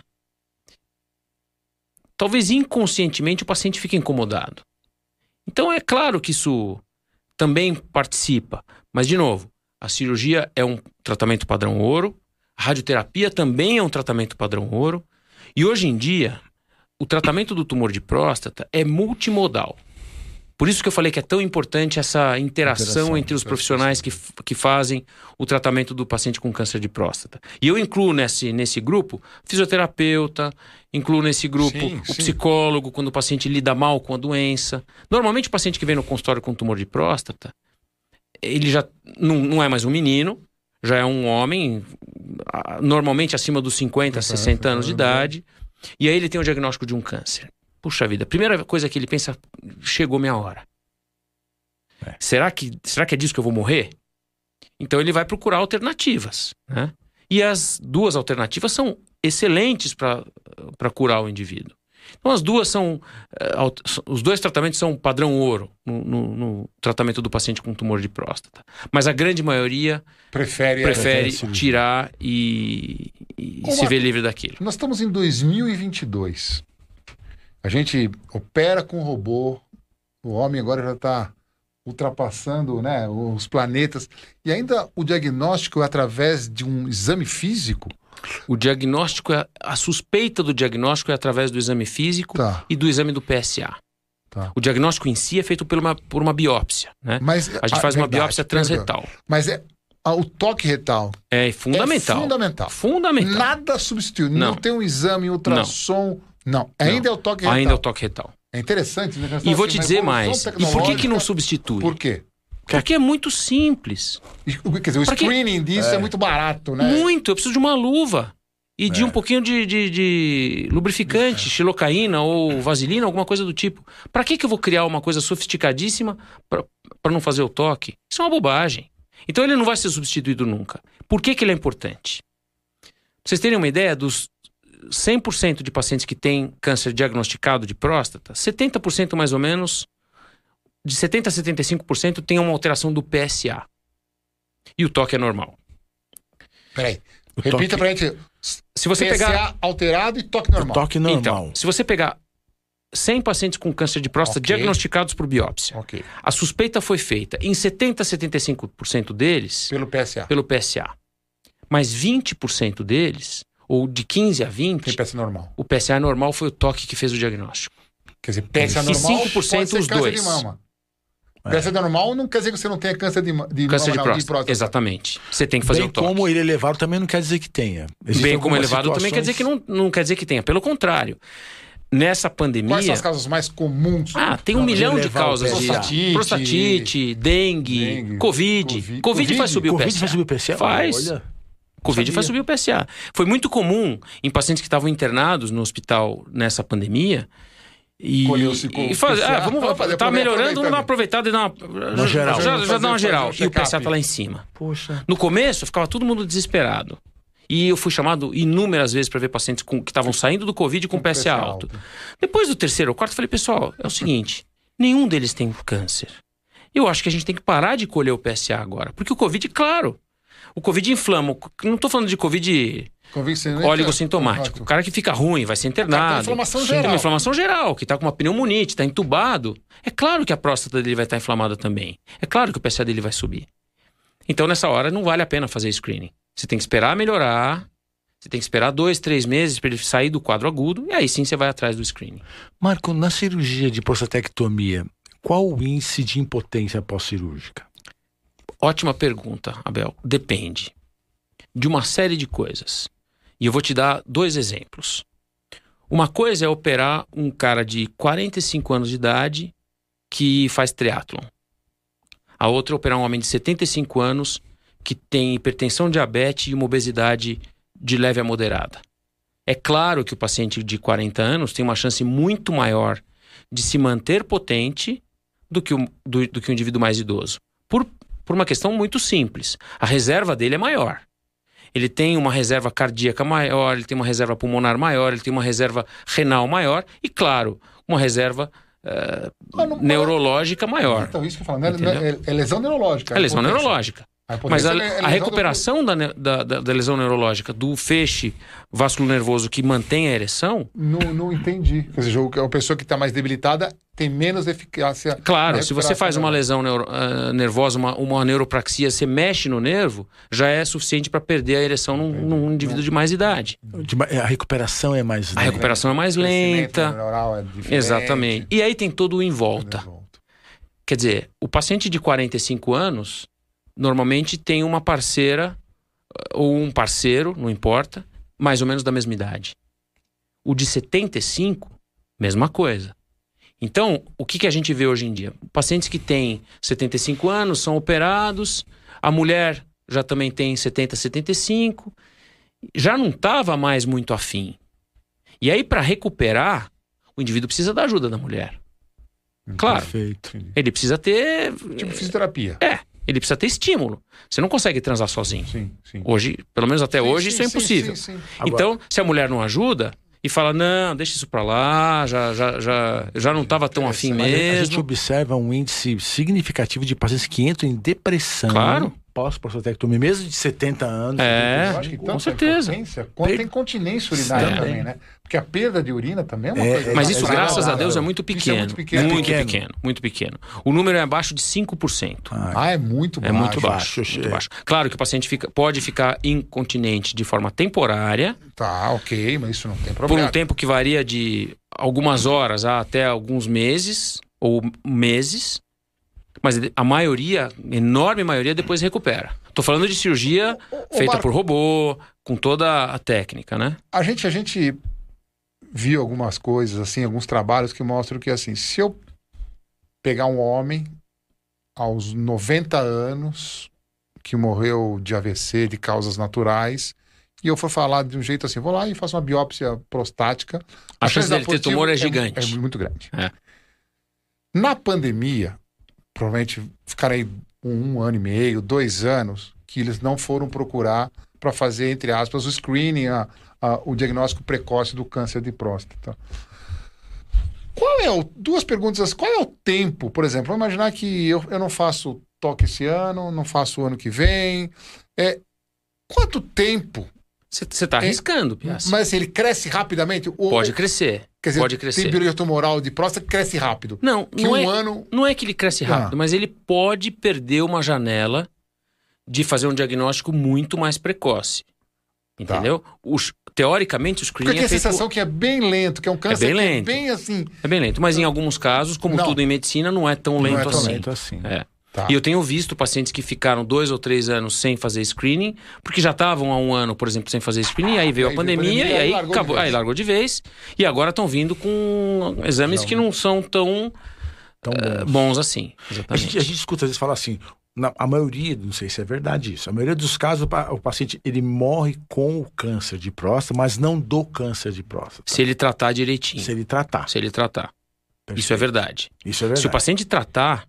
Speaker 3: talvez inconscientemente o paciente fique incomodado. Então é claro que isso também participa. Mas, de novo, a cirurgia é um tratamento padrão ouro, a radioterapia também é um tratamento padrão ouro. E hoje em dia, o tratamento do tumor de próstata é multimodal. Por isso que eu falei que é tão importante essa interação,
Speaker 2: Interação,
Speaker 3: entre os
Speaker 2: interação.
Speaker 3: profissionais que, f- que fazem o tratamento do paciente com câncer de próstata. E eu incluo nesse, nesse grupo fisioterapeuta, incluo nesse grupo
Speaker 1: Sim,
Speaker 3: o
Speaker 1: sim.
Speaker 3: psicólogo, quando o paciente lida mal com a doença. Normalmente o paciente que vem no consultório com tumor de próstata, ele já não, não é mais um menino, já é um homem, ah, normalmente acima dos 50, 60 anos de idade, e aí ele tem o diagnóstico de um câncer. Puxa vida, a primeira coisa que ele pensa, chegou minha hora.
Speaker 2: É.
Speaker 3: Será, que, será que é disso que eu vou morrer? Então ele vai procurar alternativas, né? E as duas alternativas são excelentes para curar o indivíduo. Então as duas são, eh, alt- s- os dois tratamentos são padrão ouro no, no- no tratamento do paciente com tumor de próstata. Mas a grande maioria
Speaker 1: Prefere.
Speaker 3: prefere
Speaker 2: prefere cirurgia.
Speaker 3: tirar e, e
Speaker 1: Como
Speaker 3: se
Speaker 1: a-
Speaker 3: ver livre daquilo.
Speaker 1: Nós estamos em 2022. A gente opera com robô. O homem agora já está ultrapassando né, os planetas. E ainda o diagnóstico é através de um exame físico?
Speaker 3: O diagnóstico, é- a suspeita do diagnóstico é através do exame físico
Speaker 1: Tá.
Speaker 3: e do exame do PSA.
Speaker 1: Tá.
Speaker 3: O diagnóstico em si é feito por uma, por uma biópsia, né?
Speaker 1: Mas, Ah,
Speaker 3: A gente faz uma
Speaker 1: verdade,
Speaker 3: biópsia transretal.
Speaker 1: Mas é, ah, o toque retal
Speaker 3: É
Speaker 1: é
Speaker 3: fundamental.
Speaker 1: fundamental.
Speaker 3: Fundamental.
Speaker 1: Nada substitui. Não.
Speaker 3: Não.
Speaker 1: tem um exame, ultrassom. Não. Ainda é o toque retal.
Speaker 3: Ainda é o toque retal.
Speaker 1: É interessante. Né?
Speaker 3: E vou te
Speaker 1: Mas
Speaker 3: dizer
Speaker 1: evolução
Speaker 3: mais. E por que, que não
Speaker 1: tecnológica,
Speaker 3: substitui?
Speaker 1: Por quê?
Speaker 3: Porque é muito simples.
Speaker 1: E, o- Quer dizer, o
Speaker 3: Pra que-
Speaker 1: screening disso é. muito barato, né?
Speaker 3: Muito. Eu preciso de uma luva. E de um pouquinho de, de- de lubrificante, xilocaína ou vaselina, alguma coisa do tipo. Pra que, que eu vou criar uma coisa sofisticadíssima pra pra não fazer o toque? Isso é uma bobagem. Então ele não vai ser substituído nunca. Por que, que ele é importante? Pra vocês terem uma ideia, dos 100% de pacientes que têm câncer diagnosticado de próstata, 70% mais ou menos, de 70% a 75% tem uma alteração do PSA. E o toque é normal.
Speaker 1: Peraí.
Speaker 2: O
Speaker 1: Repita
Speaker 2: toque-
Speaker 1: pra gente.
Speaker 3: Se você
Speaker 1: PSA
Speaker 3: pegar
Speaker 1: alterado e toque normal.
Speaker 2: O toque normal.
Speaker 3: Então, se você Então, pegar 100 pacientes com câncer de próstata
Speaker 2: Ok.
Speaker 3: diagnosticados por biópsia.
Speaker 1: Ok.
Speaker 3: A suspeita foi feita em 70% a 75% deles
Speaker 1: Pelo PSA.
Speaker 3: pelo PSA. Mas 20% deles, ou de 15 a 20,
Speaker 1: Tem PSA normal.
Speaker 3: o PSA normal foi o toque que fez o diagnóstico.
Speaker 1: Quer dizer, PSA
Speaker 3: E
Speaker 1: normal
Speaker 3: 5%
Speaker 1: pode ser
Speaker 3: os
Speaker 1: câncer
Speaker 3: dois.
Speaker 1: de mama.
Speaker 2: É.
Speaker 1: PSA normal não quer dizer que você não tenha câncer de, ma- de
Speaker 3: Câncer de
Speaker 1: mama, não,
Speaker 3: próstata. Exatamente. Você tem que fazer
Speaker 2: Bem
Speaker 3: o toque.
Speaker 2: como ele elevado também não quer dizer que tenha. Existem
Speaker 3: Bem como
Speaker 2: algumas
Speaker 3: elevado também quer dizer que
Speaker 2: situações-
Speaker 3: não, não quer dizer que tenha. Pelo contrário, nessa pandemia.
Speaker 1: Quais são as causas mais comuns?
Speaker 3: Ah, tem um
Speaker 2: Não, de
Speaker 3: milhão de
Speaker 2: levar o
Speaker 3: causas.
Speaker 2: PSA.
Speaker 3: de-
Speaker 1: Prostatite.
Speaker 3: prostatite, dengue,
Speaker 1: Dengue,
Speaker 3: COVID.
Speaker 1: Covid.
Speaker 3: Covid.
Speaker 1: Covid?
Speaker 3: faz subir o
Speaker 2: Covid
Speaker 3: PSA.
Speaker 2: vai subir o PSA?
Speaker 3: Faz.
Speaker 2: Olha.
Speaker 3: Covid
Speaker 2: Sabia.
Speaker 3: faz subir o PSA. Foi muito comum em pacientes que estavam internados no hospital nessa pandemia. E,
Speaker 1: Colheu-se com
Speaker 3: e faz,
Speaker 1: PSA.
Speaker 3: ah, vamos,
Speaker 1: Vamos fazer-
Speaker 3: tá
Speaker 1: aproveitar-
Speaker 3: melhorando, vamos dar uma aproveitada e dar
Speaker 2: Uma
Speaker 3: uma,
Speaker 2: geral.
Speaker 3: Já,
Speaker 1: Fazer-
Speaker 3: já dá uma
Speaker 1: fazer um
Speaker 3: geral. e o
Speaker 1: check-up.
Speaker 3: PSA tá lá em cima.
Speaker 2: Poxa.
Speaker 3: No começo, ficava todo mundo desesperado. E eu fui chamado inúmeras vezes para ver pacientes com- que estavam saindo do Covid com, PSA, alto. Depois do terceiro ou quarto, eu falei, pessoal, é o seguinte: nenhum deles tem câncer. Eu acho que a gente tem que parar de colher o PSA agora. Porque o Covid, claro. O Covid inflama. O- Não estou falando de Covid
Speaker 1: Convincente.
Speaker 3: oligossintomático. O cara que fica ruim, vai ser
Speaker 1: Cara, tem
Speaker 3: internado.
Speaker 1: tá inflamação
Speaker 3: Sim.
Speaker 1: geral.
Speaker 3: Tem uma inflamação geral, que está com uma pneumonite, está entubado. É claro que a próstata dele vai estar inflamada também. É claro que o PSA dele vai subir. Então, nessa hora, não vale a pena fazer screening. Você tem que esperar melhorar. Você tem que esperar dois, três meses para ele sair do quadro agudo. E aí sim você vai atrás do screening.
Speaker 2: Marco, na cirurgia de prostatectomia, qual o índice de impotência pós-cirúrgica?
Speaker 3: Ótima pergunta, Abel. Depende de uma série de coisas. E eu vou te dar dois exemplos. Uma coisa é operar um cara de 45 anos de idade que faz triatlon. A outra é operar um homem de 75 anos que tem hipertensão, diabetes e uma obesidade de leve a moderada. É claro que o paciente de 40 anos tem uma chance muito maior de se manter potente do que o, do- do que o indivíduo mais idoso. Por, por uma questão muito simples. A reserva dele é maior. Ele tem uma reserva cardíaca maior, ele tem uma reserva pulmonar maior, ele tem uma reserva renal maior e, claro, uma reserva eh,
Speaker 1: Ah, não-
Speaker 3: neurológica maior.
Speaker 1: Então, isso que eu falo. né?
Speaker 3: Entendeu?
Speaker 1: É, é lesão neurológica.
Speaker 3: É lesão
Speaker 1: impotência.
Speaker 3: neurológica.
Speaker 1: A
Speaker 3: Mas
Speaker 1: impotência
Speaker 3: a,
Speaker 1: é
Speaker 3: a
Speaker 1: lesão do-
Speaker 3: recuperação da, ne- da- da- da lesão neurológica, do feixe vasculo nervoso que mantém a ereção,
Speaker 1: Não, não entendi. Quer dizer, o- a pessoa que está mais debilitada tem menos eficácia. né?
Speaker 3: claro,
Speaker 1: na
Speaker 3: se você
Speaker 1: recuperação
Speaker 3: faz uma
Speaker 1: dela.
Speaker 3: lesão neuro- ah, nervosa, uma, uma neuropraxia, você mexe no nervo, já é suficiente para perder a ereção num, num indivíduo de mais idade.
Speaker 2: De ma- a recuperação é mais.
Speaker 3: A recuperação é mais
Speaker 1: Crescimento
Speaker 3: lenta.
Speaker 1: neuronal é diferente.
Speaker 3: Exatamente. E aí tem todo o em volta.
Speaker 1: Volta.
Speaker 3: Quer dizer, o paciente de 45 anos normalmente tem uma parceira eh, ou um parceiro, não importa, mais ou menos da mesma idade. O de 75, mesma coisa. Então, o que, que a gente vê hoje em dia? Pacientes que têm 75 anos são operados, a mulher já também tem 70, 75, já não estava mais muito afim. E aí, para recuperar, o indivíduo precisa da ajuda da mulher. Claro,
Speaker 2: Perfeito.
Speaker 3: ele precisa ter
Speaker 1: Tipo fisioterapia.
Speaker 3: é, ele precisa ter estímulo. Você não consegue transar sozinho.
Speaker 1: Sim, sim.
Speaker 3: Hoje, pelo menos até
Speaker 1: Sim,
Speaker 3: hoje,
Speaker 1: sim,
Speaker 3: isso é
Speaker 1: sim,
Speaker 3: impossível.
Speaker 1: sim, sim.
Speaker 2: Agora-
Speaker 3: Então, se a mulher não ajuda e fala, não, deixa isso pra lá, já, já, já, já não tava tão um afim
Speaker 2: Mas é, a- A gente
Speaker 3: mesmo.
Speaker 2: observa um índice significativo de pacientes que entram em depressão.
Speaker 3: Claro.
Speaker 2: Pós-prostatectomia, mesmo de 70 anos.
Speaker 3: É,
Speaker 1: Eu acho que
Speaker 3: com
Speaker 1: tanto
Speaker 3: certeza.
Speaker 1: a impotência quanto a incontinência urinária
Speaker 3: Também.
Speaker 1: também, né? Porque a perda de urina também é uma
Speaker 2: É,
Speaker 1: coisa.
Speaker 3: Mas isso,
Speaker 2: é
Speaker 3: graças a
Speaker 2: saudável.
Speaker 3: Deus, é muito
Speaker 1: Isso é
Speaker 3: pequeno.
Speaker 1: muito pequeno.
Speaker 3: Muito
Speaker 2: Pequeno.
Speaker 3: pequeno, muito pequeno. O número é abaixo de 5%.
Speaker 2: Ah,
Speaker 1: Ah, é muito
Speaker 3: É
Speaker 1: baixo.
Speaker 3: muito
Speaker 2: baixo,
Speaker 3: baixo,
Speaker 2: é.
Speaker 3: muito baixo. Claro que o paciente fica- pode ficar incontinente de forma temporária,
Speaker 1: Tá, ok, mas isso não tem
Speaker 3: por
Speaker 1: problema.
Speaker 3: um tempo que varia de algumas horas a até alguns meses ou meses, mas a maioria, enorme maioria, depois recupera. Tô falando de cirurgia
Speaker 1: Ô, ô,
Speaker 3: feita
Speaker 1: Marco,
Speaker 3: por robô, com toda a técnica, né?
Speaker 1: A gente, a gente viu algumas coisas, assim, alguns trabalhos que mostram que, assim, se eu pegar um homem aos 90 anos que morreu de AVC, de causas naturais, e eu for falar de um jeito assim, vou lá e faço uma biópsia prostática.
Speaker 3: A, chance dele ter
Speaker 1: positivo
Speaker 3: tumor é
Speaker 1: É,
Speaker 3: gigante.
Speaker 1: muito grande.
Speaker 3: É.
Speaker 1: Na pandemia, provavelmente ficarei um, um ano e meio, dois anos, que eles não foram procurar para fazer, entre aspas, o screening, a- a- o diagnóstico precoce do câncer de próstata. Qual é o. Duas perguntas. Qual é o tempo, por exemplo? Vamos imaginar que eu, eu não faço toque esse ano, não faço o ano que vem. É, quanto tempo? É,
Speaker 3: Você tá arriscando, Piazza.
Speaker 1: Mas ele cresce rapidamente? O-
Speaker 3: Pode crescer.
Speaker 1: Quer dizer,
Speaker 3: Pode crescer.
Speaker 1: tem biologia tumoral de próstata que cresce rápido.
Speaker 3: Não,
Speaker 1: Que
Speaker 3: não,
Speaker 1: um
Speaker 3: é,
Speaker 1: ano-
Speaker 3: não é que ele cresce rápido,
Speaker 1: Ah.
Speaker 3: mas ele pode perder uma janela de fazer um diagnóstico muito mais precoce.
Speaker 1: Tá.
Speaker 3: Entendeu? Os- teoricamente, o screening
Speaker 1: Porque tem
Speaker 3: é,
Speaker 1: a
Speaker 3: feito-
Speaker 1: sensação que é bem lento, que é um câncer
Speaker 3: bem
Speaker 1: que
Speaker 3: lento.
Speaker 1: bem assim.
Speaker 3: é bem lento. Mas em alguns casos, como
Speaker 1: Não.
Speaker 3: tudo em medicina, não é tão lento
Speaker 1: é tão
Speaker 3: assim.
Speaker 1: lento.
Speaker 2: assim.
Speaker 3: É.
Speaker 1: Tá.
Speaker 3: E eu tenho visto pacientes que ficaram dois ou três anos sem fazer screening, porque já estavam há um ano, por exemplo, sem fazer screening, aí veio
Speaker 1: Aí veio
Speaker 3: a pandemia,
Speaker 1: a pandemia,
Speaker 3: e aí
Speaker 1: aí largou de
Speaker 3: acabou,
Speaker 1: vez.
Speaker 3: aí largou de vez, e agora estão vindo com exames
Speaker 1: Já
Speaker 3: que não são tão
Speaker 2: Tão
Speaker 3: eh,
Speaker 2: bom.
Speaker 3: bons assim.
Speaker 2: A gente,
Speaker 3: Exatamente.
Speaker 2: a gente escuta, às vezes, falar assim, na- a maioria, não sei se é verdade isso, a maioria dos casos o pa- o paciente ele morre com o câncer de próstata, mas não do câncer de próstata.
Speaker 3: Se ele tratar direitinho.
Speaker 2: Se ele tratar.
Speaker 3: Se ele tratar. Isso é verdade.
Speaker 2: Isso é
Speaker 3: Se o
Speaker 2: verdade.
Speaker 3: paciente tratar,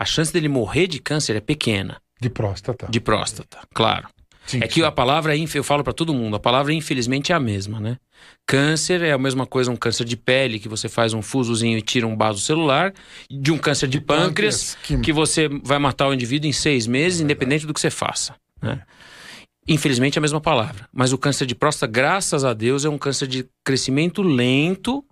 Speaker 3: a chance dele morrer de câncer é pequena,
Speaker 1: De próstata.
Speaker 3: de próstata, claro.
Speaker 1: Sim,
Speaker 3: É que a palavra, inf- eu falo pra todo mundo, a palavra infelizmente é a mesma, né? Câncer é a mesma coisa, um câncer de pele, que você faz um fusozinho e tira um vaso celular, de um câncer de, pâncreas, É
Speaker 1: que-
Speaker 3: que você vai matar o indivíduo em seis meses, independente do que você faça. né? Infelizmente é a mesma palavra. Mas o câncer de próstata, graças a Deus, é um câncer de crescimento lento.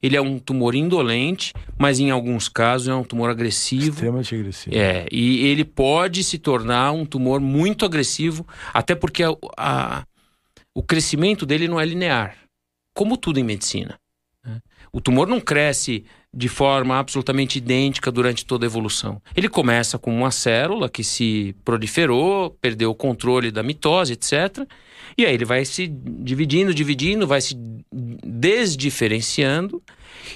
Speaker 3: Ele é um tumor indolente, mas em alguns casos é um tumor agressivo.
Speaker 2: Extremamente agressivo.
Speaker 3: É, e ele pode se tornar um tumor muito agressivo, até porque a- a- o crescimento dele não é linear, como tudo em medicina. né? O tumor não cresce de forma absolutamente idêntica durante toda a evolução. Ele começa com uma célula que se proliferou, perdeu o controle da mitose, etc. E aí ele vai se dividindo, dividindo, vai se desdiferenciando.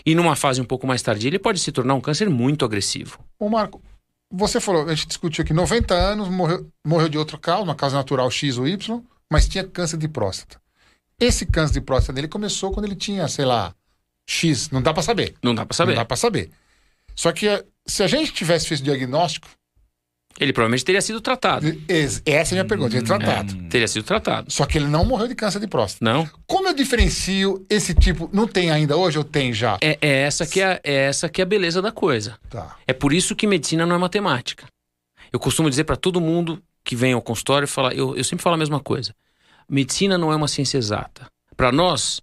Speaker 3: E numa fase um pouco mais tardia, ele pode se tornar um câncer muito agressivo.
Speaker 1: Ô, Marco, você falou, a gente discutiu aqui, 90 anos, morreu, morreu de outro causa, uma causa natural X ou Y, mas tinha câncer de próstata. Esse câncer de próstata dele começou quando ele tinha, sei lá, X, não dá pra saber.
Speaker 3: Não dá pra saber.
Speaker 1: Não dá pra saber. Só que eh, se a gente tivesse feito o diagnóstico,
Speaker 3: Ele provavelmente teria sido tratado.
Speaker 1: es- essa é a minha pergunta, ele é tratado.
Speaker 3: Teria sido tratado.
Speaker 1: Só que ele não morreu de câncer de próstata.
Speaker 3: Não?
Speaker 1: Como eu diferencio esse tipo? Não tem ainda hoje ou tem já?
Speaker 3: É, é essa que é, a- é essa que é a beleza da coisa.
Speaker 1: Tá.
Speaker 3: É por isso que medicina não é matemática. Eu costumo dizer pra todo mundo que vem ao consultório, falar, eu, eu sempre falo a mesma coisa. Medicina não é uma ciência exata. Pra nós,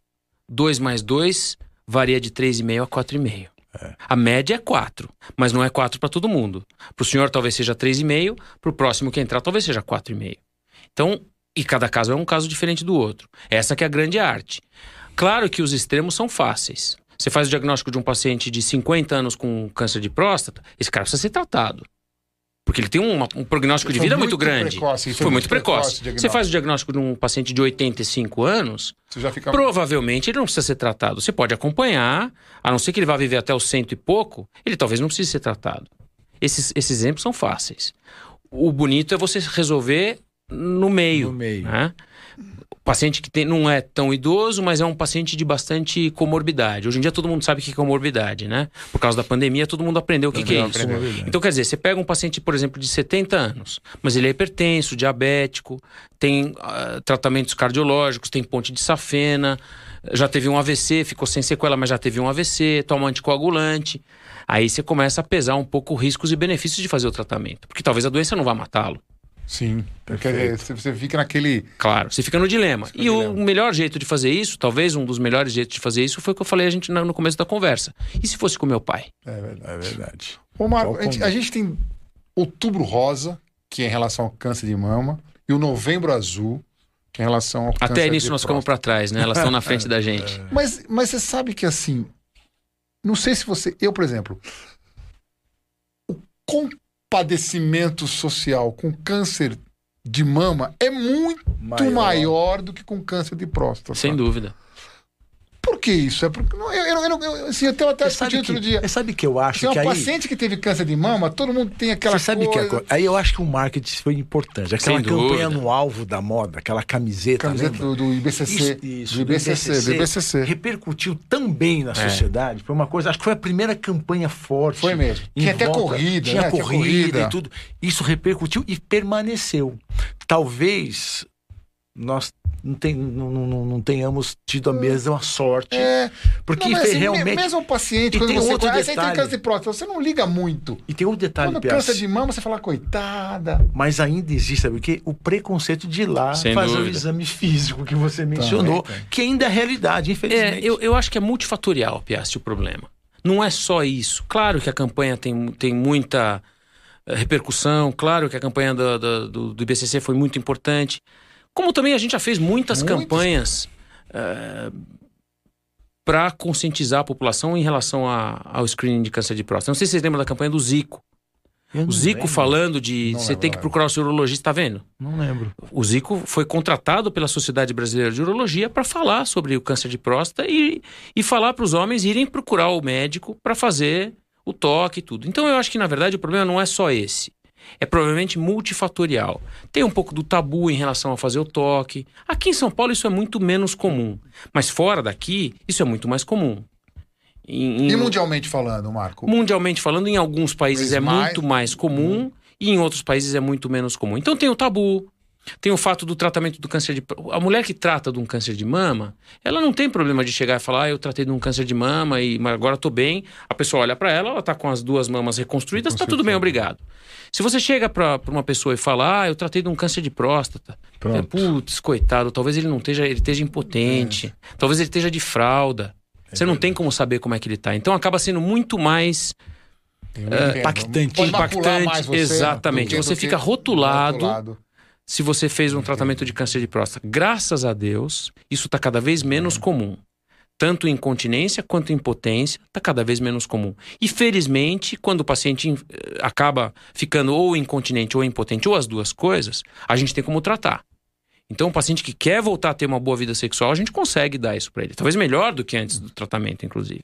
Speaker 3: 2 mais 2 varia de 3,5 a 4,5. A média é 4, mas não é 4 pra todo mundo. Pro senhor talvez seja 3,5, pro próximo que entrar talvez seja 4,5. Então, e cada caso é um caso diferente do outro. Essa que é a grande arte. Claro que os extremos são fáceis. Você faz o diagnóstico de um paciente de 50 anos com câncer de próstata, esse cara precisa ser tratado. Porque ele tem uma- um prognóstico de
Speaker 1: Foi
Speaker 3: vida muito,
Speaker 1: muito
Speaker 3: grande.
Speaker 1: precoce,
Speaker 3: foi,
Speaker 1: foi
Speaker 3: muito
Speaker 1: muito precoce
Speaker 3: precoce.
Speaker 1: o
Speaker 3: Você
Speaker 1: diagnóstico.
Speaker 3: faz o diagnóstico de um paciente de 85 anos,
Speaker 1: Você já fica.
Speaker 3: provavelmente ele não precisa ser tratado. Você pode acompanhar, a não ser que ele vá viver até os cento e pouco, ele talvez não precise ser tratado. Esses, esses exemplos são fáceis. O bonito é você resolver no
Speaker 2: No
Speaker 3: meio.
Speaker 2: meio.
Speaker 3: né? O paciente que tem, não é tão idoso, mas é um paciente de bastante comorbidade. Hoje em dia todo mundo sabe o que é comorbidade, né? Por causa da pandemia, todo mundo aprendeu o que, que é isso. Então, quer dizer, você pega um paciente, por exemplo, de 70 anos, mas ele é hipertenso, diabético, tem ah, tratamentos cardiológicos, tem ponte de safena, já teve um AVC, ficou sem sequela, mas já teve um AVC, toma anticoagulante. Aí você começa a pesar um pouco riscos e benefícios de fazer o tratamento, porque talvez a doença não vá matá-lo.
Speaker 1: Sim. Quer dizer, você- você fica naquele.
Speaker 3: Claro, você fica no dilema.
Speaker 1: no
Speaker 3: e o
Speaker 1: dilema.
Speaker 3: melhor jeito de fazer isso, talvez um dos melhores jeitos de fazer isso, foi o que eu falei a gente na- no começo da conversa. E se fosse com meu pai?
Speaker 1: É verdade.
Speaker 2: É verdade.
Speaker 1: Ô, Marco,
Speaker 2: Qual
Speaker 1: a gente,
Speaker 2: como?
Speaker 1: a gente tem outubro rosa, que é em relação ao câncer de mama, e o novembro azul, que é em relação ao câncer
Speaker 3: Até nisso
Speaker 1: de É,
Speaker 3: nós ficamos
Speaker 1: próstata.
Speaker 3: pra trás, né? Elas estão na frente da gente.
Speaker 1: Mas, mas você sabe que assim. Não sei se você. Eu, por exemplo. O compadecimento social com câncer de mama é muito maior, do que com câncer de próstata.
Speaker 3: Sem dúvida.
Speaker 1: Por que isso? É porque. não, Eu, eu, eu, eu, assim, até eu até
Speaker 2: Você
Speaker 1: discuti
Speaker 2: sabe,
Speaker 1: outro
Speaker 2: que,
Speaker 1: dia.
Speaker 2: você sabe que eu acho
Speaker 1: Se é
Speaker 2: que
Speaker 1: um
Speaker 2: aí...
Speaker 1: paciente que teve câncer de mama, todo mundo tem aquela
Speaker 2: Você sabe
Speaker 1: coisa...
Speaker 2: que a co- aí eu acho que o marketing foi importante. Aquela
Speaker 3: Sem
Speaker 2: campanha
Speaker 3: dúvida.
Speaker 2: no alvo da moda, aquela camiseta,
Speaker 1: Camiseta
Speaker 2: lembra?
Speaker 1: do, do IBCC.
Speaker 2: tá Isso, isso,
Speaker 1: do IBCC, do IBCC.
Speaker 2: Repercutiu também na
Speaker 3: É.
Speaker 2: sociedade. Foi uma coisa, acho que foi a primeira campanha forte.
Speaker 1: Foi mesmo.
Speaker 2: em
Speaker 1: Tinha até
Speaker 2: volta,
Speaker 1: corrida,
Speaker 2: tinha
Speaker 1: né? Tinha
Speaker 2: corrida,
Speaker 1: corrida.
Speaker 2: e tudo. Isso repercutiu e permaneceu. Talvez nós não, tem, não, não, não tenhamos tido a mesma sorte.
Speaker 1: É.
Speaker 2: Porque
Speaker 1: Não, mas assim, me-
Speaker 2: realmente.
Speaker 1: Mesmo o paciente,
Speaker 2: E
Speaker 1: quando
Speaker 2: tem um
Speaker 1: você
Speaker 2: outro
Speaker 1: conhece, aí tem
Speaker 2: detalhe.
Speaker 1: câncer de próstata, você não liga muito.
Speaker 2: E tem outro detalhe,
Speaker 1: quando
Speaker 2: Piazza,
Speaker 1: câncer de mama, você fala, coitada.
Speaker 2: mas ainda existe, sabe o quê? O preconceito de ir lá
Speaker 3: Sem
Speaker 2: fazer o
Speaker 3: dúvida.
Speaker 2: exame físico que você
Speaker 1: Tá.
Speaker 2: mencionou,
Speaker 1: Também tem.
Speaker 2: que ainda é realidade,
Speaker 3: É,
Speaker 2: infelizmente.
Speaker 3: eu, eu acho que é multifatorial, Piastri, o problema. Não é só isso. Claro que a campanha tem, tem muita eh, repercussão, claro que a campanha da- da- do, do IBCC foi muito importante. Como também a gente já fez muitas
Speaker 1: Muitas.
Speaker 3: campanhas para conscientizar a população em relação a- ao screening de câncer de próstata. Não sei se vocês lembram da campanha do Zico.
Speaker 2: Eu não
Speaker 3: O Zico
Speaker 2: lembro,
Speaker 3: falando de
Speaker 1: Não
Speaker 3: você
Speaker 1: lembro,
Speaker 3: tem que
Speaker 1: lembro.
Speaker 3: procurar o seu urologista, tá vendo?
Speaker 2: Não lembro.
Speaker 3: O Zico foi contratado pela Sociedade Brasileira de Urologia para falar sobre o câncer de próstata e, e falar para os homens irem procurar o médico para fazer o toque e tudo. Então eu acho que, na verdade, o problema não é só esse. É provavelmente multifatorial. Tem um pouco do tabu em relação a fazer o toque. Aqui em São Paulo isso é muito menos comum. Mas fora daqui, isso é muito mais comum. Em- em-
Speaker 1: E mundialmente falando, Marco?
Speaker 3: Mundialmente falando, em alguns países
Speaker 1: Mas
Speaker 3: é
Speaker 1: mais- Uhum.
Speaker 3: muito mais comum e em outros países é muito menos comum. Então tem o tabu, tem o fato do tratamento do câncer de. A mulher que trata de um câncer de mama, ela não tem problema de chegar e falar, ah, eu tratei de um câncer de mama e mas agora tô bem. A pessoa olha para ela, ela tá com as duas mamas reconstruídas, tá tudo bem, obrigado. Se você chega para uma pessoa e fala, ah, eu tratei de um câncer de próstata,
Speaker 1: Pronto.
Speaker 3: é, putz, coitado, talvez ele não esteja, ele esteja impotente, talvez ele esteja de fralda. Você não tem como saber como é que ele tá. Então acaba sendo muito mais
Speaker 1: Eu entendo.
Speaker 2: É, impactante.
Speaker 1: um Pode macular mais
Speaker 3: Impactante,
Speaker 1: você, né?
Speaker 3: exatamente.
Speaker 1: do que-
Speaker 3: Você
Speaker 1: do
Speaker 3: fica
Speaker 1: que-
Speaker 3: rotulado. se você fez um tratamento de câncer de próstata. Graças a Deus, isso está cada vez
Speaker 2: É.
Speaker 3: menos comum. Tanto incontinência quanto impotência está cada vez menos comum. E felizmente, quando o paciente eh, acaba ficando ou incontinente ou impotente, ou as duas coisas, a gente tem como tratar. Então, o paciente que quer voltar a ter uma boa vida sexual, a gente consegue dar isso para ele. Talvez melhor do que antes do tratamento, inclusive.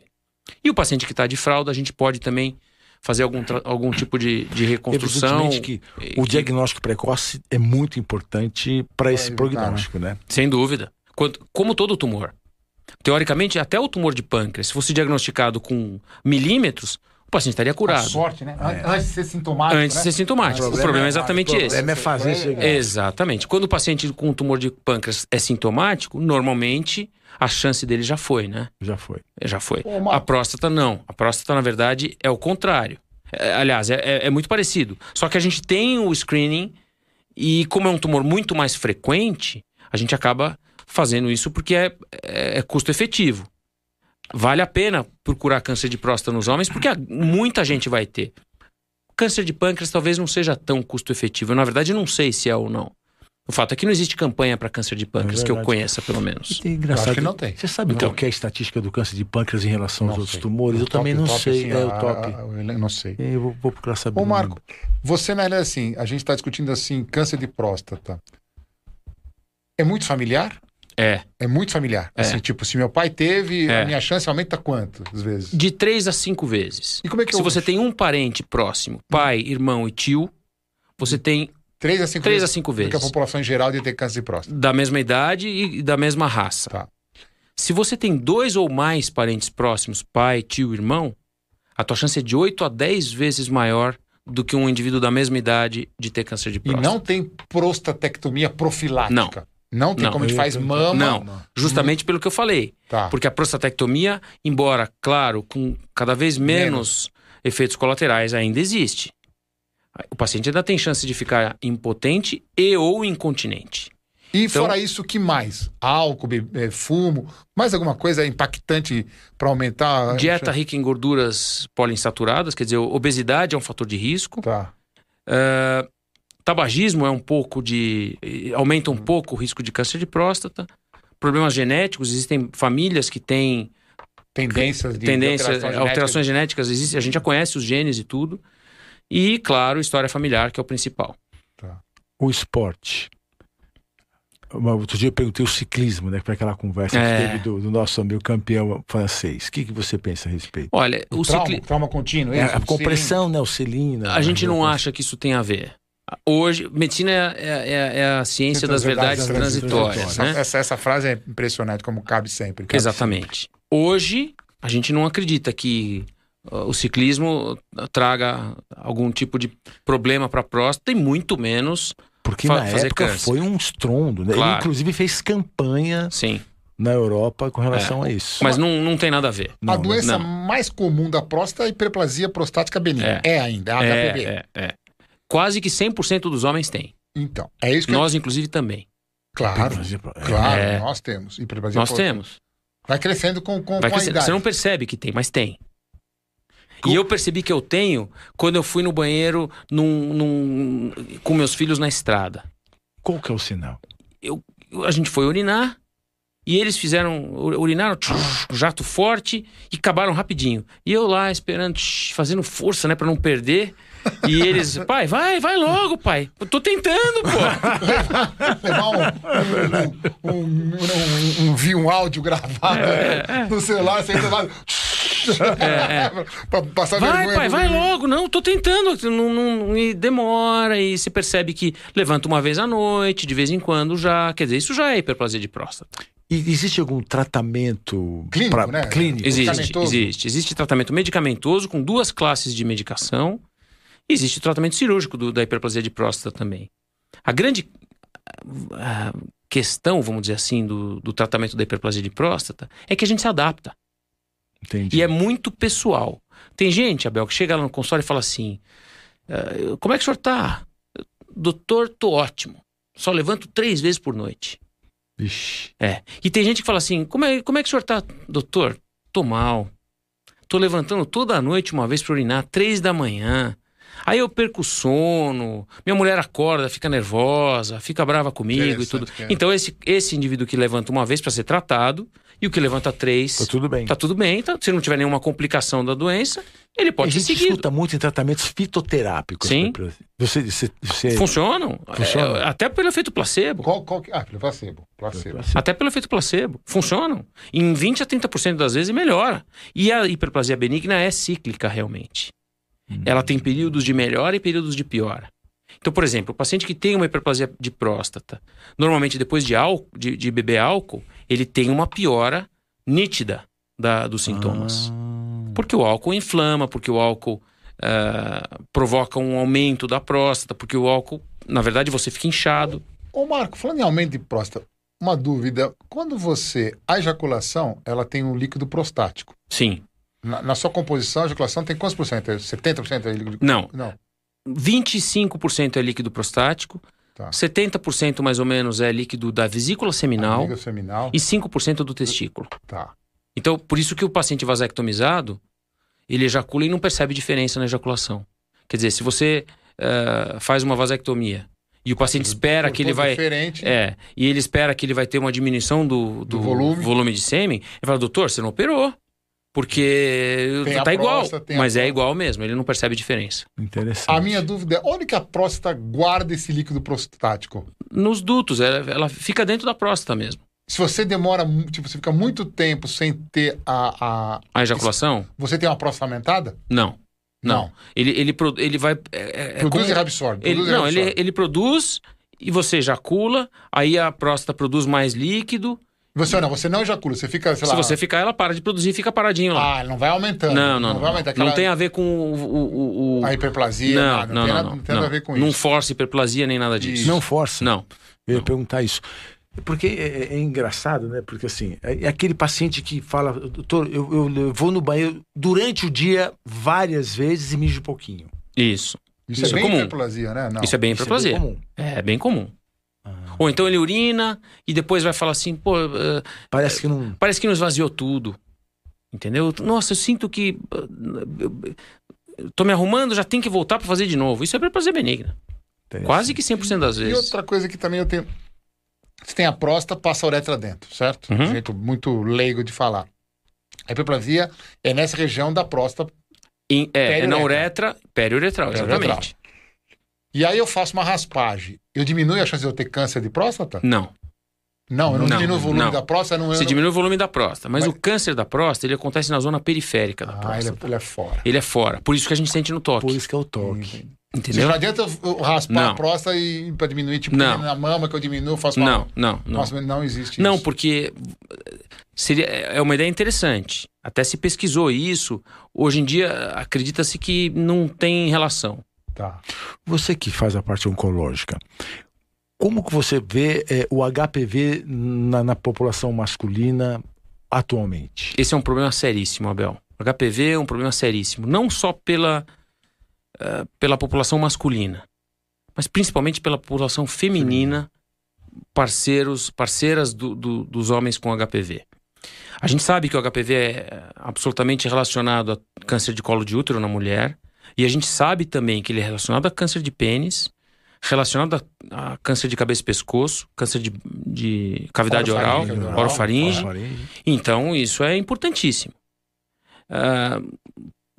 Speaker 3: E o paciente que está de fralda, a gente pode também fazer algum, tra- algum tipo de, de reconstrução.
Speaker 2: Evidentemente que
Speaker 3: eh,
Speaker 2: o
Speaker 3: que-
Speaker 2: diagnóstico precoce é muito importante para esse
Speaker 1: evitar,
Speaker 2: prognóstico, né?
Speaker 3: Sem dúvida. Quanto- como todo tumor. Teoricamente, até o tumor de pâncreas, se fosse diagnosticado com milímetros, o paciente estaria
Speaker 1: A
Speaker 3: curado.
Speaker 1: sorte, né? An- Antes de ser sintomático.
Speaker 3: É.
Speaker 1: né?
Speaker 3: Antes de ser sintomático.
Speaker 1: Mas
Speaker 3: o problema é exatamente
Speaker 1: o
Speaker 2: O
Speaker 1: problema
Speaker 3: esse.
Speaker 2: problema é fazer chegar.
Speaker 3: Exatamente. Quando o paciente com tumor de pâncreas é sintomático, normalmente a chance dele já foi, né?
Speaker 2: Já foi.
Speaker 3: Já foi.
Speaker 1: Ô, Marco.
Speaker 3: A próstata não. A próstata, na verdade, é o contrário. É, aliás, é, é- é muito parecido. Só que a gente tem o screening e, como é um tumor muito mais frequente, a gente acaba fazendo isso porque é, é- é custo efetivo. Vale a pena procurar câncer de próstata nos homens porque a- muita gente vai ter. Câncer de pâncreas talvez não seja tão custo efetivo. Eu, na verdade, não sei se é ou não. O fato é que não existe campanha para câncer de pâncreas que eu
Speaker 2: verdade.
Speaker 3: conheça, pelo menos.
Speaker 2: E tem
Speaker 1: Eu acho
Speaker 2: engraçado.
Speaker 1: que não tem.
Speaker 2: Você sabe
Speaker 3: Então.
Speaker 2: qual que é a estatística do câncer de pâncreas em relação aos
Speaker 1: Não
Speaker 2: outros
Speaker 1: sei.
Speaker 2: É, tumores? Eu
Speaker 1: é Top,
Speaker 2: também não
Speaker 1: top,
Speaker 2: sei.
Speaker 1: assim,
Speaker 2: é o
Speaker 1: a-
Speaker 2: top.
Speaker 1: a- eu não sei.
Speaker 2: Eu vou, vou procurar saber.
Speaker 1: Ô,
Speaker 2: o
Speaker 1: Marco,
Speaker 2: número.
Speaker 1: você, na realidade, assim, a gente está discutindo assim, câncer de próstata. É muito familiar?
Speaker 3: É.
Speaker 1: É muito familiar.
Speaker 3: É.
Speaker 1: Assim, tipo, se meu pai teve, a
Speaker 3: É.
Speaker 1: minha chance aumenta quanto, às vezes?
Speaker 3: De três a cinco vezes.
Speaker 1: E como é que
Speaker 3: Se
Speaker 1: eu...
Speaker 3: você tem um parente próximo, pai, irmão e tio, você tem
Speaker 1: 3 a 5
Speaker 3: três a
Speaker 1: vezes
Speaker 3: cinco
Speaker 1: do que a
Speaker 3: vezes.
Speaker 1: população em geral de ter câncer de próstata.
Speaker 3: Da mesma idade e da mesma raça.
Speaker 1: Tá.
Speaker 3: Se você tem dois ou mais parentes próximos, pai, tio, irmão, a tua chance é de 8 a 10 vezes maior do que um indivíduo da mesma idade de ter câncer de
Speaker 1: E
Speaker 3: próstata.
Speaker 1: não tem prostatectomia profilática. Não. Não tem
Speaker 3: Não.
Speaker 1: como a gente faz mama.
Speaker 3: Não. Justamente pelo que eu falei.
Speaker 1: Hum. Tá.
Speaker 3: Porque a prostatectomia, embora, claro, com cada vez menos, efeitos colaterais, ainda existe. O paciente ainda tem chance de ficar impotente e ou incontinente.
Speaker 1: E
Speaker 3: Então-
Speaker 1: fora isso, que mais? Álcool, be- eh, fumo, mais alguma coisa é impactante para aumentar? a
Speaker 3: Dieta
Speaker 1: chance?
Speaker 3: rica em gorduras poliinsaturadas, quer dizer, obesidade é um fator de risco.
Speaker 1: Tá.
Speaker 3: Ah, tabagismo é um pouco de. eh, aumenta um pouco o risco de câncer de próstata. Problemas genéticos, existem famílias que têm
Speaker 1: Tendências de
Speaker 3: tendência, eh,
Speaker 1: alteração genética.
Speaker 3: alterações genéticas, existe, a gente já conhece os genes e tudo. E, claro, história familiar, que é o principal.
Speaker 2: o esporte. Uma- Outro dia eu perguntei o ciclismo, né? Foi aquela conversa
Speaker 3: É.
Speaker 2: que teve do, do nosso amigo campeão francês. O que, que você pensa a respeito?
Speaker 3: Olha, o,
Speaker 1: O trauma,
Speaker 3: cicli-
Speaker 1: trauma contínuo,
Speaker 2: É,
Speaker 1: isso,
Speaker 2: a
Speaker 1: do
Speaker 2: compressão, né? O cilindro.
Speaker 3: a gente não acha que isso tem a ver. Hoje, medicina é, é- é- é a ciência das verdades transitórias,
Speaker 1: Essa,
Speaker 3: né?
Speaker 1: essa, essa frase é impressionante, como cabe sempre. Cabe
Speaker 3: Exatamente. Hoje, a gente não acredita que ah, o ciclismo traga algum tipo de problema para a próstata e muito menos
Speaker 2: Porque
Speaker 3: Fa-
Speaker 2: na
Speaker 3: fazer
Speaker 2: época
Speaker 3: câncer.
Speaker 2: foi um estrondo. Né? Ele,
Speaker 3: Claro.
Speaker 2: inclusive, fez campanha
Speaker 3: Sim.
Speaker 2: na Europa com relação a isso.
Speaker 3: É. Mas não, não tem nada a ver.
Speaker 2: Não,
Speaker 1: a
Speaker 2: né?
Speaker 1: doença
Speaker 3: Não.
Speaker 1: mais comum da próstata é a hiperplasia prostática benigna. É, ainda, a
Speaker 3: é,
Speaker 1: HPB.
Speaker 3: é, é. Quase que 100% dos homens têm.
Speaker 1: Então, é isso que
Speaker 3: Nós, inclusive, também.
Speaker 1: Claro,
Speaker 2: tipo,
Speaker 1: claro,
Speaker 3: É.
Speaker 1: nós temos. Hiperplasia
Speaker 3: Nós
Speaker 1: prostática.
Speaker 3: temos.
Speaker 1: Vai crescendo com, com,
Speaker 3: Vai
Speaker 1: com a
Speaker 3: crescendo.
Speaker 1: idade.
Speaker 3: Você não percebe que tem, mas tem. E eu percebi que eu tenho quando eu fui no banheiro num- num- com meus filhos na estrada.
Speaker 2: Qual que é o sinal?
Speaker 3: A gente foi urinar e eles fizeram, u- urinaram, tchuf, jato forte e acabaram rapidinho. E eu lá esperando, tch, fazendo força, né, pra não perder. E eles, pai, vai, vai logo, pai. Eu tô tentando, pô.
Speaker 1: Levar um, um, um, um, um, um, vi- um áudio gravado
Speaker 3: É.
Speaker 1: né? no celular, você entra lá. pra passar
Speaker 3: Vai,
Speaker 1: É, vergonha.
Speaker 3: pai,
Speaker 1: no-
Speaker 3: vai logo. Não, tô tentando. Não, não- e demora e se percebe que levanta uma vez à noite, de vez em quando já. Quer dizer, isso já é hiperplasia de próstata.
Speaker 2: E existe algum tratamento
Speaker 1: Clínico,
Speaker 2: pra-
Speaker 1: né?
Speaker 2: clínico?
Speaker 3: Existe,
Speaker 1: Medicamentoso.
Speaker 3: existe. Existe tratamento medicamentoso com duas classes de medicação. E Existe o tratamento cirúrgico do- da hiperplasia de próstata também. A grande ah, questão, vamos dizer assim, do, do tratamento da hiperplasia de próstata é que a gente se adapta.
Speaker 2: Entendi.
Speaker 3: E é muito pessoal. Tem gente, Abel, que chega lá no consultório e fala assim: "Ah, eu- Como é que o senhor tá? Doutor, tô ótimo. Só levanto três vezes por noite.
Speaker 2: Ixi.
Speaker 3: É. E tem gente que fala assim: como é, como é que o senhor tá, doutor? Tô mal. Tô levantando toda noite uma vez pra urinar, três da manhã. Aí eu perco o sono, minha mulher acorda, fica nervosa, fica brava comigo e tudo.
Speaker 1: Interessante, cara.
Speaker 3: Então, esse, esse indivíduo que levanta uma vez pra ser tratado e o que levanta três,
Speaker 2: Tá tudo bem.
Speaker 3: tá tudo bem. Tá, se não tiver nenhuma complicação da doença, ele
Speaker 2: a
Speaker 3: pode ser
Speaker 2: gente
Speaker 3: seguido.
Speaker 2: escuta muito em tratamentos fitoterápicos.
Speaker 3: Sim.
Speaker 2: Você, você, você-
Speaker 3: Funcionam.
Speaker 2: Funcionam.
Speaker 3: É, até pelo efeito placebo.
Speaker 1: Qual, qual que... Ah, placebo. Placebo.
Speaker 3: Até pelo efeito placebo. Funcionam. Em 20 a 30% das vezes melhora. E a hiperplasia benigna é cíclica realmente. Ela tem períodos de melhora e períodos de piora. Então, por exemplo, o paciente que tem uma hiperplasia de próstata, normalmente depois de, álcool, de, de beber álcool, ele tem uma piora nítida da- dos sintomas.
Speaker 2: Ah.
Speaker 3: Porque o álcool inflama, porque o álcool ah, provoca um aumento da próstata, porque o álcool, na verdade, você fica inchado.
Speaker 1: Ô, Marco, falando em aumento de próstata, uma dúvida. Quando você. A ejaculação, ela tem um líquido prostático.
Speaker 3: Sim.
Speaker 1: Na, na sua composição, a ejaculação tem quantos por cento? É 70% é líquido?
Speaker 3: Não,
Speaker 1: Não.
Speaker 3: 25% é líquido prostático,
Speaker 1: Tá.
Speaker 3: 70% mais ou menos é líquido da vesícula seminal
Speaker 1: Líquido seminal.
Speaker 3: e 5% do testículo.
Speaker 1: Tá.
Speaker 3: Então, por isso que o paciente vasectomizado, ele ejacula e não percebe diferença na ejaculação. Quer dizer, se você eh, faz uma vasectomia e o paciente espera que ele vai...
Speaker 1: Diferente.
Speaker 3: É, e ele espera que ele vai ter uma diminuição do, do
Speaker 1: volume.
Speaker 3: de sêmen, ele fala, doutor, você não operou. Porque
Speaker 1: Tem a
Speaker 3: tá igual,
Speaker 1: próstata, tem a
Speaker 3: mas é igual mesmo, ele não percebe diferença.
Speaker 2: Ah, Interessante.
Speaker 1: A minha dúvida é onde que a próstata guarda esse líquido prostático?
Speaker 3: Nos dutos, ela- ela fica dentro da próstata mesmo.
Speaker 1: Se você demora, mu- tipo, você fica muito tempo sem ter a. a-
Speaker 3: A ejaculação?
Speaker 1: Você tem uma próstata aumentada?
Speaker 3: Não. Não.
Speaker 1: Não.
Speaker 3: Ele, ele, pro- ele vai. é- é- é
Speaker 1: Produz
Speaker 3: como-
Speaker 1: e reabsorve.
Speaker 3: ele,
Speaker 1: produz e
Speaker 3: Não, ele,
Speaker 1: reabsorve.
Speaker 3: ele produz e você ejacula, aí a próstata produz mais líquido.
Speaker 1: Você não, você não ejacula, você fica, sei lá.
Speaker 3: Se você ficar, ela para de produzir e fica paradinho lá.
Speaker 1: Ah, não vai aumentando.
Speaker 3: não, não, não.
Speaker 1: vai
Speaker 3: Não,
Speaker 1: aumentar aquela,
Speaker 3: tem a ver com o. o- o- o-
Speaker 1: a hiperplasia.
Speaker 3: Não,
Speaker 1: nada,
Speaker 3: não,
Speaker 1: tem
Speaker 3: não.
Speaker 1: nada,
Speaker 3: Não,
Speaker 1: não tem nada a ver com
Speaker 3: Não
Speaker 1: isso.
Speaker 3: força hiperplasia nem nada disso.
Speaker 1: Isso.
Speaker 2: Não força.
Speaker 3: Não.
Speaker 2: Eu ia perguntar isso. Porque é, é- é engraçado, né? Porque assim, é é aquele paciente que fala, doutor, eu, eu- eu vou no banheiro durante o dia várias vezes e mijo um pouquinho.
Speaker 3: Isso.
Speaker 1: Isso,
Speaker 3: isso
Speaker 1: é
Speaker 3: é
Speaker 1: bem
Speaker 3: comum.
Speaker 1: hiperplasia, né? Não.
Speaker 3: Isso é bem
Speaker 2: Isso é
Speaker 3: hiperplasia.
Speaker 2: bem comum.
Speaker 3: É bem comum.
Speaker 2: Ah.
Speaker 3: Ou então ele urina e depois vai falar assim, pô, eh,
Speaker 2: Parece que não.
Speaker 3: Parece que não esvaziou tudo. Entendeu? Nossa, eu sinto que. eh, eu Tô me arrumando, já tem que voltar pra fazer de novo. Isso é hiperplasia benigna. Quase que 100% das
Speaker 1: E
Speaker 3: vezes.
Speaker 1: outra coisa que também eu tenho. Você tem a próstata, passa a uretra dentro, certo? De
Speaker 3: Uhum.
Speaker 1: Um jeito muito leigo de falar. A hiperplasia é nessa região da próstata.
Speaker 3: Em- é, é na
Speaker 1: Periuretra.
Speaker 3: uretra, periuretral, exatamente.
Speaker 1: E aí eu faço uma raspagem. Eu diminuo a chance de eu ter câncer de próstata?
Speaker 3: Não.
Speaker 1: Não, eu não,
Speaker 3: Não,
Speaker 1: diminuo o volume
Speaker 3: não.
Speaker 1: da próstata, não eu
Speaker 3: Você
Speaker 1: não-
Speaker 3: diminui o volume da próstata. Mas
Speaker 1: Mas-
Speaker 3: o câncer da próstata, ele acontece na zona periférica da
Speaker 1: Ah, ele é,
Speaker 3: próstata.
Speaker 1: ele é fora.
Speaker 3: Ele é fora. Por isso que a gente sente no toque.
Speaker 2: Por isso que é o toque.
Speaker 1: Você
Speaker 3: Entendeu?
Speaker 1: não adianta eu- eu raspar
Speaker 3: Não.
Speaker 1: a próstata e pra diminuir, tipo,
Speaker 3: Não.
Speaker 1: na mama que eu diminuo, eu faço uma.
Speaker 3: Não, não, não.
Speaker 1: Nossa, mas não existe
Speaker 3: Não,
Speaker 1: isso.
Speaker 3: porque eh, seria, é uma ideia interessante. Até se pesquisou isso. Hoje em dia, acredita-se que não tem relação.
Speaker 1: Tá.
Speaker 2: Você que faz a parte oncológica, Como que você vê é, o HPV na, na população masculina atualmente?
Speaker 3: Esse é um problema seríssimo, Abel. HPV é um problema seríssimo, não só pela, eh, pela população masculina, mas principalmente pela população feminina, parceiros, parceiras do- do- dos homens com HPV. A gente sabe que o HPV é absolutamente relacionado a câncer de colo de útero na mulher, e a gente sabe também que ele é relacionado a câncer de pênis, relacionado a, a câncer de cabeça e pescoço, câncer de, de cavidade oral,
Speaker 1: Orofaringe, oral,
Speaker 3: orofaringe,
Speaker 2: né? Orofaringe.
Speaker 3: então, isso é importantíssimo. Ah,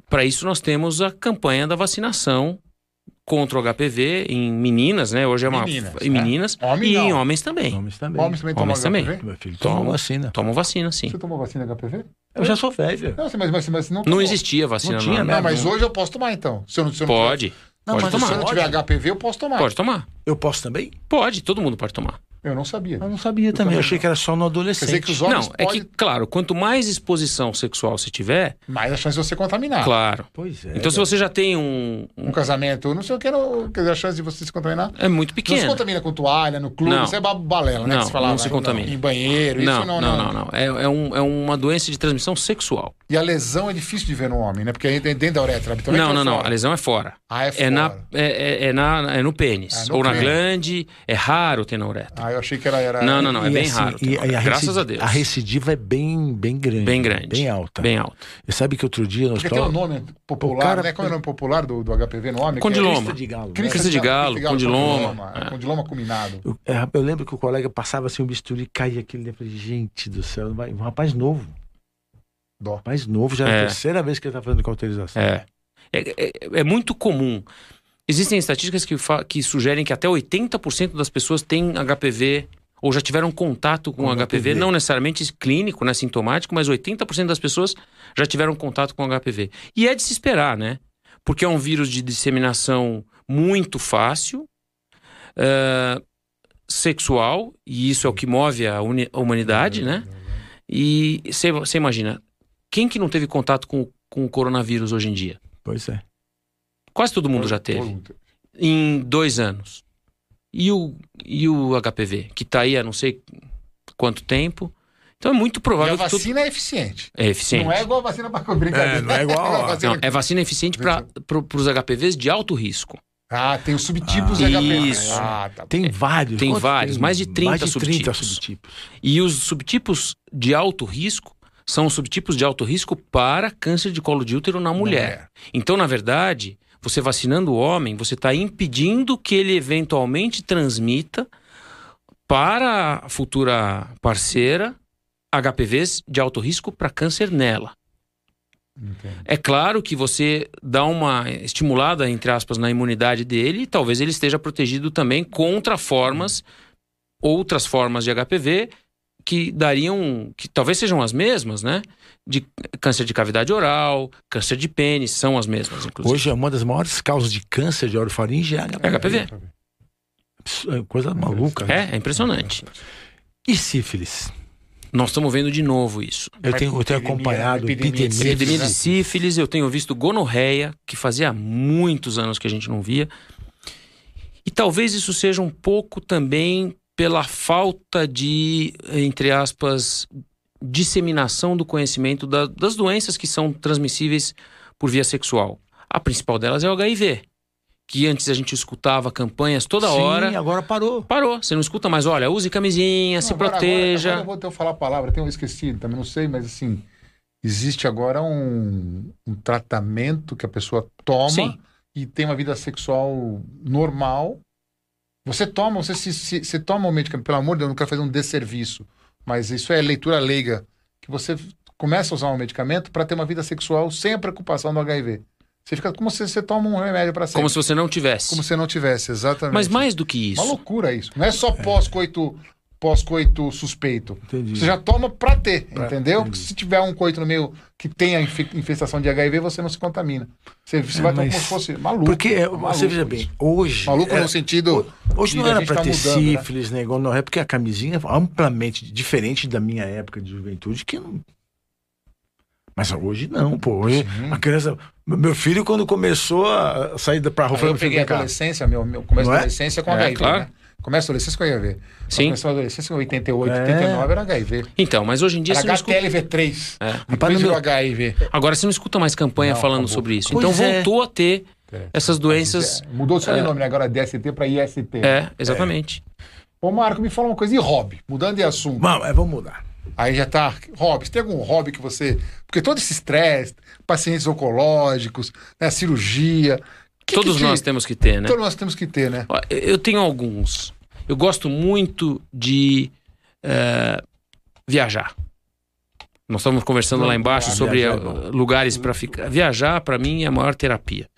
Speaker 3: Para isso, nós temos a campanha da vacinação contra o HPV em meninas, né? Hoje é uma.
Speaker 1: Meninas,
Speaker 3: em
Speaker 1: né?
Speaker 3: meninas
Speaker 1: Homem
Speaker 3: e
Speaker 1: não.
Speaker 3: em homens também.
Speaker 2: Homens também.
Speaker 1: Homens também
Speaker 3: Homens
Speaker 1: tomam
Speaker 3: também.
Speaker 1: HPV?
Speaker 2: Meu filho, assim, né? toma
Speaker 3: Toma.
Speaker 2: vacina.
Speaker 3: Tomam vacina, sim.
Speaker 1: Você tomou vacina HPV?
Speaker 2: Eu já sou velho.
Speaker 1: Não, mas, mas, mas não
Speaker 3: Não
Speaker 1: tomou.
Speaker 3: existia vacina.
Speaker 2: Não tinha,
Speaker 3: na-
Speaker 2: né?
Speaker 1: Não, mas hoje eu posso tomar, então. Se eu não, se eu não é
Speaker 3: Pode.
Speaker 2: Não,
Speaker 3: pode
Speaker 1: Tiver,
Speaker 2: mas
Speaker 1: se
Speaker 3: tomar.
Speaker 1: eu não tiver HPV, eu posso tomar.
Speaker 3: Pode tomar.
Speaker 2: Eu posso também?
Speaker 3: Pode, todo mundo pode tomar.
Speaker 1: Eu não sabia.
Speaker 2: Eu não sabia também. Eu achei que era só
Speaker 1: Quer
Speaker 2: no adolescente.
Speaker 1: dizer que os homens
Speaker 3: não, é
Speaker 1: podem...
Speaker 3: que, claro, quanto mais exposição sexual você tiver,
Speaker 1: Mais a chance de você contaminar.
Speaker 3: claro.
Speaker 2: Pois é.
Speaker 3: Então, se você já tem um. um-
Speaker 1: Um casamento, não sei o que, não, quer dizer, a chance de você se contaminar...
Speaker 3: É muito
Speaker 1: Não se
Speaker 3: pequeno.
Speaker 1: contamina com toalha, no clube,
Speaker 3: Não.
Speaker 1: isso é ba- balela, né?
Speaker 3: Não,
Speaker 1: que se falava,
Speaker 3: não se
Speaker 1: né?
Speaker 3: contamina.
Speaker 1: Em banheiro, isso
Speaker 3: Não,
Speaker 1: não,
Speaker 3: não, não, não. É, é um- é uma doença de transmissão sexual.
Speaker 1: E a lesão é difícil de ver no homem, né? Porque aí tem dentro da uretra, habitualmente.
Speaker 3: Não,
Speaker 1: é
Speaker 3: não, não.
Speaker 1: fora.
Speaker 3: A lesão é fora.
Speaker 1: Ah, é fora.
Speaker 3: É, na, é, é- é na, é no
Speaker 1: Ah,
Speaker 3: pênis.
Speaker 1: no
Speaker 3: ou na
Speaker 1: pênis.
Speaker 3: glande. É raro ter na uretra.
Speaker 1: Ah, eu achei que era... era...
Speaker 3: Não, não, não. É
Speaker 2: E
Speaker 3: bem
Speaker 2: assim,
Speaker 3: raro. ter
Speaker 2: e-
Speaker 3: na uretra.
Speaker 2: e
Speaker 3: Graças
Speaker 2: recidiva,
Speaker 3: a Deus.
Speaker 2: A recidiva é bem, bem grande.
Speaker 3: Bem grande.
Speaker 2: Bem alta.
Speaker 3: Bem alta.
Speaker 2: Você sabe que outro dia no
Speaker 1: Porque tem um
Speaker 2: hospital...
Speaker 1: nome popular,
Speaker 2: cara-
Speaker 1: né? Qual é o nome popular do, do HPV no homem?
Speaker 3: Condiloma.
Speaker 2: Crista de galo. né?
Speaker 1: Que é-
Speaker 3: Crista de galo, condiloma.
Speaker 1: Condiloma,
Speaker 3: É.
Speaker 1: condiloma combinado.
Speaker 2: Eu, é, eu lembro que o colega passava assim, o bisturi caía aquilo. Eu falei, gente do céu, vai- um rapaz novo.
Speaker 1: Dó.
Speaker 2: Rapaz novo, já é a
Speaker 3: É.
Speaker 2: terceira vez que ele tá fazendo cauterização.
Speaker 3: É. É, é- é muito comum. Existem estatísticas que, fa- que sugerem que até 80% das pessoas têm HPV ou já tiveram contato com,
Speaker 2: Com
Speaker 3: HPV,
Speaker 2: HPV.
Speaker 3: não necessariamente clínico, né, sintomático, mas 80% das pessoas já tiveram contato com HPV. E é de se esperar, né? Porque é um vírus de disseminação muito fácil, eh, sexual, e isso é o que move a, uni- a
Speaker 1: Uhum.
Speaker 3: humanidade, né?
Speaker 1: Hum,
Speaker 3: E você você imagina, quem que não teve contato com, com o coronavírus hoje em dia?
Speaker 2: Pois é.
Speaker 3: Quase todo
Speaker 1: hum,
Speaker 3: mundo já teve. Em dois anos. E o, e o HPV, que tá aí há não sei quanto tempo. Então é muito
Speaker 1: E a
Speaker 3: provável que tudo
Speaker 1: vacina é eficiente.
Speaker 3: é eficiente.
Speaker 1: Não é igual a vacina para brincadeira.
Speaker 2: É, não é igual a-
Speaker 1: A vacina-
Speaker 3: Não, é vacina eficiente para os HPVs de alto risco.
Speaker 1: Ah, tem os subtipos de
Speaker 3: Ah,
Speaker 1: HPV.
Speaker 3: isso.
Speaker 1: Ah, tá.
Speaker 2: Tem vários.
Speaker 3: Tem
Speaker 2: Quantos
Speaker 3: vários, mais de 30
Speaker 2: mais de 30
Speaker 3: subtipos.
Speaker 2: subtipos.
Speaker 3: E os subtipos de alto risco são os subtipos de alto risco para câncer de colo de útero na
Speaker 1: é.
Speaker 3: mulher. Então, na verdade, você vacinando o homem, você está impedindo que ele eventualmente transmita para a futura parceira HPVs de alto risco para câncer nela.
Speaker 1: Entendo.
Speaker 3: É claro que você dá uma estimulada, entre aspas, na imunidade dele e talvez ele esteja protegido também contra formas, outras formas de HPV que dariam, que talvez sejam as mesmas, né? De câncer de cavidade oral, câncer de pênis, são as mesmas, inclusive.
Speaker 2: Hoje, é uma das maiores causas de câncer de orofaringe é a
Speaker 3: É HPV.
Speaker 2: É Coisa maluca. né?
Speaker 3: É, é impressionante.
Speaker 2: E sífilis?
Speaker 3: Nós estamos vendo de novo isso. é
Speaker 2: Eu
Speaker 1: Mas
Speaker 2: tenho, eu tenho
Speaker 1: epidemia,
Speaker 2: acompanhado
Speaker 1: epidemia
Speaker 2: epidemia,
Speaker 1: de
Speaker 3: Epidemia
Speaker 1: né?
Speaker 3: de sífilis, eu tenho visto gonorreia, que fazia há muitos anos que a gente não via. E talvez isso seja um pouco também pela falta de, entre aspas, disseminação do conhecimento da- das doenças que são transmissíveis por via sexual. A principal delas é o HIV, que antes a gente escutava campanhas toda
Speaker 2: Sim,
Speaker 3: hora.
Speaker 2: agora parou.
Speaker 3: Parou, você não escuta mais, olha, use camisinha, se
Speaker 1: Agora- tá agora-
Speaker 3: proteja.
Speaker 1: Agora, eu vou ter que falar a palavra, tenho esquecido, também não sei, mas assim, existe agora um, um tratamento que a pessoa toma
Speaker 3: Sim.
Speaker 1: e tem uma vida sexual normal. Você toma, você se, se- você toma um medicamento, pelo amor de Deus, eu não quero fazer um desserviço, mas isso é leitura leiga, que você começa a usar um medicamento para ter uma vida sexual sem a preocupação do HIV. Você fica como se você toma um remédio para sempre.
Speaker 3: Como se você não tivesse.
Speaker 1: Como se não tivesse, exatamente.
Speaker 3: Mas mais do que
Speaker 1: Uma
Speaker 3: isso.
Speaker 1: loucura isso. Não é só pós-coito pós-coito suspeito.
Speaker 2: Entendi.
Speaker 1: Você já tá toma pra ter,
Speaker 2: Pra-
Speaker 1: entendeu?
Speaker 2: entendi.
Speaker 1: Se tiver um coito no meio que tenha infe- infestação de HIV, você não se contamina. Você, você
Speaker 2: É,
Speaker 1: vai tomar
Speaker 2: mas-
Speaker 1: como se fosse maluco.
Speaker 2: Porque, é,
Speaker 1: maluco
Speaker 2: você veja
Speaker 1: isso.
Speaker 2: bem, hoje...
Speaker 1: Maluco
Speaker 2: é,
Speaker 1: no sentido.
Speaker 2: Hoje não
Speaker 1: E a
Speaker 2: era
Speaker 1: gente
Speaker 2: pra
Speaker 1: tá
Speaker 2: ter
Speaker 1: mudando, né?
Speaker 2: sífilis, né? igual não é porque a camisinha é amplamente diferente da minha época de juventude, que não... Mas hoje não, pô. Hoje
Speaker 1: Sim.
Speaker 2: a criança... Meu filho, quando começou a sair da- pra
Speaker 1: Aí
Speaker 2: rua,
Speaker 1: eu
Speaker 2: falou, "Filho,
Speaker 1: peguei a
Speaker 2: vem cá."
Speaker 1: adolescência, meu, meu começo
Speaker 2: Não
Speaker 1: da
Speaker 2: é?
Speaker 1: adolescência com
Speaker 3: É,
Speaker 1: HIV.
Speaker 3: claro.
Speaker 1: né? Começa a adolescência com HIV. Nós
Speaker 3: Sim.
Speaker 1: Começamos a adolescência em 88,
Speaker 2: É.
Speaker 1: 89 era HIV.
Speaker 3: Então, mas hoje em dia
Speaker 1: Era
Speaker 3: você não escuta...
Speaker 1: HTLV3.
Speaker 3: É.
Speaker 1: Depois
Speaker 2: Rapaz,
Speaker 1: virou
Speaker 2: meu-
Speaker 1: HIV.
Speaker 3: Agora você não escuta mais campanha
Speaker 1: Não,
Speaker 3: falando
Speaker 1: acabou.
Speaker 3: sobre isso.
Speaker 2: Pois
Speaker 3: então
Speaker 2: é.
Speaker 3: voltou a ter
Speaker 1: É.
Speaker 3: essas doenças.
Speaker 1: É, mudou o sobrenome, né? Agora é DST para IST.
Speaker 3: É, exatamente.
Speaker 1: Ô, Marco, me fala uma coisa. E hobby? Mudando de assunto.
Speaker 2: Vamos, é, vamos mudar.
Speaker 1: Aí já tá. Hobby, você tem algum hobby que você. Porque todo esse estresse, pacientes oncológicos, né, cirurgia. que
Speaker 3: Todos
Speaker 1: que te-
Speaker 3: nós temos que ter, né?
Speaker 1: Todos nós temos que ter, né?
Speaker 3: Ó, Eu tenho alguns. Eu gosto muito de eh, viajar. Nós estávamos conversando lá embaixo
Speaker 2: Ah,
Speaker 3: sobre
Speaker 2: viajar é
Speaker 3: eh,
Speaker 2: bom.
Speaker 3: lugares para ficar. Viajar, para mim, é a maior terapia.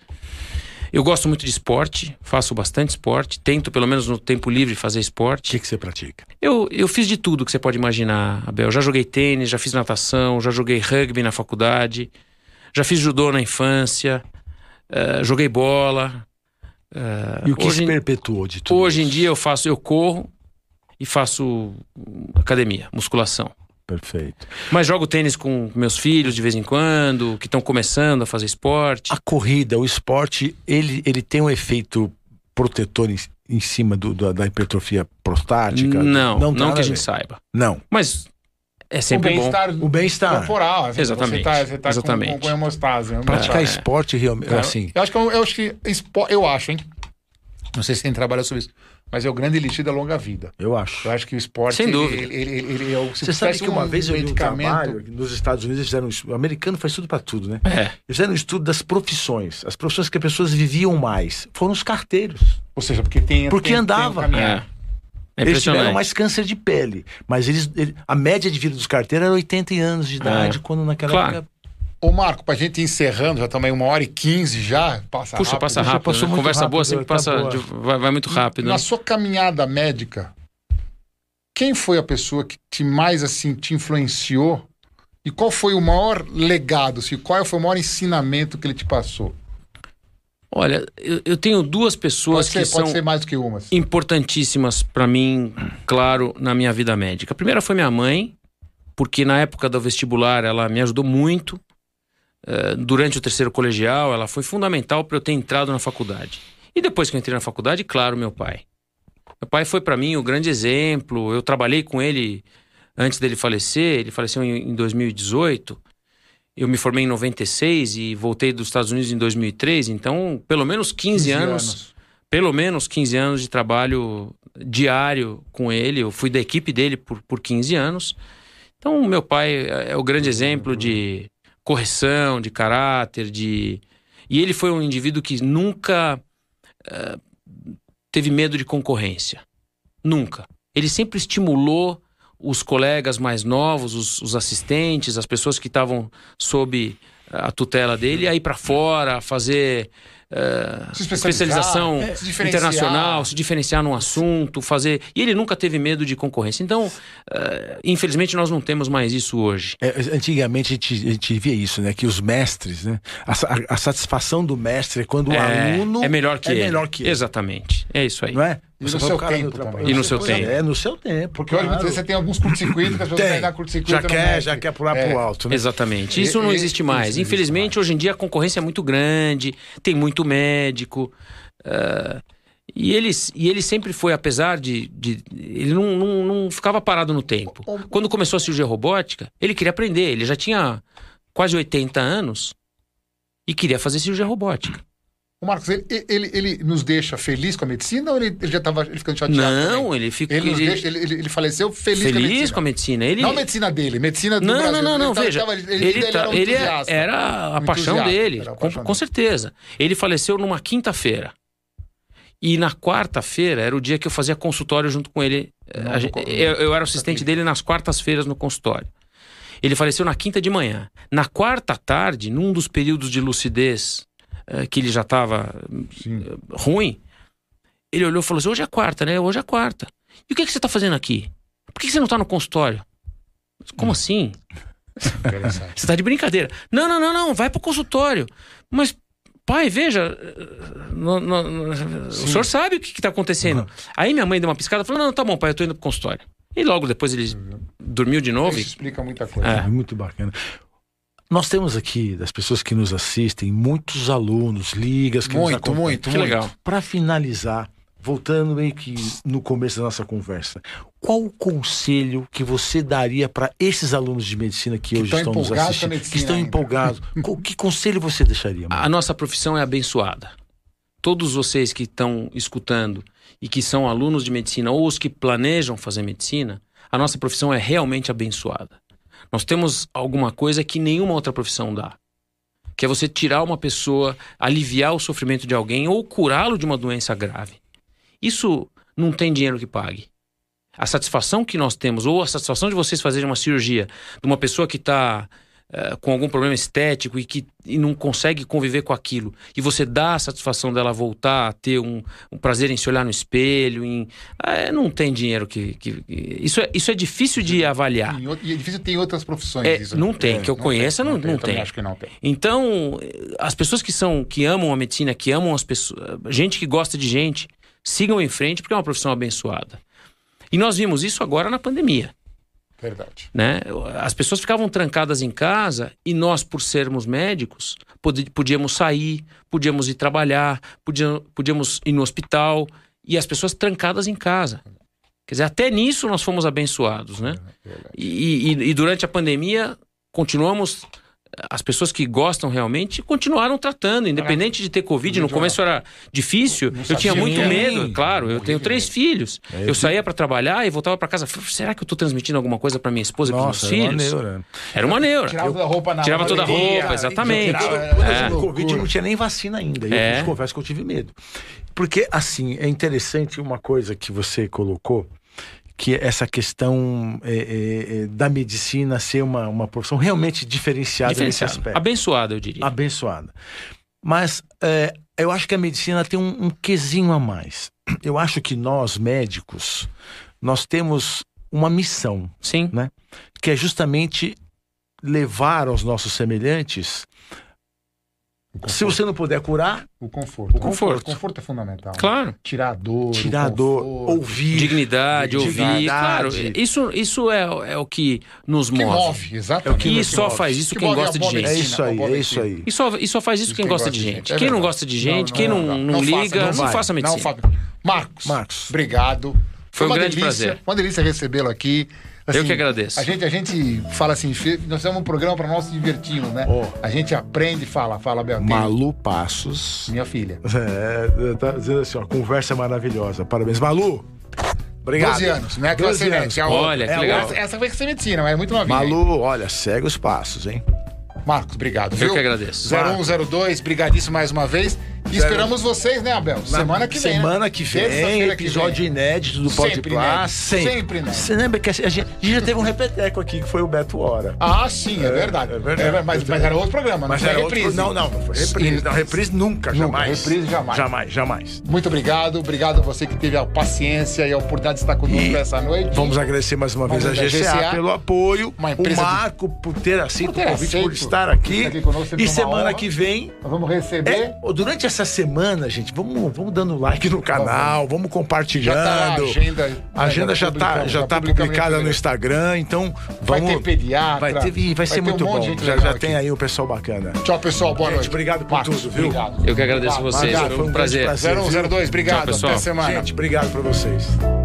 Speaker 3: Eu gosto muito de esporte, faço bastante esporte, tento, pelo menos no tempo livre, fazer
Speaker 2: O
Speaker 3: esporte.
Speaker 2: que, que você pratica?
Speaker 3: Eu, eu fiz de tudo que você pode imaginar, Abel. Já joguei tênis, já fiz natação, já joguei rugby na faculdade, já fiz judô na infância, eh, joguei bola. eh,
Speaker 2: E o que
Speaker 3: hoje
Speaker 2: se
Speaker 3: em-
Speaker 2: perpetuou de tudo?
Speaker 3: Hoje em
Speaker 2: isso?
Speaker 3: dia eu faço, eu corro e faço hum, academia, musculação.
Speaker 2: Perfeito.
Speaker 3: Mas jogo tênis com meus filhos de vez em quando, que estão começando a fazer esporte.
Speaker 2: A corrida, o esporte, ele, ele tem um efeito protetor em, em cima do, da, da hipertrofia prostática?
Speaker 3: não, não,
Speaker 2: tem nada
Speaker 3: que a
Speaker 2: ver.
Speaker 3: gente saiba.
Speaker 2: Não.
Speaker 3: Mas é sempre
Speaker 1: o
Speaker 3: bom.
Speaker 1: Um bem-estar
Speaker 2: O bem-estar.
Speaker 1: corporal. assim,
Speaker 3: Exatamente.
Speaker 1: Você tá, você tá
Speaker 3: Exatamente.
Speaker 1: com, com hemostasia. né?
Speaker 2: Praticar
Speaker 3: É.
Speaker 2: esporte realmente.
Speaker 1: Cara,
Speaker 2: assim.
Speaker 1: Eu acho que, é um- eu, acho que espo- eu acho, hein? Não sei se tem trabalho sobre isso, mas é o grande elixir da longa vida.
Speaker 2: Eu acho.
Speaker 1: Eu acho que o esporte.
Speaker 3: Sem dúvida.
Speaker 1: Ele, ele, ele- ele é o, se
Speaker 2: Você sabe
Speaker 1: tivesse
Speaker 2: que uma
Speaker 1: um
Speaker 2: vez eu li um
Speaker 1: medicamento-
Speaker 2: trabalho nos Estados Unidos, eles fizeram um estudo, o americano faz tudo pra tudo, né?
Speaker 3: É.
Speaker 2: Eles fizeram um estudo das profissões, as profissões que as pessoas viviam mais, foram os carteiros.
Speaker 1: Ou seja, porque tem.
Speaker 2: Porque
Speaker 1: tem- tem um
Speaker 2: andava.
Speaker 1: caminhar.
Speaker 3: É. É
Speaker 2: Eles tiveram
Speaker 3: impressionante.
Speaker 2: mais câncer de pele, mas eles, ele- a média de vida dos carteiros era 80 anos de idade, quando naquela
Speaker 3: Claro.
Speaker 2: época
Speaker 1: Ô, Marco, pra gente ir encerrando, já também uma hora e quinze já. Passa
Speaker 3: Puxa,
Speaker 1: rápido.
Speaker 3: passa
Speaker 2: já
Speaker 3: rápido.
Speaker 2: passou
Speaker 3: né?
Speaker 2: muito
Speaker 3: Conversa boa
Speaker 2: rápido,
Speaker 3: sempre
Speaker 2: tá
Speaker 3: passa.
Speaker 2: boa.
Speaker 3: de- vai, vai muito rápido.
Speaker 1: Na
Speaker 3: né?
Speaker 1: sua caminhada médica, quem foi a pessoa que te mais assim te influenciou? E qual foi o maior legado? Assim, qual foi o maior ensinamento que ele te passou?
Speaker 3: Olha, eu, eu tenho duas pessoas
Speaker 1: Pode ser,
Speaker 3: que
Speaker 1: pode
Speaker 3: são
Speaker 1: ser mais do que uma. assim.
Speaker 3: importantíssimas para mim, claro, na minha vida médica. A primeira foi minha mãe, porque na época do vestibular ela me ajudou muito. Eh, durante o terceiro colegial, ela foi fundamental para eu ter entrado na faculdade. E depois que eu entrei na faculdade, claro, meu pai. Meu pai foi para mim o grande exemplo. Eu trabalhei com ele antes dele falecer. Ele faleceu em em 2018. Eu me formei em 96 e voltei dos Estados Unidos em 2003. Então, pelo menos 15, anos pelo menos 15 anos de trabalho diário com ele. Eu fui da equipe dele por, por 15 anos. Então, meu pai é é o grande exemplo de correção, de caráter, de... E ele foi um indivíduo que nunca eh, teve medo de concorrência. Nunca. Ele sempre estimulou os colegas mais novos, os, os assistentes, as pessoas que estavam sob a tutela dele, a ir para fora, a fazer eh,
Speaker 1: Se especializar,
Speaker 3: especialização
Speaker 1: é, se diferenciar.
Speaker 3: internacional, se diferenciar num assunto, fazer. E ele nunca teve medo de concorrência. Então, eh, infelizmente, nós não temos mais isso hoje.
Speaker 2: É, antigamente a gente, a gente via isso, né? Que os mestres, né? A, sa- a satisfação do mestre é quando o
Speaker 3: é,
Speaker 2: aluno
Speaker 3: é melhor que
Speaker 2: é
Speaker 3: ele.
Speaker 2: melhor que ele.
Speaker 3: Exatamente. É isso aí.
Speaker 2: Não é?
Speaker 1: E no
Speaker 2: fala,
Speaker 1: seu
Speaker 2: cara,
Speaker 1: tempo
Speaker 2: meu trabalho-
Speaker 1: também.
Speaker 3: E no seu
Speaker 2: Pois é,
Speaker 3: tempo.
Speaker 2: É, no seu tempo.
Speaker 1: Porque hoje muitas
Speaker 2: claro.
Speaker 1: vezes você tem alguns curto-circuitos que as pessoas
Speaker 2: Tem.
Speaker 1: querem dar curto-circuito.
Speaker 2: já
Speaker 1: no
Speaker 2: quer,
Speaker 1: médico.
Speaker 2: já quer pular
Speaker 1: É.
Speaker 2: pro alto, né?
Speaker 3: Exatamente.
Speaker 1: E-
Speaker 3: Isso não
Speaker 1: e-
Speaker 3: existe
Speaker 1: isso
Speaker 3: mais.
Speaker 1: não existe
Speaker 3: Infelizmente, hoje em dia a concorrência é muito grande, tem muito médico. ah, e, ele, e ele sempre foi, apesar de. de- ele não, não- não ficava parado no tempo.
Speaker 1: Ô, ô.
Speaker 3: Quando começou a cirurgia robótica, ele queria aprender. Ele já tinha quase 80 anos e queria fazer cirurgia robótica.
Speaker 1: O Marcos, ele, ele, ele nos deixa feliz com a medicina ou ele, ele já estava ficando chateado? também?
Speaker 3: Não, ele ficou.
Speaker 1: Ele, nos
Speaker 3: ele-
Speaker 1: deixa- ele, ele- ele faleceu feliz,
Speaker 3: feliz,
Speaker 1: com a medicina.
Speaker 3: com a medicina. Ele,
Speaker 1: Não a medicina dele, medicina do
Speaker 3: Não,
Speaker 1: Brasil.
Speaker 3: não, não, não,
Speaker 1: Ele tava-
Speaker 3: veja.
Speaker 1: tava- ele,
Speaker 3: Ele,
Speaker 1: ele
Speaker 3: tá-
Speaker 1: era um
Speaker 3: ele
Speaker 1: entusiasta.
Speaker 3: era a
Speaker 1: Um
Speaker 3: paixão
Speaker 1: entusiasta,
Speaker 3: dele,
Speaker 1: era a
Speaker 3: com,
Speaker 1: paixão
Speaker 3: com
Speaker 1: dele.
Speaker 3: certeza. Ele faleceu numa quinta-feira. E na quarta-feira era o dia que eu fazia consultório junto com ele.
Speaker 1: Não,
Speaker 3: A gen-
Speaker 1: não, não.
Speaker 3: eu, eu era assistente dele nas quartas-feiras no consultório. Ele faleceu na quinta de manhã. Na quarta tarde, num dos períodos de lucidez eh, que ele já estava
Speaker 1: Sim.
Speaker 3: ruim, ele olhou e falou assim: hoje é quarta, né? Hoje é quarta. E o que, que você está fazendo aqui? Por que, que você não está no consultório? Como
Speaker 1: Hum.
Speaker 3: assim?
Speaker 1: Interessante.
Speaker 3: Você tá de brincadeira. Não, não, não, não, vai pro consultório. Mas, pai, veja, uh, no- no- no- o senhor sabe o que, que tá acontecendo. Aí minha mãe deu uma piscada e falou: não, tá bom, pai, eu tô indo pro consultório. E logo depois ele dormiu de novo.
Speaker 1: Isso
Speaker 3: e-
Speaker 1: explica muita coisa.
Speaker 3: É.
Speaker 2: É muito bacana. Nós temos aqui, das pessoas que nos assistem, muitos alunos, ligas que nos
Speaker 1: Muito,
Speaker 2: acompanham.
Speaker 1: muito,
Speaker 3: Que
Speaker 1: muito.
Speaker 3: legal.
Speaker 2: Para finalizar, voltando meio que no começo da nossa conversa, qual o conselho que você daria para esses alunos de medicina que, hoje estão nos assistindo, que estão
Speaker 1: ainda.
Speaker 2: empolgados? Qual- que conselho você deixaria? Mauro?
Speaker 3: A nossa profissão é abençoada. Todos vocês que estão escutando e que são alunos de medicina ou os que planejam fazer medicina, a nossa profissão é realmente abençoada. Nós temos alguma coisa que nenhuma outra profissão dá. Que é você tirar uma pessoa, aliviar o sofrimento de alguém ou curá-lo de uma doença grave. Isso não tem dinheiro que pague. A satisfação que nós temos, ou a satisfação de vocês fazerem uma cirurgia de uma pessoa que está eh, com algum problema estético e que e não consegue conviver com aquilo, e você dá a satisfação dela voltar a ter um, um prazer em se olhar no espelho, em, ah, é, não tem dinheiro que. que- que- isso, é, isso é difícil de avaliar.
Speaker 1: Em outro- E é difícil tem outras profissões.
Speaker 3: É,
Speaker 1: isso.
Speaker 3: não tem,
Speaker 1: É,
Speaker 3: que eu conheça, não- não
Speaker 1: Eu também
Speaker 3: tem.
Speaker 1: acho que não tem.
Speaker 3: Então, eh, as pessoas que são que amam a medicina, que amam as pessoas, gente que gosta de gente, sigam em frente porque é uma profissão abençoada. E nós vimos isso agora na pandemia
Speaker 1: Verdade.
Speaker 3: né? As pessoas ficavam trancadas em casa e nós, por sermos médicos, podi- podíamos sair, podíamos ir trabalhar, podia- podíamos ir no hospital e as pessoas trancadas em casa. Quer dizer, até nisso nós fomos abençoados, né?
Speaker 1: É,
Speaker 3: E, e- e durante a pandemia continuamos as pessoas que gostam realmente continuaram tratando, independente de ter Covid. No começo era difícil, eu tinha
Speaker 1: sabia
Speaker 3: muito
Speaker 1: nem.
Speaker 3: medo, claro. Eu
Speaker 1: Morria
Speaker 3: tenho
Speaker 1: de
Speaker 3: três filhos.
Speaker 2: É, eu
Speaker 3: Eu saía para trabalhar e voltava para casa. Será que eu tô transmitindo alguma coisa para minha esposa e para meus
Speaker 2: era é uma
Speaker 3: filhos?
Speaker 2: neura.
Speaker 3: Era uma neura.
Speaker 1: Tirava toda a roupa na
Speaker 3: Tirava
Speaker 1: hora,
Speaker 3: toda a
Speaker 1: ia,
Speaker 3: roupa,
Speaker 1: ia,
Speaker 3: exatamente.
Speaker 1: ia,
Speaker 2: Quando
Speaker 1: ia,
Speaker 2: eu
Speaker 1: ia,
Speaker 2: tive
Speaker 1: É. loucura.
Speaker 2: assim, Covid não tinha nem vacina ainda. E
Speaker 3: É.
Speaker 2: eu te confesso que eu tive medo. Porque, assim, é interessante uma coisa que você colocou, que é essa questão é, é, é, da medicina ser uma, uma profissão realmente diferenciada, nesse
Speaker 3: Diferenciado.
Speaker 2: aspecto.
Speaker 3: Abençoado, eu diria.
Speaker 2: abençoada. Mas é, eu acho que a medicina tem um, um quesinho a mais. Eu acho que nós, médicos, nós temos uma missão,
Speaker 3: Sim.
Speaker 2: que é justamente levar aos nossos semelhantes,
Speaker 1: O conforto,
Speaker 2: se você não puder curar,
Speaker 1: o conforto.
Speaker 3: O conforto.
Speaker 1: O conforto é fundamental.
Speaker 3: Claro.
Speaker 1: Tirar a dor.
Speaker 2: tirar a
Speaker 1: o
Speaker 2: dor,
Speaker 1: conforto.
Speaker 2: ouvir.
Speaker 3: Dignidade, ouvir. Claro,
Speaker 2: Dignidade.
Speaker 3: isso, isso é, é o que nos
Speaker 1: Que
Speaker 3: move.
Speaker 1: move, exatamente.
Speaker 3: que E só move. faz isso
Speaker 1: Que
Speaker 3: quem
Speaker 1: move a
Speaker 3: gosta de
Speaker 1: boa
Speaker 3: gente.
Speaker 2: É
Speaker 1: medicina,
Speaker 2: isso aí,
Speaker 1: a boa
Speaker 2: é isso
Speaker 1: medicina.
Speaker 2: aí.
Speaker 3: E só, e só faz isso quem, gosta de gente.
Speaker 1: é
Speaker 3: quem não
Speaker 1: verdade.
Speaker 3: gosta de gente, quem não, não,
Speaker 1: não faça,
Speaker 3: liga, não,
Speaker 1: vai.
Speaker 3: faça medicina.
Speaker 1: faça. Marcos,
Speaker 2: Marcos.
Speaker 1: obrigado.
Speaker 3: Foi um
Speaker 1: uma
Speaker 3: grande
Speaker 1: delícia,
Speaker 3: prazer.
Speaker 1: Uma delícia recebê-lo aqui. Assim,
Speaker 3: Eu que agradeço.
Speaker 1: A gente, a gente fala assim, fe- nós temos um programa para nós nos divertirmos, né?
Speaker 2: Ó.
Speaker 1: A gente aprende e fala, fala, Beatriz.
Speaker 2: Malu Passos.
Speaker 1: Minha filha.
Speaker 2: É, tá dizendo assim, ó, conversa maravilhosa. Parabéns, Malu. Obrigado.
Speaker 1: 12 anos, não é aquela
Speaker 2: 12 anos.
Speaker 1: semente. É a outra.
Speaker 3: Olha, que
Speaker 1: É a
Speaker 3: legal.
Speaker 1: outra. Essa foi que você medicina, mas é muito novinha.
Speaker 2: Malu, olha, segue os passos, hein?
Speaker 1: hein? Marcos, obrigado.
Speaker 3: Eu
Speaker 1: viu?
Speaker 3: que agradeço.
Speaker 1: 0102, brigadíssimo mais uma vez. E esperamos vocês, né, Abel? semana que vem. né?
Speaker 2: Semana que vem,
Speaker 1: Terça-feira que
Speaker 2: episódio
Speaker 1: vem.
Speaker 2: inédito do Pode
Speaker 1: Sempre
Speaker 2: Plá.
Speaker 1: inédito. Sempre inédito.
Speaker 2: Você lembra que a gente, a gente já teve um repeteco aqui, que foi o Beto Hora.
Speaker 1: Ah, sim, é, verdade.
Speaker 2: é verdade.
Speaker 1: É, mas, mas era outro programa, não foi
Speaker 2: outro-
Speaker 1: reprise.
Speaker 2: Não, não, não foi reprise. Não, reprise nunca, jamais.
Speaker 1: reprise jamais.
Speaker 2: Jamais, jamais.
Speaker 1: Muito obrigado, obrigado a você que teve a paciência e a oportunidade de estar conosco
Speaker 2: E
Speaker 1: essa noite.
Speaker 2: Vamos agradecer mais uma vez
Speaker 1: Vamos
Speaker 2: a
Speaker 1: à
Speaker 2: GCA,
Speaker 1: GCA,
Speaker 2: pelo apoio,
Speaker 1: uma
Speaker 2: o
Speaker 1: empresa de-
Speaker 2: Marco por ter aceito
Speaker 1: Por ter
Speaker 2: o convite, por
Speaker 1: aceito
Speaker 2: estar aqui.
Speaker 1: estar aqui conosco, sempre
Speaker 2: e
Speaker 1: uma
Speaker 2: semana
Speaker 1: honra.
Speaker 2: que vem
Speaker 1: Nós vamos receber.
Speaker 2: É, ô, durante essa semana, gente, vamos, vamos dando like no canal, vamos compartilhando.
Speaker 1: Já tá a agenda-
Speaker 2: A agenda já está
Speaker 1: publicamos,
Speaker 2: já
Speaker 1: já
Speaker 2: tá
Speaker 1: publicamos
Speaker 2: publicada
Speaker 1: no
Speaker 2: no Instagram, então
Speaker 1: Vai
Speaker 2: vamos.
Speaker 1: ter pediatra,
Speaker 2: Vai, ter, ih, vai,
Speaker 1: vai
Speaker 2: ser
Speaker 1: ter um
Speaker 2: muito
Speaker 1: monte de
Speaker 2: bom.
Speaker 1: gente
Speaker 2: Já,
Speaker 1: legal
Speaker 2: já
Speaker 1: aqui.
Speaker 2: tem aí o pessoal bacana.
Speaker 1: Tchau, pessoal. Boa
Speaker 2: Gente,
Speaker 1: noite.
Speaker 2: obrigado por tudo, viu?
Speaker 1: Obrigado.
Speaker 3: Eu que agradeço a vocês.
Speaker 2: Obrigado,
Speaker 3: Foi
Speaker 2: foi um
Speaker 3: um
Speaker 2: grande
Speaker 3: prazer.
Speaker 2: prazer.
Speaker 1: 0102, obrigado.
Speaker 3: pessoal.
Speaker 1: Até semana.
Speaker 2: Gente, obrigado pra vocês.